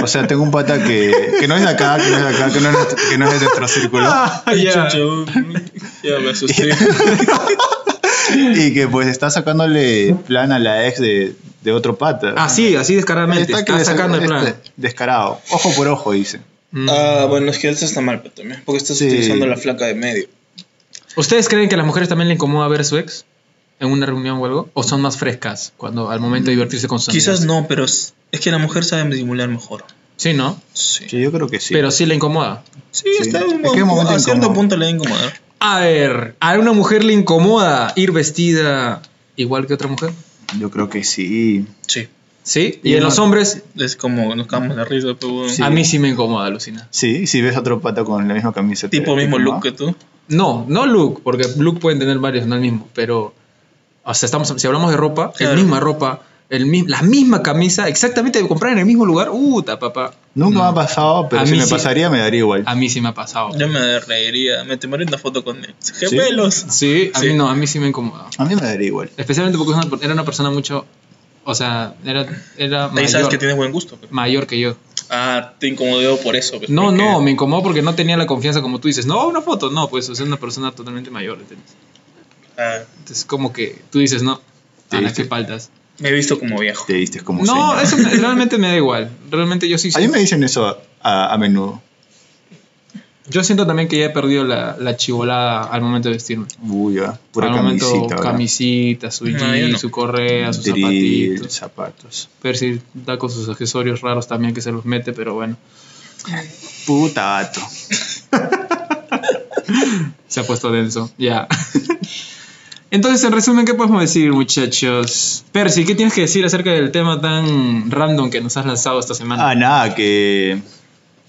[SPEAKER 3] O sea, tengo un pata que, que no es de acá, que no es de acá, que no es, que no es de nuestro círculo.
[SPEAKER 2] sí. Ya.
[SPEAKER 1] Chucho, <laughs> ya me asusté.
[SPEAKER 3] Y que pues está sacándole plan a la ex de, de otro pata.
[SPEAKER 2] Así, así descaradamente,
[SPEAKER 3] Está
[SPEAKER 2] Ah, está,
[SPEAKER 3] que le saca-
[SPEAKER 2] sacando el plan.
[SPEAKER 3] este, descarado. Ojo por ojo, dice.
[SPEAKER 2] Mm.
[SPEAKER 1] ah, bueno, es que él está mal pero también, porque estás
[SPEAKER 3] Sí.
[SPEAKER 1] utilizando la flaca de medio.
[SPEAKER 2] ¿Ustedes creen que a las mujeres también le incomoda ver a su ex en una reunión o algo? ¿O son más frescas cuando al momento de divertirse con sus
[SPEAKER 1] Quizás
[SPEAKER 2] amigas?
[SPEAKER 1] no, pero es es que la mujer sabe simular mejor.
[SPEAKER 2] Sí, ¿no?
[SPEAKER 1] Sí,
[SPEAKER 3] Sí, yo creo que sí.
[SPEAKER 2] Pero sí le incomoda.
[SPEAKER 1] sí, está
[SPEAKER 3] ¿En
[SPEAKER 1] un,
[SPEAKER 3] qué momento
[SPEAKER 1] a cierto
[SPEAKER 3] incomoda?
[SPEAKER 1] punto le da incomodar.
[SPEAKER 2] A ver, ¿a una mujer le incomoda ir vestida igual que otra mujer?
[SPEAKER 3] Yo creo que sí.
[SPEAKER 1] Sí,
[SPEAKER 2] ¿Sí? ¿Y,
[SPEAKER 3] Y
[SPEAKER 2] en
[SPEAKER 3] no-
[SPEAKER 2] los hombres?
[SPEAKER 1] es como nos cagamos la risa, pero bueno.
[SPEAKER 3] Sí.
[SPEAKER 2] A mí sí me incomoda, Lucina.
[SPEAKER 3] Sí, si ves a otro pata con la misma camisa. te-
[SPEAKER 1] tipo
[SPEAKER 3] te
[SPEAKER 1] mismo look
[SPEAKER 3] incomoda.
[SPEAKER 1] que tú.
[SPEAKER 2] No, no look, porque look pueden tener varios, no el mismo, pero... O sea, estamos, si hablamos de ropa,
[SPEAKER 1] Claro.
[SPEAKER 2] la misma ropa, el, mi- la misma camisa, exactamente comprar en el mismo lugar. Uta, papá.
[SPEAKER 3] Nunca
[SPEAKER 2] No.
[SPEAKER 3] me ha pasado, pero
[SPEAKER 2] A
[SPEAKER 3] si
[SPEAKER 2] mí
[SPEAKER 3] me
[SPEAKER 2] sí.
[SPEAKER 3] pasaría me daría igual.
[SPEAKER 2] A mí sí me ha pasado.
[SPEAKER 1] Yo me reiría, me tomaría una foto con él. Gemelos.
[SPEAKER 2] Sí, a
[SPEAKER 1] Sí.
[SPEAKER 2] mí no, a mí sí me incomoda.
[SPEAKER 3] A mí me daría igual.
[SPEAKER 2] Especialmente porque es una- era una persona mucho. O sea, era, era
[SPEAKER 1] Ahí sabes
[SPEAKER 2] mayor,
[SPEAKER 1] que tienes buen gusto. pero-
[SPEAKER 2] mayor que yo.
[SPEAKER 1] Ah, te incomodó por eso. pues,
[SPEAKER 2] No,
[SPEAKER 3] <laughs>
[SPEAKER 1] porque-
[SPEAKER 2] no, me incomodó porque no tenía la confianza, como tú dices. No, una foto, no, pues es una persona totalmente mayor. ¿entiendes?
[SPEAKER 1] Ah,
[SPEAKER 2] Entonces, como que tú dices, no,
[SPEAKER 3] Sí,
[SPEAKER 2] a las
[SPEAKER 3] sí.
[SPEAKER 2] que faltas.
[SPEAKER 1] me he visto como viejo.
[SPEAKER 3] Te diste como
[SPEAKER 2] No,
[SPEAKER 3] señor.
[SPEAKER 2] eso me- realmente me da igual. Realmente yo sí.
[SPEAKER 3] A mí me dicen eso a, a- a menudo.
[SPEAKER 2] Yo siento también que ya he perdido la, la chivolada al momento de vestirme.
[SPEAKER 3] Uy, ya, pura
[SPEAKER 2] al momento,
[SPEAKER 3] camisita. ahora.
[SPEAKER 2] camisita, su
[SPEAKER 1] No,
[SPEAKER 2] jean,
[SPEAKER 1] yo no.
[SPEAKER 2] su correa, sus
[SPEAKER 3] Drill,
[SPEAKER 2] zapatitos.
[SPEAKER 3] zapatos.
[SPEAKER 2] Percy da con sus accesorios raros también que se los mete, pero bueno,
[SPEAKER 3] Puta vato.
[SPEAKER 2] se ha puesto denso. Ya. Entonces, en resumen, ¿qué podemos decir, muchachos? Percy, ¿qué tienes que decir acerca del tema tan random que nos has lanzado esta semana?
[SPEAKER 3] Ah, nada, que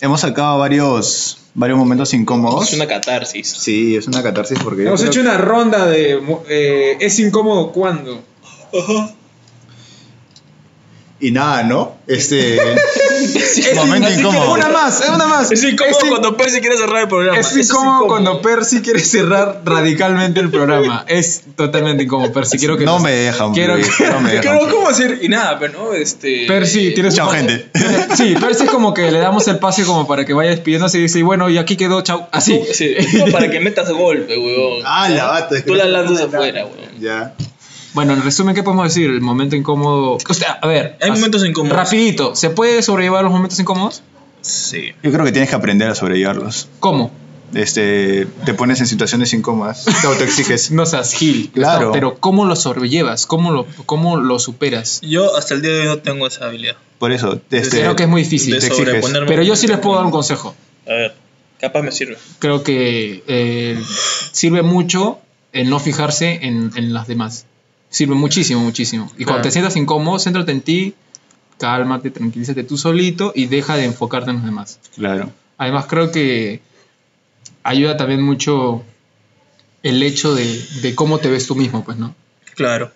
[SPEAKER 3] hemos sacado varios, varios momentos incómodos.
[SPEAKER 1] Es una catarsis.
[SPEAKER 3] Sí, es una catarsis porque yo
[SPEAKER 2] Hemos
[SPEAKER 3] creo
[SPEAKER 2] hecho una ronda de eh, ¿Es incómodo cuándo?
[SPEAKER 3] que- Y nada, ¿no?
[SPEAKER 2] <laughs>
[SPEAKER 3] Este...
[SPEAKER 2] Es
[SPEAKER 3] Momento
[SPEAKER 2] así que
[SPEAKER 3] incómodo.
[SPEAKER 2] Una más, eh, una más.
[SPEAKER 1] Es incómodo
[SPEAKER 2] in-
[SPEAKER 1] cuando Percy quiere cerrar el programa.
[SPEAKER 2] es incómodo cuando Percy quiere cerrar radicalmente el programa. Es totalmente incómodo, Percy. Quiero que
[SPEAKER 3] no
[SPEAKER 2] nos-
[SPEAKER 3] me dejan.
[SPEAKER 2] Quiero
[SPEAKER 3] pues,
[SPEAKER 2] que- <laughs>
[SPEAKER 3] no me dejan.
[SPEAKER 1] Pero, ¿cómo decir? Y nada, pero no, este.
[SPEAKER 2] Percy, tienes
[SPEAKER 3] Chao,
[SPEAKER 2] un-
[SPEAKER 3] gente.
[SPEAKER 2] Eh, Sí, Percy es como que le damos el pase como para que vaya despidiéndose y dice, y bueno, y aquí quedó, chau, así.
[SPEAKER 1] Sí, no, para que metas golpe, weón.
[SPEAKER 3] Ah, la vato.
[SPEAKER 1] Tú la lanzas afuera, weón.
[SPEAKER 3] Ya.
[SPEAKER 2] Bueno, en resumen, ¿qué podemos decir? El momento incómodo. O sea, a ver.
[SPEAKER 1] Hay
[SPEAKER 2] as-
[SPEAKER 1] momentos incómodos.
[SPEAKER 2] Rapidito, ¿se puede sobrellevar los momentos incómodos?
[SPEAKER 1] Sí.
[SPEAKER 3] Yo creo que tienes que aprender a sobrellevarlos.
[SPEAKER 2] ¿Cómo?
[SPEAKER 3] Este, te pones en situaciones incómodas, te
[SPEAKER 2] <laughs>
[SPEAKER 3] autoexiges.
[SPEAKER 2] No seas Gil.
[SPEAKER 3] Claro.
[SPEAKER 2] No, pero ¿cómo lo sobrellevas? ¿Cómo lo, cómo lo superas?
[SPEAKER 1] Yo hasta el día de hoy no tengo esa habilidad.
[SPEAKER 3] Por eso, este,
[SPEAKER 2] Creo que es muy difícil.
[SPEAKER 1] de
[SPEAKER 3] te exiges.
[SPEAKER 1] sobreponerme.
[SPEAKER 2] Pero yo sí les puedo dar un consejo.
[SPEAKER 1] A ver, capaz me sirve.
[SPEAKER 2] Creo que eh, sirve mucho el no fijarse en, en las demás. Sirve muchísimo, muchísimo. Y
[SPEAKER 1] Claro.
[SPEAKER 2] cuando te sientas incómodo, céntrate en ti, cálmate, tranquilízate tú solito y deja de enfocarte en los demás.
[SPEAKER 3] claro.
[SPEAKER 2] Además, creo que ayuda también mucho el hecho de, de cómo te ves tú mismo, pues, ¿no?
[SPEAKER 1] Claro.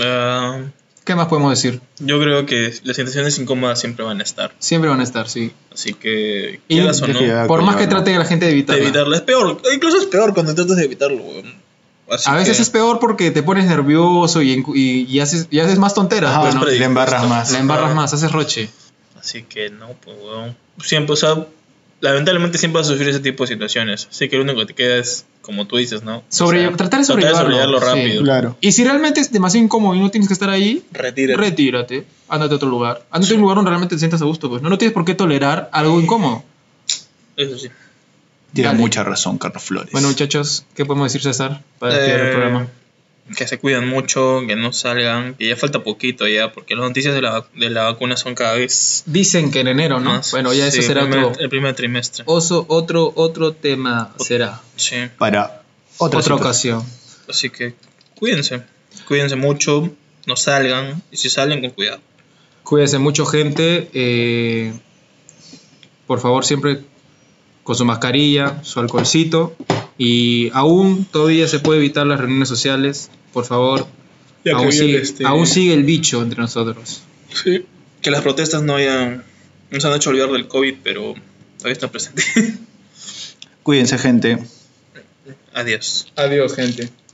[SPEAKER 1] Ah,
[SPEAKER 2] ¿Qué más podemos decir?
[SPEAKER 1] Yo creo que las situaciones incómodas siempre van a estar.
[SPEAKER 2] Siempre van a estar, sí.
[SPEAKER 1] Así que,
[SPEAKER 2] Y
[SPEAKER 1] quieras o no,
[SPEAKER 3] ya-
[SPEAKER 2] por más que
[SPEAKER 3] coño, ¿no?
[SPEAKER 2] trate la gente de
[SPEAKER 1] de
[SPEAKER 2] evitarla.
[SPEAKER 1] evitarla es peor. E Incluso es peor cuando tratas de evitarlo, weón. Así
[SPEAKER 2] A veces
[SPEAKER 1] que-
[SPEAKER 2] es peor porque te pones nervioso y, encu- y, y haces, y haces más tonteras.
[SPEAKER 3] Ajá,
[SPEAKER 2] pues, ¿no?
[SPEAKER 1] pero-
[SPEAKER 3] le embarras más.
[SPEAKER 2] La embarras más, haces roche.
[SPEAKER 1] Así que no, pues, weón. Siempre, o sea, lamentablemente siempre vas a sufrir ese tipo de situaciones. Así que lo único que te queda es, como tú dices, ¿no? O
[SPEAKER 2] Sobre-
[SPEAKER 1] sea,
[SPEAKER 2] tratar de sobrellevarlo,
[SPEAKER 1] sobrellevarlo
[SPEAKER 2] sí.
[SPEAKER 1] rápido.
[SPEAKER 4] Claro.
[SPEAKER 2] Y si realmente es demasiado incómodo y no tienes que estar ahí,
[SPEAKER 1] Retírate.
[SPEAKER 2] retírate, ándate a otro lugar. Ándate a un lugar donde realmente te sientas a gusto, pues. No, no tienes por qué tolerar algo incómodo.
[SPEAKER 1] Eso sí.
[SPEAKER 3] Tiene
[SPEAKER 2] Dale.
[SPEAKER 3] mucha razón, Carlos Flores.
[SPEAKER 2] Bueno, muchachos, ¿qué podemos decir, César, para despedir el
[SPEAKER 1] Eh,
[SPEAKER 2] programa?
[SPEAKER 1] Que se cuidan mucho, que no salgan, que ya falta poquito ya, porque las noticias de la, de la vacuna son cada vez
[SPEAKER 2] Dicen que en enero, ¿no?
[SPEAKER 1] más.
[SPEAKER 2] Bueno, ya eso
[SPEAKER 1] Sí,
[SPEAKER 2] será
[SPEAKER 1] primer-
[SPEAKER 2] otro, Oh.
[SPEAKER 1] El primer trimestre.
[SPEAKER 2] oso- otro, otro tema, será.
[SPEAKER 1] Sí.
[SPEAKER 3] para
[SPEAKER 2] Otra,
[SPEAKER 3] otra, situación.
[SPEAKER 2] ocasión.
[SPEAKER 1] Así que cuídense. Cuídense mucho, no salgan, y si salen, con cuidado.
[SPEAKER 2] Cuídense mucho, gente. eh, por favor, siempre con su mascarilla, su alcoholcito. Y aún todavía se puede evitar las reuniones sociales. Por favor, aún sigue, aún sigue el bicho entre nosotros.
[SPEAKER 1] Sí. Que las protestas no hayan. Nos han hecho olvidar del COVID, pero todavía está presente.
[SPEAKER 3] Cuídense, gente.
[SPEAKER 1] <laughs> Adiós.
[SPEAKER 2] Adiós, gente.